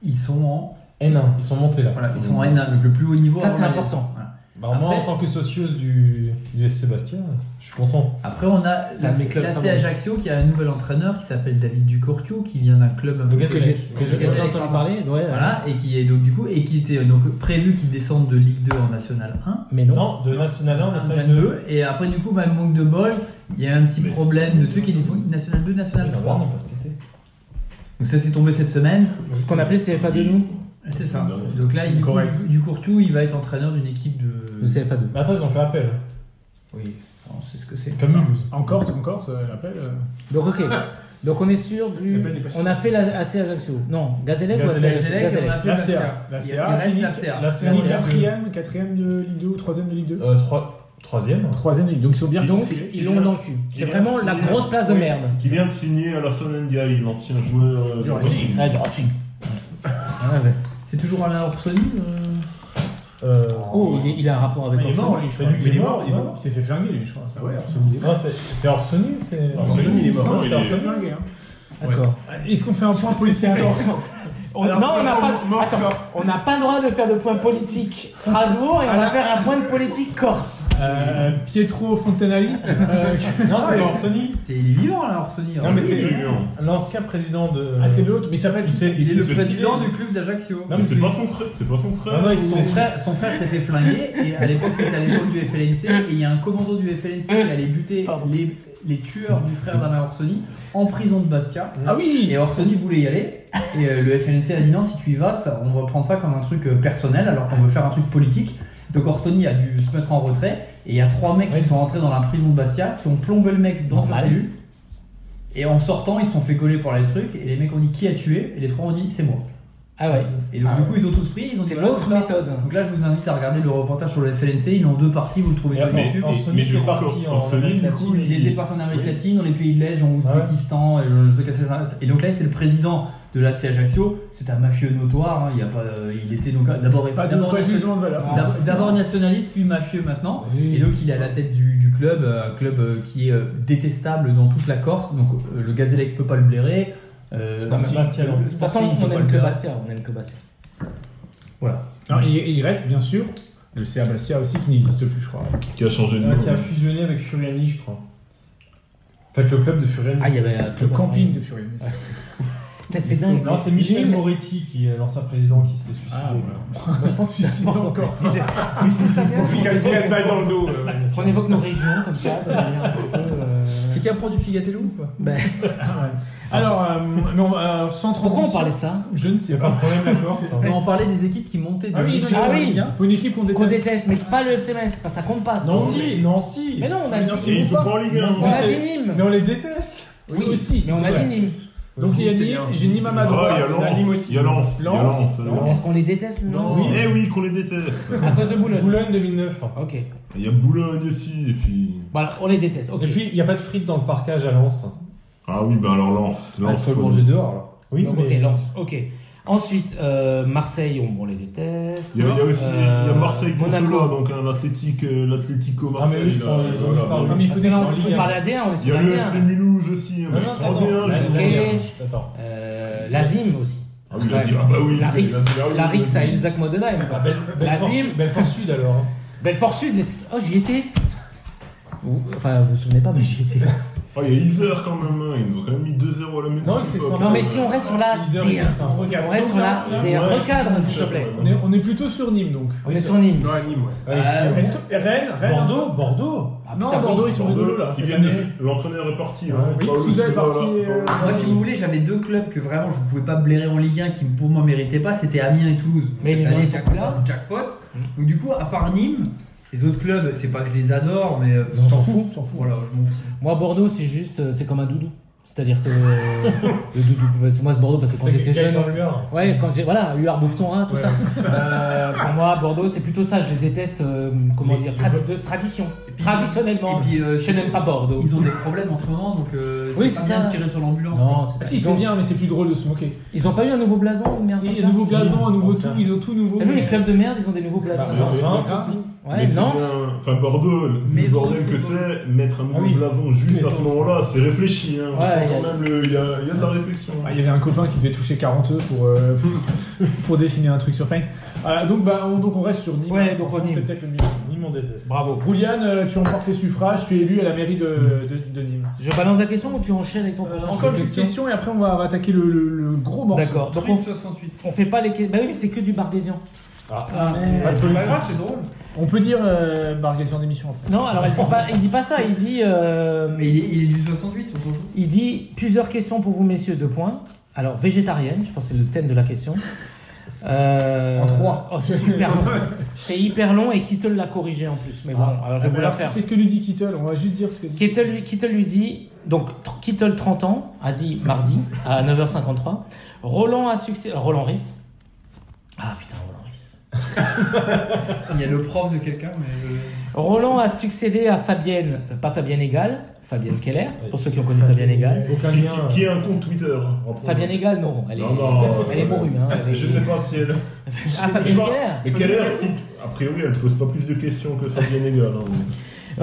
Speaker 5: ils sont en
Speaker 4: N1, ils sont montés là.
Speaker 5: voilà, ils sont en N1, donc le plus haut niveau.
Speaker 3: Ça,
Speaker 5: avant
Speaker 3: c'est
Speaker 5: la-
Speaker 3: important.
Speaker 5: voilà.
Speaker 4: Bah, moi,
Speaker 5: Après-
Speaker 4: en tant que socieuse du, du SC Bastia, je suis content.
Speaker 5: Après on a
Speaker 3: C'est un des
Speaker 5: l'AC
Speaker 3: clubs
Speaker 5: l'AC
Speaker 3: favoris.
Speaker 5: Ajaccio qui a un nouvel entraîneur qui s'appelle David Ducortio qui vient d'un club un peu
Speaker 4: Le
Speaker 3: que j'ai
Speaker 4: Gazélec.
Speaker 3: que j'ai- que j'ai
Speaker 5: Gazélec,
Speaker 3: entendu
Speaker 5: pardon.
Speaker 3: parler. Ouais,
Speaker 5: Voilà, et qui est donc du coup et qui était donc prévu qu'il descende de Ligue 2 en National 1.
Speaker 3: Mais Ah non.
Speaker 4: Non, de National 1 à National 2.
Speaker 5: 22, et après du coup bah, manque de bol, il y a un petit
Speaker 6: Mais-
Speaker 5: problème de truc, il est fou- National 2, National 3.
Speaker 4: Non, pas cet été.
Speaker 5: Donc ça s'est tombé cette semaine.
Speaker 3: Ce qu'on appelait CFA de nous.
Speaker 5: C'est ça.
Speaker 6: Non, mais-
Speaker 5: Donc là, il, du coup,
Speaker 2: Correct.
Speaker 5: du Courtou, il va être entraîneur d'une équipe de.
Speaker 3: Le CFA 2.
Speaker 4: Mais Bah, attends, ils ont fait appel.
Speaker 5: Oui, on sait ce que c'est.
Speaker 4: Comme Mulhouse.
Speaker 1: En Corse, en Corse, euh, l'appel. euh,
Speaker 3: Donc ok. Donc on est sûr du.
Speaker 2: L'appel est passé.
Speaker 3: On a fait la AC Ajaccio. Non, Gazélec ou AC
Speaker 4: Gazélec,
Speaker 3: Ajaccio Gazélec.
Speaker 1: La CA. La CA.
Speaker 5: Il
Speaker 1: finit-
Speaker 5: reste Ah, la CA.
Speaker 4: La
Speaker 1: finit
Speaker 4: semaine
Speaker 1: quatrième, quatrième de Ligue 2 ou troisième de Ligue 2
Speaker 4: Euh, trois- Troisième.
Speaker 1: Troisième de Ligue, donc ils sont bien
Speaker 3: Donc
Speaker 1: reculés.
Speaker 3: ils l'ont dans le cul. C'est vraiment la grosse place de merde.
Speaker 6: Qui vient de signer Alassane Ndiaye, l'ancien joueur euh,
Speaker 1: Du Racing.
Speaker 3: Ah, du Racing.
Speaker 5: C'est toujours Alain Orsoni
Speaker 4: Euh,
Speaker 3: Oh, il, est- il a un rapport avec
Speaker 1: Il est
Speaker 3: Orson.
Speaker 1: mort, lui, je crois.
Speaker 4: lui qui
Speaker 1: Il est
Speaker 4: est
Speaker 1: mort,
Speaker 4: mort,
Speaker 1: il est
Speaker 4: non
Speaker 1: mort. Il s'est fait flinguer, lui, je crois. Ah ouais,
Speaker 4: Non, c'est- c'est Orsonu, c'est.
Speaker 6: Ah, Orsonu, il est mort.
Speaker 1: Non,
Speaker 6: Non,
Speaker 1: il
Speaker 6: il
Speaker 1: s'est
Speaker 6: est-
Speaker 1: fait flinguer. hein.
Speaker 3: D'accord.
Speaker 1: Est-ce qu'on fait un point policier corse
Speaker 3: On- non, on n'a pas. attends, on n'a pas le droit de faire de point politique Strasbourg et on va faire un point de politique Corse.
Speaker 1: Euh, Pietro Fontanali. euh,
Speaker 4: Non, c'est Orsoni.
Speaker 5: C'est Il est vivant, Alain Orsoni. hein.
Speaker 4: Non, mais
Speaker 6: Le
Speaker 4: c'est
Speaker 6: Guéguan.
Speaker 4: l'ancien président de.
Speaker 1: ah, c'est l'autre, mais il s'appelle
Speaker 4: Il s'est-
Speaker 5: Il est le
Speaker 6: c'est-
Speaker 5: président
Speaker 4: c'est-
Speaker 5: du club d'Ajaccio.
Speaker 4: Non,
Speaker 6: Mais
Speaker 4: mais
Speaker 6: c'est
Speaker 4: c'est-
Speaker 6: pas son frère. C'est pas son frère.
Speaker 4: Ah non, ils
Speaker 5: Son
Speaker 4: sont
Speaker 5: frère, son frère s'est fait flinguer et à l'époque c'était à l'époque du FLNC et il y a un commando du FLNC qui allait buter les, les tueurs du frère d'Alain Orsoni en prison de Bastia.
Speaker 1: Ah oui
Speaker 5: Et Orsoni voulait y aller et euh, le FLNC a dit non si tu y vas ça- on va prendre ça comme un truc euh, personnel alors qu'on veut faire un truc politique. Donc Orsoni a dû se mettre en retrait et il y a trois mecs qui sont rentrés dans la prison de Bastia qui ont plombé le mec dans sa
Speaker 3: Normal.
Speaker 5: cellule. Et en sortant, ils se sont fait coller pour les trucs et les mecs ont dit qui a tué et les trois ont dit c'est moi.
Speaker 3: Ah ouais.
Speaker 5: Et donc
Speaker 3: Ah
Speaker 5: du coup ils ont tous pris, ils ont dit
Speaker 3: C'est
Speaker 5: voilà,
Speaker 3: l'autre
Speaker 5: tout ça.
Speaker 3: méthode.
Speaker 5: Donc là, je vous invite à regarder le reportage sur le FLNC. Il est en deux parties, vous le trouvez
Speaker 4: Et
Speaker 5: sur
Speaker 4: après,
Speaker 5: YouTube.
Speaker 6: mais-
Speaker 4: Orsoni
Speaker 6: mais
Speaker 4: qui
Speaker 6: je
Speaker 4: est
Speaker 6: crois
Speaker 4: parti
Speaker 6: que
Speaker 4: en
Speaker 6: Orsoni,
Speaker 4: Amérique
Speaker 6: du coup,
Speaker 4: latine.
Speaker 5: Il est départi en Amérique
Speaker 4: Oui.
Speaker 5: latine, dans les pays de l'Est, en Ouzbékistan, et le- le truc assez sympa. Et donc là, c'est le président de l'AC Ajaccio. C'est un mafieux notoire. hein, Il, y a pas, euh, il était donc d'abord
Speaker 1: Pas de
Speaker 5: d'abord
Speaker 1: pas de
Speaker 5: national-
Speaker 1: jugement de valeur.
Speaker 5: d'abord- D'abord nationaliste, puis mafieux maintenant.
Speaker 1: Oui.
Speaker 5: Et donc il est à la tête du, du club, euh, un club euh, qui est euh, détestable dans toute la Corse. Donc euh, le Gazélec peut pas le blairer. Euh,
Speaker 4: Sporting.
Speaker 5: le-
Speaker 4: Bastia, non.
Speaker 5: le
Speaker 4: De
Speaker 3: De toute façon,
Speaker 5: Sporting peut
Speaker 3: on
Speaker 5: pas le
Speaker 3: aime que
Speaker 5: blairer.
Speaker 3: Bastia. On aime que Bastia.
Speaker 5: Voilà.
Speaker 1: Non, il, il reste bien sûr le CA Bastia aussi qui n'existe plus, je crois.
Speaker 6: Qui a changé de
Speaker 4: Ah,
Speaker 6: nom.
Speaker 4: qui a fusionné avec Furiani, je crois. En fait, le club de Furiani.
Speaker 3: Ah, il y avait un
Speaker 1: Le
Speaker 3: club
Speaker 1: camping de Furiani.
Speaker 3: Putain, C'est dingue.
Speaker 4: Non, c'est Michel
Speaker 3: Nul.
Speaker 4: Moretti qui est l'ancien président qui s'était suicidé.
Speaker 1: Ah, Je pense que c'est encore.
Speaker 3: Mais je trouve ça bien.
Speaker 2: quatre balles dans le dos.
Speaker 3: On évoque nos régions comme ça, de manière un petit peu. euh,
Speaker 5: Quelqu'un prend du Figatello ou pas
Speaker 3: ben,
Speaker 1: Alors, euh, mais on va- euh, sans
Speaker 3: pourquoi on
Speaker 1: transition-
Speaker 3: parlait de ça
Speaker 1: Je ne sais
Speaker 4: C'est pas
Speaker 1: pas.
Speaker 4: ce problème, la Corse. hein.
Speaker 5: Non, On parlait des équipes qui montaient de
Speaker 1: Ah oui,
Speaker 5: Ligue
Speaker 1: non,
Speaker 5: un
Speaker 3: Ah
Speaker 5: en
Speaker 3: oui.
Speaker 5: Ligue un.
Speaker 1: Faut une équipe qu'on
Speaker 3: Qu'on
Speaker 1: déteste.
Speaker 3: déteste, mais pas le FCMS, parce que ça compte pas. ça.
Speaker 4: Non, si, non, si.
Speaker 3: Mais non, on a
Speaker 1: Mais
Speaker 3: dit.
Speaker 1: non,
Speaker 6: Et ils sont pas en Ligue 1.
Speaker 3: On a
Speaker 1: c'est-
Speaker 3: dit
Speaker 4: Mais
Speaker 3: Nîmes.
Speaker 4: on les déteste.
Speaker 1: Oui, aussi.
Speaker 3: Mais on
Speaker 1: c'est
Speaker 3: a
Speaker 1: vrai.
Speaker 3: dit Nîmes.
Speaker 1: Donc il y a
Speaker 2: C'est
Speaker 1: Nîmes,
Speaker 2: bien.
Speaker 1: j'ai Nîmes à ma
Speaker 6: Ah,
Speaker 1: droite,
Speaker 6: il y a
Speaker 1: Nîmes
Speaker 6: Lens.
Speaker 1: aussi.
Speaker 6: Il y a Lens. Il y a
Speaker 1: Lens,
Speaker 6: Lens. il y a
Speaker 4: Lens.
Speaker 3: Est-ce qu'on les déteste
Speaker 4: Non.
Speaker 3: Ah, non
Speaker 6: Eh oui, qu'on les déteste.
Speaker 3: À cause de Boulogne.
Speaker 4: Boulogne 2009. hein.
Speaker 3: Ok.
Speaker 6: Il y a Boulogne aussi. Et puis.
Speaker 3: Voilà, on les déteste. Ok.
Speaker 4: Et puis, il n'y a pas de frites dans le parcage à Lens.
Speaker 6: Ah oui, bah alors Lens.
Speaker 5: Ah, Il
Speaker 6: Lens,
Speaker 5: faut le
Speaker 6: faut-
Speaker 5: manger dehors alors.
Speaker 4: Oui,
Speaker 3: Donc,
Speaker 4: mais
Speaker 3: ok, Lens. Ok. Ensuite, euh, Marseille, on, on les déteste.
Speaker 6: Il y a, il y a aussi il y a
Speaker 3: Euh,
Speaker 6: Marseille
Speaker 3: Monaco.
Speaker 6: Consola, donc un athlétique, euh, l'Atlético
Speaker 4: Ah, mais
Speaker 6: Marseille.
Speaker 4: oui, ils sont-
Speaker 6: là,
Speaker 4: ils ont
Speaker 6: voilà. Bah,
Speaker 4: disparu.
Speaker 1: mais il faut
Speaker 3: Parce que là, on
Speaker 4: Ligue
Speaker 3: on
Speaker 4: un. Ah,
Speaker 3: parle à D1, on est
Speaker 6: Il y
Speaker 3: sur
Speaker 6: a
Speaker 3: la
Speaker 6: le
Speaker 3: D1.
Speaker 6: FC Mulhouse aussi.
Speaker 4: Non,
Speaker 6: mais
Speaker 4: non,
Speaker 6: en
Speaker 4: attends.
Speaker 6: D1,
Speaker 4: La-
Speaker 6: je
Speaker 4: la-
Speaker 6: vois.
Speaker 3: Ok.
Speaker 4: la- Attends.
Speaker 3: Euh, Lazim aussi.
Speaker 6: Ah oui, la- ah bah oui,
Speaker 3: La
Speaker 6: la-
Speaker 3: Rix,
Speaker 6: la-
Speaker 3: la Rix à Isaac Modenheim.
Speaker 4: Ah, Bel- Belfort
Speaker 3: Lazim.
Speaker 4: Sud- Belfort Sud, alors. hein.
Speaker 3: Belfort Sud, les- oh j'y étais. Vous- Enfin, vous vous souvenez pas, mais j'y étais.
Speaker 6: Ah, il y a Isère quand même, hein. ils nous ont quand même mis 2-0 à la maison.
Speaker 4: Non, ils étaient sympas.
Speaker 3: Non mais si on reste sur la
Speaker 4: Ils auraient
Speaker 3: D1,
Speaker 4: fait ça.
Speaker 1: Ah, Regarde.
Speaker 3: on reste
Speaker 1: Donc
Speaker 3: sur
Speaker 1: là,
Speaker 3: la
Speaker 1: là,
Speaker 3: D1,
Speaker 6: ouais,
Speaker 3: recadre
Speaker 6: je-
Speaker 3: s'il te plaît.
Speaker 6: ouais.
Speaker 1: On est, on est plutôt sur Nîmes donc.
Speaker 3: On est sur Nîmes.
Speaker 2: Non, à Nîmes, ouais.
Speaker 4: Ouais,
Speaker 5: Ah,
Speaker 4: ils-
Speaker 1: Est-ce que Rennes, Rennes
Speaker 4: Bordeaux, Bordeaux.
Speaker 3: Ah,
Speaker 1: Non,
Speaker 3: putain,
Speaker 1: Bordeaux ils sont rigolos là.
Speaker 6: Ils
Speaker 1: cette
Speaker 6: viennent de-
Speaker 1: année.
Speaker 6: L'entraîneur est parti. hein.
Speaker 1: Oui,
Speaker 6: Paolo
Speaker 1: Souza est
Speaker 6: Souza,
Speaker 1: parti,
Speaker 6: là.
Speaker 1: euh,
Speaker 5: Moi, si vous voulez, j'avais deux clubs que vraiment je ne pouvais pas blairer en Ligue 1 qui pour moi méritaient pas, c'était Amiens et Toulouse.
Speaker 3: Mais
Speaker 5: Cette
Speaker 3: les
Speaker 5: année,
Speaker 3: Noirs sont
Speaker 5: jackpot,
Speaker 3: là.
Speaker 5: jackpot.
Speaker 3: Mm.
Speaker 5: Donc du coup, à part Nîmes, les autres clubs, c'est pas que je les adore, mais euh,
Speaker 3: On s'en
Speaker 5: t'en
Speaker 3: fout,
Speaker 5: fous. Voilà, je m'en fous.
Speaker 3: Moi Bordeaux c'est juste, euh, c'est comme un doudou. C'est-à-dire que. euh, le doudou- parce que moi, c'est Bordeaux, parce que quand
Speaker 4: C'est
Speaker 3: j'étais jeune.
Speaker 4: Gaëtan Huard.
Speaker 3: Ouais, quand j'ai. Voilà, Huard bouffe ton rat, tout ça. Euh, pour moi, Bordeaux, c'est plutôt ça. Je les déteste, euh, comment
Speaker 4: Les-
Speaker 3: dire, tradi- de tradition. Traditionnellement,
Speaker 5: Et puis, euh,
Speaker 3: je n'aime pas Bordeaux.
Speaker 5: Ils ont des problèmes en ce moment, donc euh,
Speaker 3: Oui,
Speaker 5: pas
Speaker 3: c'est
Speaker 5: bien
Speaker 3: ça.
Speaker 5: de tirer sur l'ambulance.
Speaker 3: Non, c'est
Speaker 1: Ah
Speaker 3: ça.
Speaker 1: si,
Speaker 3: Ils
Speaker 1: c'est
Speaker 3: ont-
Speaker 1: bien, mais c'est plus drôle de se moquer.
Speaker 3: Ils ont pas eu un nouveau blason ou une merde
Speaker 1: Si, il
Speaker 3: comme
Speaker 1: y a
Speaker 3: ça
Speaker 1: un nouveau blason, un nouveau
Speaker 4: Oh,
Speaker 1: tout,
Speaker 4: putain.
Speaker 1: ils ont tout nouveau.
Speaker 3: T'as vu les
Speaker 1: mais-
Speaker 3: clubs de merde, ils ont des nouveaux blasons.
Speaker 4: Bah, Reims,
Speaker 1: Reims
Speaker 4: aussi.
Speaker 1: aussi.
Speaker 3: Ouais,
Speaker 6: c'est
Speaker 3: Nantes.
Speaker 6: bien- Enfin, Bordeaux, le
Speaker 5: Mais
Speaker 6: le bordel
Speaker 5: c'est
Speaker 6: que
Speaker 5: bon.
Speaker 6: c'est, mettre un nouveau
Speaker 1: Ah oui.
Speaker 6: blason juste
Speaker 1: Mais
Speaker 6: à ce
Speaker 1: c'est-
Speaker 6: moment-là, c'est réfléchi. Hein. On
Speaker 3: Ouais,
Speaker 6: sent
Speaker 3: il y a-
Speaker 6: quand même le- il y, a, il y a de la réflexion.
Speaker 1: Ah, Il y avait un copain qui devait toucher 40 œufs pour, euh, pour dessiner un truc sur Paint. Voilà, donc, bah, on, donc on reste sur Nîmes. hein,
Speaker 3: Ouais, donc on
Speaker 1: franchement,
Speaker 3: Nîmes.
Speaker 1: c'est peut-être le mieux.
Speaker 4: Ni mon déteste.
Speaker 1: Bravo. Brouliane, euh, tu emportes les suffrages, tu es élu à la mairie de, de, de Nîmes.
Speaker 3: Je balance la question ou tu enchaînes avec ton
Speaker 1: Euh,
Speaker 3: prochain
Speaker 1: encore une petite question et après on va, on va attaquer le, le- le gros morceau.
Speaker 3: D'accord. Donc on,
Speaker 5: 68.
Speaker 3: on fait pas les. que- Bah oui, mais c'est que du bardésien.
Speaker 1: Ah, merde.
Speaker 5: C'est pas grave, c'est drôle.
Speaker 1: On peut dire euh, bargation d'émission après.
Speaker 3: Non, alors il dit pas, il dit pas ça. Il dit. euh,
Speaker 5: Mais il est, il est du 68, on s'en fout.
Speaker 3: Il dit plusieurs questions pour vous, messieurs, deux points. Alors, végétarienne, je pense que c'est le thème de la question. Euh,
Speaker 1: En trois.
Speaker 3: oh, c'est super long. C'est hyper long et Kittle l'a corrigé en plus. Mais bon, alors je vais vous la
Speaker 1: Ah, Alors,
Speaker 3: faire.
Speaker 1: Qu'est-ce que nous dit Kittle On va juste dire ce que dit.
Speaker 3: Kittle lui, Kittle lui dit, donc tr- Kittle, 30 ans, a dit mardi à 9h53, Roland a succédé. Roland Riss. Ah putain, Roland Riss.
Speaker 5: Il y a le prof de quelqu'un, mais. euh,
Speaker 3: Roland a succédé à Fabienne, euh, pas Fabienne Egal, Fabienne Keller,
Speaker 4: Oui.
Speaker 3: pour ceux qui ont connu Fabienne Egal.
Speaker 4: Aucun
Speaker 6: Qui,
Speaker 4: lien. euh.
Speaker 6: qui- qui a un compte Twitter rappelons-le.
Speaker 3: Fabienne Egal, non, elle est,
Speaker 6: Non, non,
Speaker 3: elle est mourue. Hein, elle est-
Speaker 6: Je sais pas si elle.
Speaker 3: Ah, Fabienne
Speaker 6: Je vois.
Speaker 3: Keller
Speaker 6: Mais quelle heure si... A priori, elle pose pas plus de questions que Fabien Egal. hein, mais-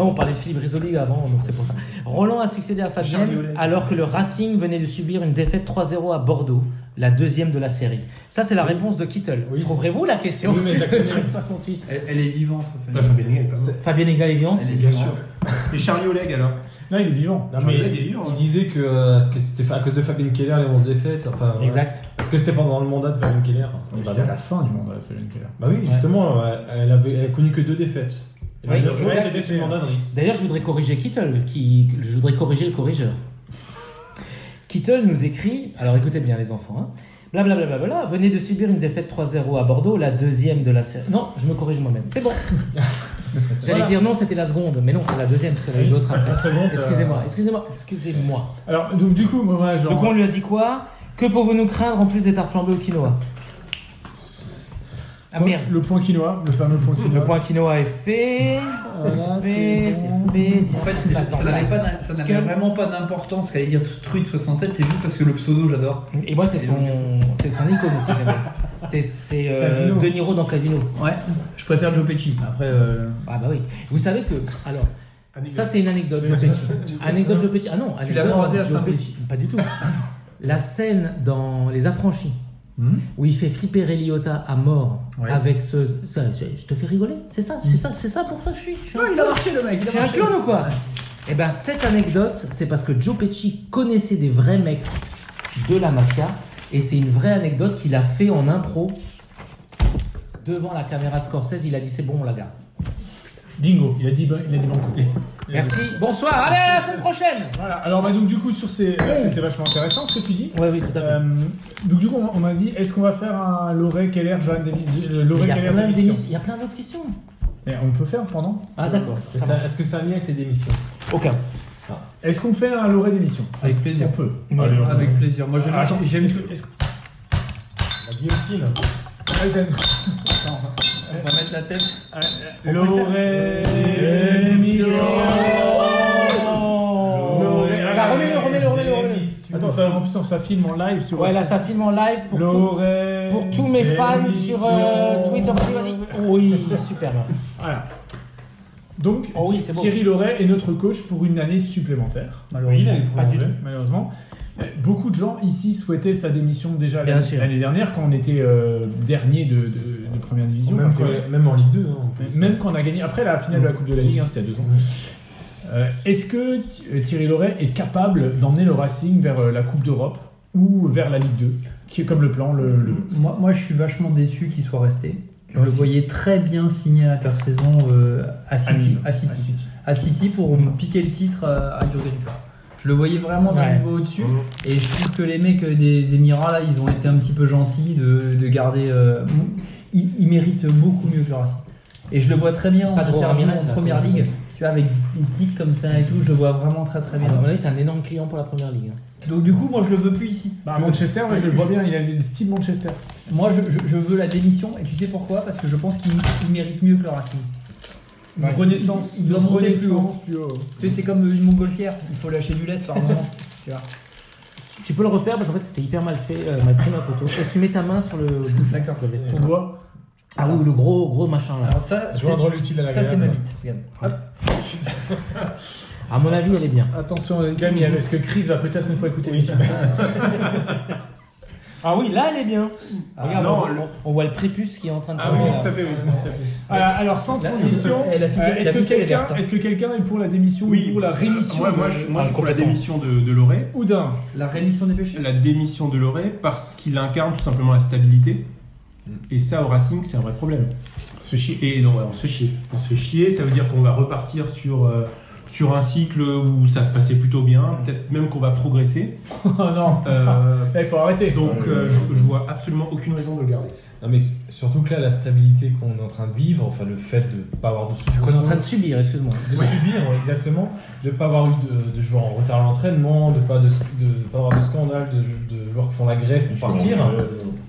Speaker 3: Non, on parlait de Philippe Risoli avant, donc c'est pour ça. Roland a succédé à
Speaker 1: Charles
Speaker 3: Fabienne
Speaker 1: Violet.
Speaker 3: alors que le Racing venait de subir une défaite 3-0 à Bordeaux, la deuxième de la série. Ça, c'est la réponse de Kittel.
Speaker 4: Oui.
Speaker 3: Trouverez-vous la question
Speaker 4: Oui, mais je la connais.
Speaker 5: Elle, elle est vivante, en fait.
Speaker 2: Bah, Fabien Nagel, quand même.
Speaker 3: Fabienne Egal est vivante
Speaker 5: Elle est
Speaker 2: Bien
Speaker 5: vivante.
Speaker 2: sûr. Et Charlie Oleg alors
Speaker 1: Non, il est vivant.
Speaker 4: Non,
Speaker 2: Jean
Speaker 4: mais
Speaker 2: Bled est dur, hein.
Speaker 4: il disait que, euh, parce que c'était à cause de Fabien Keller les 11 défaites. Enfin, voilà.
Speaker 3: Exact.
Speaker 4: Parce que c'était pendant le mandat de Fabien Keller.
Speaker 1: Ah, Mais
Speaker 4: Bah,
Speaker 1: C'est à
Speaker 4: bah.
Speaker 1: la fin du mandat, Fabian Keller.
Speaker 4: Bah oui, justement, elle- elle, avait, elle a connu que deux défaites. Et
Speaker 3: Oui,
Speaker 4: la
Speaker 3: oui,
Speaker 4: première,
Speaker 3: ça,
Speaker 4: c'était
Speaker 3: c'est
Speaker 4: sous le mandat de Rice.
Speaker 3: D'ailleurs, je voudrais corriger Kittel, qui... je voudrais corriger le corrigeur. Kittel nous écrit, alors écoutez bien les enfants, hein. blablabla, venez de subir une défaite 3-0 à Bordeaux, la deuxième de la série. Non, je me corrige moi-même, c'est bon. J'allais
Speaker 1: Voilà.
Speaker 3: dire non, c'était la seconde, mais non, c'est la deuxième, parce qu'il y en a eu d'autres après.
Speaker 4: La seconde, euh,
Speaker 3: Excusez-moi, excusez-moi, excusez-moi.
Speaker 1: Alors, donc du coup, moi, genre.
Speaker 3: Donc on lui a dit quoi Que pouvons-nous craindre en plus d'être un flambé au quinoa Ah
Speaker 1: point-
Speaker 3: merde,
Speaker 1: Le point quinoa, le fameux point quinoa.
Speaker 3: le point quinoa est fait.
Speaker 1: Voilà,
Speaker 3: fait,
Speaker 1: c'est
Speaker 3: Oh
Speaker 1: bon.
Speaker 3: c'est fait.
Speaker 5: En fait, c'est-
Speaker 3: Attends,
Speaker 5: ça n'avait
Speaker 3: là.
Speaker 5: pas d'im- ça n'avait
Speaker 3: Quel-
Speaker 5: vraiment pas d'importance qu'elle dire Truite 67, c'est juste parce que le pseudo, j'adore.
Speaker 3: Et moi, c'est son, c'est son icône aussi, j'aime bien. C'est, c'est euh,
Speaker 1: Casino.
Speaker 3: De Niro dans Casino.
Speaker 5: Ouais, je préfère Joe Pesci. Après, euh,
Speaker 3: Ah bah oui. Vous savez que, alors, ça c'est une anecdote, Joe Pesci. anecdote Joe Pesci. Ah non, anecdote
Speaker 5: l'as croisé à
Speaker 3: Joe
Speaker 5: Saint-Denis.
Speaker 3: Pesci. Pas du tout. La scène dans Les Affranchis, où il fait flipper Ray Liotta à mort
Speaker 5: Hmm Ouais.
Speaker 3: avec ce, ça, je- je te fais rigoler. C'est ça, c'est ça, c'est ça pour ça que je suis. Je suis un-
Speaker 5: il a marché le mec, il
Speaker 3: je
Speaker 5: a
Speaker 3: suis un
Speaker 5: marché.
Speaker 3: clown ou quoi Eh ben cette anecdote, c'est parce que Joe Pesci connaissait des vrais mecs de la mafia et c'est une vraie anecdote qu'il a fait en impro devant la caméra de Scorsese. Il a dit c'est bon, on la garde.
Speaker 1: Bingo, il a dit, il a dit bon coup.
Speaker 3: Merci, bonsoir, allez, à la semaine prochaine
Speaker 1: Voilà, alors bah, donc du coup, sur ces. là, c'est- c'est vachement intéressant ce que tu dis.
Speaker 3: Ouais, oui, tout à fait.
Speaker 1: Euh, donc du coup, on, on m'a dit, est-ce qu'on va faire un Loré Keller, Johan Denis,
Speaker 3: il,
Speaker 1: Loré
Speaker 3: y a
Speaker 1: Keller
Speaker 3: plein
Speaker 1: d'émission
Speaker 3: d'émissions- il y a plein d'autres questions.
Speaker 1: Mais On peut faire pendant
Speaker 3: Ah, d'accord.
Speaker 4: Et
Speaker 3: ça va.
Speaker 4: ça- Est-ce que ça a un lien avec les démissions
Speaker 3: Aucun.
Speaker 1: Est-ce qu'on fait un Loré d'émission Ah,
Speaker 5: Avec plaisir.
Speaker 1: On peut.
Speaker 6: Allez, on-
Speaker 5: Avec plaisir. Moi, j'aime
Speaker 4: Ah,
Speaker 1: Attends,
Speaker 5: j'aime-
Speaker 1: est-ce que- est-ce que-
Speaker 4: La guillotine.
Speaker 1: Ouais, ça-
Speaker 5: On va mettre la tête.
Speaker 1: Loré d'émission. Loré-
Speaker 3: Là, Ah, bah, remets-le, remets-le, remets-le, remets-le.
Speaker 1: Attends, ça, en plus, ça filme en live sur.
Speaker 3: Ouais, là, ça filme en live pour tout.
Speaker 1: Loré
Speaker 3: Pour tous mes fans sur euh, Twitter,
Speaker 1: d'émission.
Speaker 3: vas-y, vas-y. Oui, super.
Speaker 1: Voilà. Donc,
Speaker 3: Oh oui, c'est beau.
Speaker 1: Thierry Loret est notre coach pour une année supplémentaire.
Speaker 4: Oui, il a eu
Speaker 1: Pas du tout,
Speaker 4: prolongé.
Speaker 1: malheureusement. Euh, Beaucoup de gens ici souhaitaient sa démission déjà
Speaker 3: Bien
Speaker 1: l'année
Speaker 3: sûr.
Speaker 1: l'année dernière quand on était euh, dernier de, de- de première division.
Speaker 4: Même,
Speaker 1: Donc, euh,
Speaker 4: que- même en Ligue 2. hein, en plus.
Speaker 1: même quand on a gagné après la finale de la Coupe de la Ligue, hein, c'était il y a deux ans. Euh, Est-ce que euh, Thierry Loret est capable d'emmener le Racing vers euh, la Coupe d'Europe ou vers la Ligue 2, qui est comme le plan le, Euh, le-
Speaker 5: Moi, moi, je suis vachement déçu qu'il soit resté. Je le voyais très bien signé à l'intersaison euh, à City. À City.
Speaker 1: à City.
Speaker 5: à City pour me piquer le titre euh, à à Jurgen Klopp. Je le voyais vraiment d'un
Speaker 3: Ouais.
Speaker 5: niveau au-dessus et je trouve que les mecs des Émirats là, ils ont été un petit peu gentils de, de garder. euh, ils, ils méritent beaucoup mieux que le Racing. Et je le vois très bien en
Speaker 3: Pedro
Speaker 5: interview
Speaker 3: Ramirez, là,
Speaker 5: en première
Speaker 3: comment il
Speaker 5: ligue.
Speaker 3: s'appelle
Speaker 7: tu vois, avec des tics comme ça et tout, je le vois vraiment très très bien.
Speaker 3: À mon avis, c'est un énorme client pour la première ligue. hein.
Speaker 7: Donc du coup, moi je le veux plus ici.
Speaker 1: Bah,
Speaker 7: Je-
Speaker 1: Manchester, ouais, je le
Speaker 7: je-
Speaker 1: vois bien, il a le style Manchester.
Speaker 7: Moi je, je- je veux la démission et tu sais pourquoi Parce que je pense qu'il il mérite mieux que le Racing.
Speaker 1: Une renaissance,
Speaker 7: il doit
Speaker 1: une
Speaker 7: monter plus haut.
Speaker 1: renaissance plus haut.
Speaker 7: Tu sais, c'est comme euh, une montgolfière, il faut lâcher du lest par moment. tu vois.
Speaker 3: Tu peux le refaire parce qu'en fait, c'était hyper mal fait, euh, mal pris ma photo. Et tu mets ta main sur le bouchon.
Speaker 7: D'accord.
Speaker 3: ça devait être
Speaker 1: Ton
Speaker 3: ton-
Speaker 1: doigt.
Speaker 3: Ah oui, le gros, gros machin là.
Speaker 7: Alors ça, c'est-
Speaker 4: Joindre l'utile à
Speaker 7: ça c'est ma
Speaker 4: l'agréable.
Speaker 7: bite. Regarde.
Speaker 3: À mon avis, elle est bien.
Speaker 1: Attention, les gars, mais il y a le- parce que Chris va peut-être une fois écouter l'émission.
Speaker 3: Ah oui, là, elle est bien.
Speaker 7: Ah,
Speaker 3: Regarde,
Speaker 2: non,
Speaker 3: on, voit- on voit le prépuce qui est en train de.
Speaker 2: Ah oui, tout à fait, oui. tout à fait.
Speaker 1: Voilà, Ah, alors, sans
Speaker 7: La-
Speaker 1: transition,
Speaker 7: Eh, la ficelle-
Speaker 1: euh, est-ce
Speaker 7: la
Speaker 1: que
Speaker 7: ficelle est
Speaker 1: quelqu'un
Speaker 7: verte, hein.
Speaker 1: est, pour la démission ou
Speaker 3: Ah,
Speaker 1: pour la rémission
Speaker 2: Moi, moi,
Speaker 1: de- Ah,
Speaker 2: je, moi, je suis pour la
Speaker 3: complètement.
Speaker 2: démission de, de Loré.
Speaker 1: ou d'un
Speaker 7: La rémission des péchés.
Speaker 2: La démission de Loré parce qu'il incarne tout simplement la stabilité.
Speaker 1: Mm.
Speaker 2: Et ça, au Racing, c'est un vrai problème. On se fait chier. Et non, ouais, on se fait chier. On se fait chier, ça veut dire qu'on va repartir sur, euh, sur un cycle où ça se passait plutôt bien. Peut-être même qu'on va progresser.
Speaker 1: Mm. Oh non,
Speaker 2: Euh,
Speaker 1: il Eh, faut arrêter.
Speaker 2: donc, euh, je, je vois absolument aucune raison de le garder.
Speaker 4: Non, Ah, mais s- surtout que là, la stabilité qu'on est en train de vivre, enfin le fait de ne pas avoir de soutien.
Speaker 3: Qu'on est en train de subir, excuse-moi.
Speaker 4: de subir, ouais, exactement, de ne pas avoir eu de, de joueurs en retard à l'entraînement, de ne pas, de, de pas avoir de scandale, de, de joueurs qui font la grève pour partir.
Speaker 6: euh,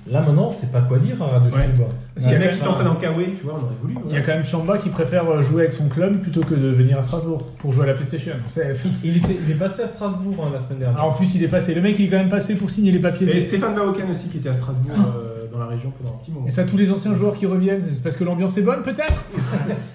Speaker 4: Là maintenant, c'est pas quoi dire à de
Speaker 2: Ouais.
Speaker 4: Stuttgart.
Speaker 1: Parce qu'il
Speaker 2: Si le
Speaker 1: y, a
Speaker 2: mec qui
Speaker 1: quand-
Speaker 2: s'entraîne en Kawaii, E, tu vois, on aurait voulu.
Speaker 1: il y a quand même Chamba qui préfère euh, jouer avec son club plutôt que de venir à Strasbourg pour jouer à la PlayStation. C'est-
Speaker 4: Il, était- il est passé à Strasbourg hein, la semaine
Speaker 1: Ah,
Speaker 4: dernière.
Speaker 1: en plus, il est passé. Le mec, il est quand même passé pour signer les papiers.
Speaker 2: Et Stéphane Baoken aussi, qui était à Strasbourg, euh, dans la région pendant un petit moment.
Speaker 1: Et ça, tous les anciens joueurs qui reviennent, c'est parce que l'ambiance est bonne, peut-être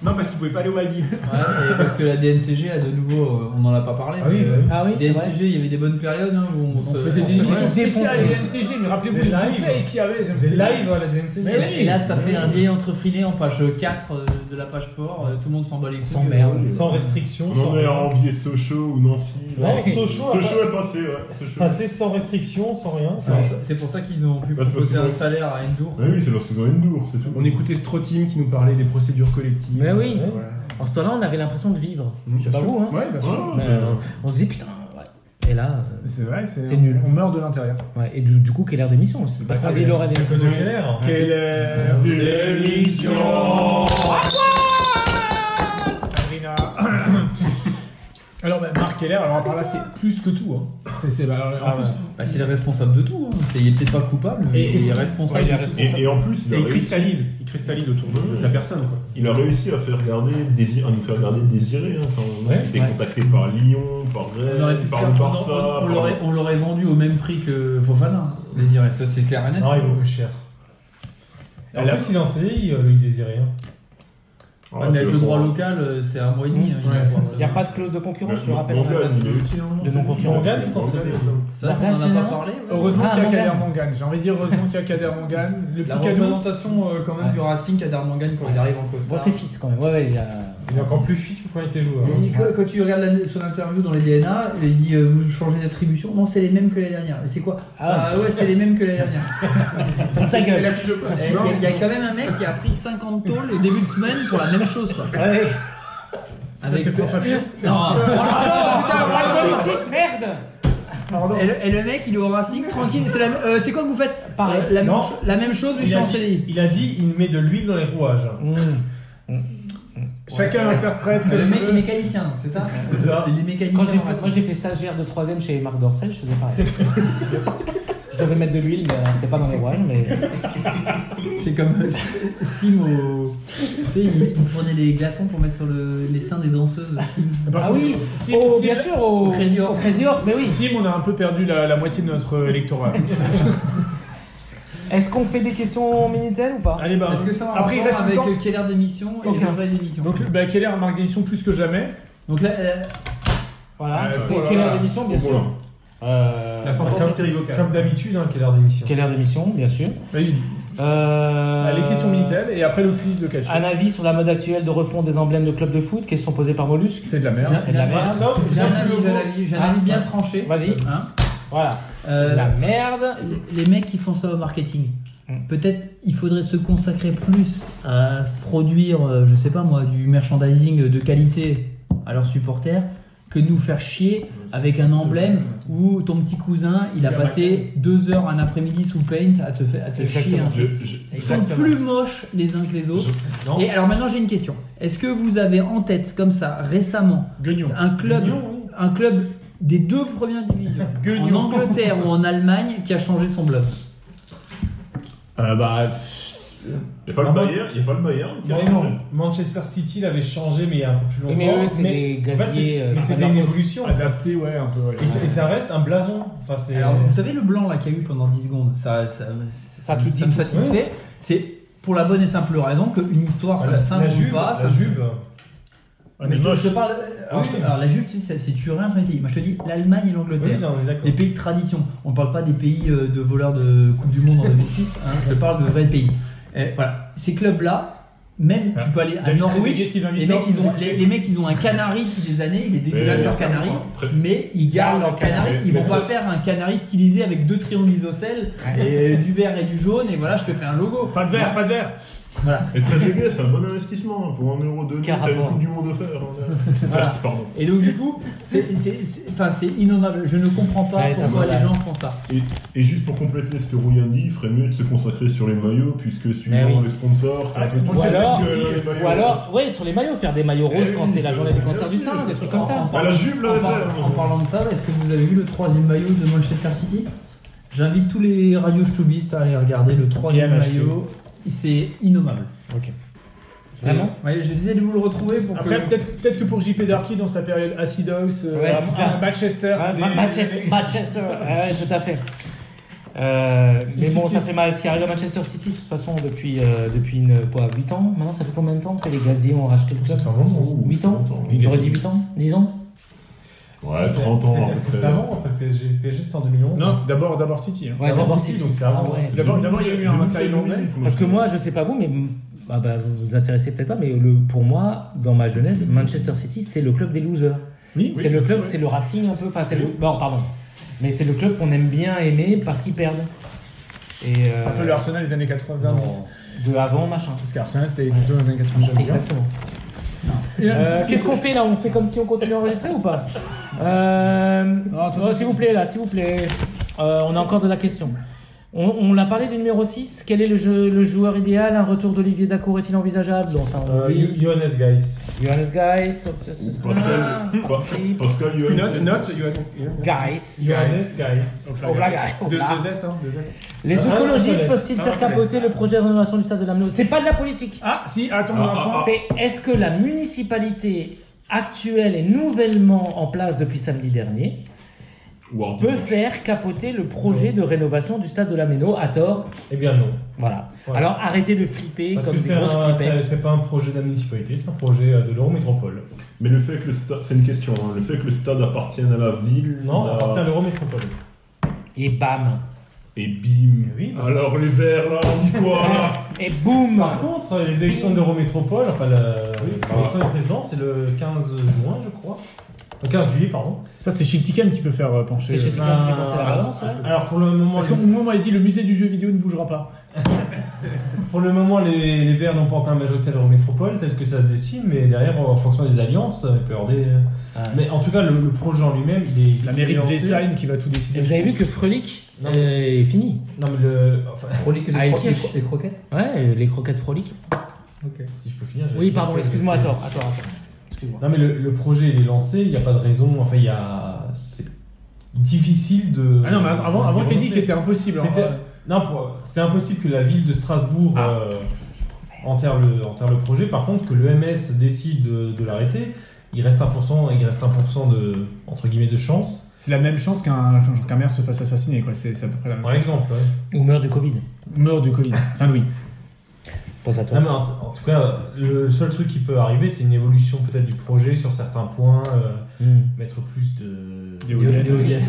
Speaker 2: Non, parce qu'il pouvait pas aller au Mali.
Speaker 5: et parce que la DNCG, a de nouveau, euh, on n'en a pas parlé.
Speaker 4: Ah oui,
Speaker 5: mais,
Speaker 4: bah
Speaker 5: euh,
Speaker 4: oui.
Speaker 3: Ah oui, c'est vrai.
Speaker 5: DNCG, il y avait des bonnes périodes hein, où on,
Speaker 3: On
Speaker 5: se-
Speaker 3: faisait
Speaker 5: on
Speaker 3: des
Speaker 5: se-
Speaker 3: émissions.
Speaker 1: spéciale
Speaker 3: défoncée.
Speaker 1: LNCG, mais rappelez-vous
Speaker 4: Des
Speaker 1: les
Speaker 4: lives.
Speaker 1: bouteilles qu'il y avait. je me
Speaker 4: Des
Speaker 1: sais-
Speaker 4: lives à la DNCG.
Speaker 1: Mais oui.
Speaker 5: Et là, ça fait un vieil entrefilé en page 4 euh, de la page sport. euh, Tout le monde s'en bat les couilles.
Speaker 3: Sans merde.
Speaker 5: Euh,
Speaker 4: Sans restriction.
Speaker 6: On
Speaker 4: Ah sans
Speaker 6: en est à envier Sochaux ou Nancy. là.
Speaker 4: Ouais, Sochaux a
Speaker 6: Sochaux est passé, ouais.
Speaker 4: C'est
Speaker 6: Sochaux.
Speaker 4: Passé sans restriction, sans rien.
Speaker 5: c'est pour ça- C'est pour ça qu'ils ont pu
Speaker 6: Parce que
Speaker 5: proposer
Speaker 6: c'est
Speaker 5: un
Speaker 6: vrai.
Speaker 5: salaire à Endur.
Speaker 6: Ouais, Ah oui, c'est lorsqu'ils ont une dour, c'est tout.
Speaker 2: On écoutait Strotim qui nous parlait des procédures collectives.
Speaker 3: Mais oui.
Speaker 2: Euh, voilà.
Speaker 3: En ce temps-là, on avait l'impression de vivre.
Speaker 2: Mmh,
Speaker 3: Je sais pas
Speaker 2: bien
Speaker 3: vous, hein.
Speaker 2: sûr. Ouais, bien sûr.
Speaker 6: Ah,
Speaker 3: Mais, euh, on se dit putain, ouais. Et là, euh,
Speaker 1: C'est vrai, c'est
Speaker 3: C'est nul.
Speaker 1: On meurt de l'intérieur.
Speaker 3: ouais. et du, du coup, quelle heure d'émission aussi Parce qu'on dit Laura
Speaker 4: Ah, C'est à
Speaker 3: d'émission.
Speaker 4: cause de Keller.
Speaker 1: Quelle est
Speaker 2: Démission
Speaker 1: Sabrina Alors, bah, Marc Keller, alors à part là, c'est plus que tout. hein. C'est, c'est- bah, alors, en
Speaker 3: Ah,
Speaker 1: plus-
Speaker 3: ouais.
Speaker 5: Bah, c'est le responsable de tout. hein. C'est- Il est peut-être pas coupable, mais
Speaker 1: Et- et
Speaker 5: il
Speaker 1: c'est-
Speaker 5: est
Speaker 1: ouais,
Speaker 5: responsable.
Speaker 1: il est
Speaker 5: de tout.
Speaker 6: Et, et en plus, il a,
Speaker 2: Et il
Speaker 6: réussi,
Speaker 2: cristallise, il cristallise autour de, de sa personne. Quoi.
Speaker 6: il a réussi à faire garder, Désir- à nous faire garder désirer. Hein. Enfin, on
Speaker 3: Ouais,
Speaker 6: a été
Speaker 3: ouais.
Speaker 6: contacté par Lyon, par
Speaker 5: On aurait pu
Speaker 6: Rennes,
Speaker 5: faire-
Speaker 6: par le
Speaker 5: on-
Speaker 6: Barça.
Speaker 5: on- on
Speaker 6: par-
Speaker 5: l'aurait- On l'aurait vendu au même prix que Fofana. hein, Désiré, ça c'est clair et net.
Speaker 4: Non, il vaut plus cher.
Speaker 1: Ah,
Speaker 4: En
Speaker 2: Là-
Speaker 4: plus, il est en CDI, euh, Loïc Désiré. hein.
Speaker 6: Ah,
Speaker 5: Ouais, mais avec
Speaker 6: c'est
Speaker 5: le droit
Speaker 6: bon.
Speaker 5: local, euh, c'est un mois et demi. hein,
Speaker 2: Ouais,
Speaker 5: a
Speaker 2: c'est
Speaker 5: pas-
Speaker 3: Il n'y a pas de clause de concurrence, je le
Speaker 6: Mon-
Speaker 3: rappelle.
Speaker 6: Morgane, il est
Speaker 3: Ouais,
Speaker 6: utile, hein.
Speaker 3: De non-confiance.
Speaker 4: Morgane, putain, c'est-
Speaker 5: C'est vrai qu'on
Speaker 3: Morgane,
Speaker 5: en a pas
Speaker 3: général.
Speaker 5: parlé. ouais.
Speaker 1: Heureusement
Speaker 3: Ah,
Speaker 1: qu'il y a
Speaker 3: Mangan.
Speaker 1: Kader Mangan. J'ai envie de dire heureusement qu'il y a Kader Mangan. Le
Speaker 5: La
Speaker 1: petit cadeau.
Speaker 5: représentation euh, quand même
Speaker 3: Ouais.
Speaker 5: du Racing à Darmangan quand il arrive en
Speaker 3: Bon,
Speaker 5: costard.
Speaker 3: c'est fit quand même. Ouais, ouais, il y a-
Speaker 4: Il est encore plus fit que hein. quand il était joueur.
Speaker 5: Il dit que- quand tu regardes la- son interview dans les DNA, il dit euh, vous changez d'attribution. Non, c'est les mêmes que l'année dernière. Mais c'est quoi
Speaker 3: Ah.
Speaker 5: Ah ouais, c'est les mêmes que l'année dernière.
Speaker 3: Ferme ta gueule.
Speaker 5: Eh, Il y, a- il y a quand même un mec qui a pris 50 tôles au début de semaine pour la même chose quoi.
Speaker 3: Ouais.
Speaker 5: Avec
Speaker 1: C'est François Fillon.
Speaker 5: Non, prends l'argent, putain, prends
Speaker 3: La
Speaker 5: l'argent.
Speaker 3: politique, merde
Speaker 1: Pardon.
Speaker 5: Et le, et le mec, il est au Racing, tranquille. C'est la m- euh, c'est quoi que vous faites
Speaker 3: Pareil.
Speaker 5: Euh, La,
Speaker 4: Non.
Speaker 5: même, cho- la même chose, mais je suis
Speaker 4: a
Speaker 5: en
Speaker 4: dit,
Speaker 5: CDI.
Speaker 4: il a dit, il met de l'huile dans les rouages.
Speaker 3: Hmm.
Speaker 1: Chacun interprète que
Speaker 5: Le
Speaker 1: il
Speaker 5: mec,
Speaker 1: veut.
Speaker 5: il est mécanicien, donc, c'est ça
Speaker 4: C'est ça.
Speaker 5: Il est mécanicien.
Speaker 3: Quand j'ai
Speaker 5: au
Speaker 3: fait, moi
Speaker 5: Racing.
Speaker 3: j'ai fait stagiaire de 3ème chez Marc Dorcel, je faisais pareil. je devais mettre de l'huile, mais euh, c'était pas dans les rouages, mais.
Speaker 5: C'est comme euh, Sim au. Tu sais, il il prenait les glaçons pour mettre sur le- les seins des danseuses. Sim.
Speaker 1: Par
Speaker 3: Ah
Speaker 1: contre,
Speaker 3: oui,
Speaker 1: si- si-
Speaker 5: Oh,
Speaker 3: au,
Speaker 1: si-
Speaker 3: bien sûr, au,
Speaker 5: au Crazy Horse.
Speaker 3: au Crazy Horse, mais oui.
Speaker 1: Sim, on a un peu perdu la, la moitié de notre électorat.
Speaker 3: Est-ce qu'on fait des questions Minitel ou pas
Speaker 1: Allez, bah,
Speaker 5: Est-ce que ça a un
Speaker 1: après, il
Speaker 5: rapport
Speaker 1: reste
Speaker 5: avec
Speaker 1: encore-
Speaker 5: euh, quelle aire d'émission et
Speaker 3: Aucun.
Speaker 5: la vraie d'émission
Speaker 1: Donc, bah, Keller marque des missions plus que jamais.
Speaker 5: Donc là, euh,
Speaker 3: Voilà,
Speaker 6: Euh,
Speaker 3: C'est
Speaker 1: voilà.
Speaker 3: quelle heure d'émission, bien
Speaker 6: Bon,
Speaker 3: sûr
Speaker 6: bon.
Speaker 3: Euh,
Speaker 2: La sentence
Speaker 4: comme-
Speaker 2: est irrévocable.
Speaker 4: Comme d'habitude, hein, quelle heure d'émission.
Speaker 3: Quelle heure d'émission, bien sûr
Speaker 1: Vas-y.
Speaker 3: Euh,
Speaker 1: les questions Minitel et après le quiz de Calcio.
Speaker 3: Un avis sur la mode actuelle de refonte des emblèmes de clubs de foot, question posée par Mollusque.
Speaker 1: C'est de la merde.
Speaker 3: C'est de la merde.
Speaker 4: Sauf-
Speaker 5: j'ai un
Speaker 4: sauf
Speaker 5: avis,
Speaker 4: le
Speaker 5: j'ai un
Speaker 4: mot-
Speaker 5: avis, j'ai un
Speaker 3: Ah,
Speaker 5: avis bien
Speaker 3: ouais.
Speaker 5: tranché.
Speaker 3: Vas-y.
Speaker 5: Hein
Speaker 3: Voilà.
Speaker 5: Euh,
Speaker 3: La merde.
Speaker 5: les mecs qui font ça au marketing,
Speaker 3: Hmm.
Speaker 5: peut-être il faudrait se consacrer plus à produire, euh, je sais pas moi, du merchandising de qualité à leurs supporters que de nous faire chier avec un emblème où ton petit cousin, il a passé deux heures un après-midi sous Paint à te, faire, à te chier. hein. un truc.
Speaker 6: Je- je-
Speaker 5: Ils sont plus moches les uns que les autres. Et alors maintenant, j'ai une question. Est-ce que vous avez en tête, comme ça, récemment,
Speaker 1: Guignon.
Speaker 5: un club, un club des deux premières divisions, en
Speaker 1: Guignon.
Speaker 5: Angleterre ou en Allemagne, qui a changé son blog
Speaker 1: Euh, bah,
Speaker 6: Y a pas le Bayern Y a pas le Bayern
Speaker 4: Bah
Speaker 6: qui a changé
Speaker 4: Manchester City l'avait changé, mais il y a un peu plus longtemps.
Speaker 3: mais eux, c'est des
Speaker 4: en fait,
Speaker 3: gaziers, euh,
Speaker 4: mais
Speaker 3: c'est pas
Speaker 4: c'était
Speaker 3: leur
Speaker 4: une
Speaker 3: faute.
Speaker 4: évolution.
Speaker 1: adapté, ouais, un peu. ouais.
Speaker 4: Et, c'est- et ça reste un blason. Enfin, c'est.
Speaker 5: Alors, vous savez, le blanc là qu'il y a eu pendant 10 secondes, ça, ça,
Speaker 3: Ça tout dit
Speaker 5: me
Speaker 3: tout.
Speaker 5: satisfait. C'est pour la bonne et simple raison qu'une histoire, ça ne s'invente
Speaker 4: Juve,
Speaker 5: pas.
Speaker 4: la
Speaker 5: ça-
Speaker 4: Juve.
Speaker 5: Mais je, te, je te parle. Alors,
Speaker 4: Oui.
Speaker 5: je te- alors, la Juve, tu sais, c'est- c'est tu rien sur les pays. Moi, je te dis l'Allemagne et
Speaker 4: Oui,
Speaker 5: l'Angleterre.
Speaker 4: non, on est d'accord.
Speaker 5: les pays de tradition. On ne parle pas des pays euh, de voleurs de Coupe du Monde en 2006. hein, je te parle de vrais pays. Et voilà. Ces clubs-là. Même, tu peux aller à
Speaker 4: David
Speaker 5: Norwich,
Speaker 4: Trezeguet, Sylvain
Speaker 5: les
Speaker 4: Mitterrand,
Speaker 5: mecs, ils ont,
Speaker 4: Trezeguet.
Speaker 5: les, les mecs, ils ont un canari depuis des années, ils déguisent leur canari,
Speaker 6: Après-
Speaker 5: mais ils gardent leur canari. Ils vont pas faire un canari stylisé avec deux triangles isocèles et euh, du vert et du jaune, et voilà, je te fais un logo.
Speaker 1: Pas de verre, pas de verre.
Speaker 6: Et Trezeguet, c'est un bon investissement. hein, Pour 1 euro de
Speaker 3: Quel
Speaker 6: t'as une
Speaker 3: rapport
Speaker 6: Coupe du Monde offert. hein. Pardon.
Speaker 5: Et donc du coup, c'est c'est- c'est- enfin, c'est innommable. Je ne comprends pas
Speaker 3: Ouais, ça
Speaker 5: pourquoi
Speaker 3: me
Speaker 5: les
Speaker 3: va.
Speaker 5: gens font ça.
Speaker 6: Et, et juste pour compléter ce que Rouyan dit, il ferait mieux de se consacrer sur les maillots, puisque suivant
Speaker 3: Mais oui.
Speaker 6: les sponsors, c'est un peu
Speaker 3: Ou alors,
Speaker 6: que les maillots.
Speaker 3: ou alors, ouais, sur les maillots, faire des maillots roses
Speaker 6: Eh
Speaker 3: quand
Speaker 6: oui,
Speaker 3: c'est la
Speaker 6: mais
Speaker 3: journée du
Speaker 6: bien
Speaker 3: cancer du
Speaker 6: sûr,
Speaker 3: sein,
Speaker 6: c'est
Speaker 3: des trucs comme ça.
Speaker 6: Ah, la jupe, là,
Speaker 5: En, par-
Speaker 6: ça,
Speaker 5: en parlant de ça, est-ce que vous avez vu le troisième maillot de Manchester City J'invite tous les radios Stubistes à aller regarder le troisième
Speaker 4: Et à l'acheter.
Speaker 5: maillot. C'est innommable.
Speaker 4: Ok.
Speaker 5: C'est-
Speaker 3: Vraiment
Speaker 5: Ouais, J'essaie de vous le retrouver pour
Speaker 1: Après,
Speaker 5: que.
Speaker 1: peut-être peut que pour JP Darky, dans sa période Acid House, euh,
Speaker 3: Ouais,
Speaker 1: à-
Speaker 3: c'est
Speaker 1: à
Speaker 3: ça.
Speaker 1: Manchester,
Speaker 3: Ouais,
Speaker 1: des-
Speaker 3: Ma- Manchester, Manchester, ouais, tout à fait. Euh, mais bon, ça fait mal ce qui arrive à Manchester City, de toute façon, depuis, euh, depuis une, quoi, 8 ans. Maintenant, ça fait combien de temps que les gaziers ont racheté le club
Speaker 4: C'est un bon moment.
Speaker 3: 8 ans
Speaker 6: longtemps.
Speaker 3: J'aurais dit 8 ans 10 ans
Speaker 6: Ouais,
Speaker 4: C'est-
Speaker 6: 30 ans. hein,
Speaker 4: c'est-
Speaker 6: à
Speaker 4: Est-ce
Speaker 6: peu
Speaker 4: que c'est
Speaker 6: près.
Speaker 4: avant ou après le PSG Le PSG, c'est en 2011.
Speaker 1: Non, c'est d'abord d'abord City. hein.
Speaker 3: Ouais,
Speaker 4: D'abord
Speaker 3: d'abord
Speaker 4: City,
Speaker 3: City.
Speaker 4: donc c'est avant.
Speaker 3: Ah ouais.
Speaker 1: D'abord, d'abord, il y a eu un
Speaker 6: 2007,
Speaker 1: Thaïlandais.
Speaker 6: 2008,
Speaker 3: Parce que moi, je sais pas vous, mais bah, bah, vous vous intéressez peut-être pas, mais le, pour moi, dans ma jeunesse, Manchester City, c'est le club des losers.
Speaker 1: Oui,
Speaker 3: c'est le club, c'est le Racing un peu. Enfin, c'est le. Bon, pardon. Mais c'est le club qu'on aime bien aimer parce qu'ils perdent. Et euh,
Speaker 1: C'est un peu le Arsenal des années 90.
Speaker 3: non, de avant, machin.
Speaker 1: Parce qu'Arsenal, c'était plutôt dans les années 90.
Speaker 3: Exactement. Euh, Qu'est-ce qu'on fait là On fait comme si on continuait à enregistrer ou pas Euh, oh, S'il vous plaît, là, s'il vous plaît. Euh, on a encore de la question. On, on l'a parlé du numéro 6. Quel est le, jeu- le joueur idéal Un retour d'Olivier Dacour est-il envisageable Dans ça, on
Speaker 4: Euh,
Speaker 3: oublie.
Speaker 4: Yo- Johannes Guys.
Speaker 3: Johannes Geis.
Speaker 6: Pascal, Pa- Pascal Johansen.
Speaker 1: Note, note, Johannes.
Speaker 3: Geis.
Speaker 4: Johannes Guys.
Speaker 3: Oblak, Geis,
Speaker 1: Deux
Speaker 3: Oblak.
Speaker 1: deux S, hein, deux S.
Speaker 3: Les
Speaker 4: Ah, on
Speaker 3: écologistes
Speaker 4: laisse.
Speaker 3: peuvent-ils
Speaker 1: Ah,
Speaker 3: faire
Speaker 1: on laisse.
Speaker 3: capoter le projet de rénovation du stade de l'Amelot C'est pas de la politique.
Speaker 1: Ah, si, attends, on a un point.
Speaker 3: C'est est-ce que la municipalité actuelle et nouvellement en place depuis samedi dernier
Speaker 6: Ou Ardi.
Speaker 3: peut faire capoter le projet de rénovation du stade de la Méno à tort
Speaker 4: Eh bien non.
Speaker 3: Voilà.
Speaker 4: Voilà.
Speaker 3: Alors arrêtez de flipper
Speaker 4: Parce
Speaker 3: comme
Speaker 4: que
Speaker 3: des
Speaker 4: c'est un-
Speaker 3: grosses
Speaker 4: c'est
Speaker 3: flippettes.
Speaker 4: c'est pas un projet de la municipalité, c'est un projet euh, de l'Eurométropole.
Speaker 6: Mais le fait que le stade, c'est une question, hein, le fait que le stade appartienne à la ville
Speaker 4: Non,
Speaker 6: la-
Speaker 4: à partir de l'Eurométropole.
Speaker 3: Et bam
Speaker 6: et bim.
Speaker 4: Oui, bah,
Speaker 6: Alors les verts là, on dit quoi là
Speaker 3: Et boum
Speaker 4: Par contre, euh, les élections de l'Eurométropole, enfin la- l'élection du président, c'est le 15 juin, je crois. Le 15 juillet, pardon.
Speaker 1: ah. Ça, c'est Chiltikem qui peut faire euh, pencher.
Speaker 3: C'est chez
Speaker 1: euh,
Speaker 3: Tigan qui fait
Speaker 4: ben,
Speaker 3: penser à la balance, ouais.
Speaker 4: Alors pour le moment,
Speaker 1: Parce qu'au
Speaker 4: les-
Speaker 1: moment où on avait dit le musée du jeu vidéo ne bougera pas.
Speaker 4: pour le moment les, les Verts n'ont pas encore la majorité à l'Eurométropole, tel que ça se dessine, mais derrière, en fonction des alliances, euh, il peut y avoir des. Mais en tout cas, le, le projet en lui-même, il est.
Speaker 1: Ah. La mairie de
Speaker 4: il est lancé.
Speaker 1: Blessheim qui va tout
Speaker 3: Et
Speaker 1: décider.
Speaker 3: vous avez vu que Frolic
Speaker 4: Non.
Speaker 3: euh, est fini.
Speaker 4: Non, mais le. Enfin,
Speaker 5: Frolic et les
Speaker 3: Ah,
Speaker 5: cro-
Speaker 3: il cherche.
Speaker 5: les cro- les croquettes
Speaker 3: Ouais, les croquettes Frolic.
Speaker 4: si je peux finir. j'avais
Speaker 3: Oui,
Speaker 4: dit
Speaker 3: pardon,
Speaker 4: que-
Speaker 3: excuse-moi, à tort, à tort, à tort. Excuse-moi.
Speaker 4: Non mais le, le projet il est lancé, il n'y a pas de raison, enfin il y a... C'est difficile de...
Speaker 1: Ah non, mais avant, avant
Speaker 4: de
Speaker 1: t'as dit que
Speaker 4: relancer.
Speaker 1: c'était Ah. impossible. hein.
Speaker 4: C'était- Non, pour- c'est impossible que la ville de Strasbourg euh, enterre, le, enterre le projet. Par contre, que l'EMS décide de, de l'arrêter, il reste 1%, il reste 1 de, entre guillemets, de chance,
Speaker 1: C'est la même chance qu'un genre qu'un maire se fasse assassiner, quoi. C'est c'est à peu près la même
Speaker 4: par
Speaker 1: chose.
Speaker 4: exemple. ouais.
Speaker 3: Ou meurt du Covid.
Speaker 1: Meurt du Covid, Saint-Louis.
Speaker 3: Pense à toi.
Speaker 4: Non, mais en, en tout cas, le seul truc qui peut arriver, c'est une évolution peut-être du projet sur certains points, euh,
Speaker 3: Hmm.
Speaker 4: mettre plus de...
Speaker 1: D'éoliennes.
Speaker 4: d'éoliennes.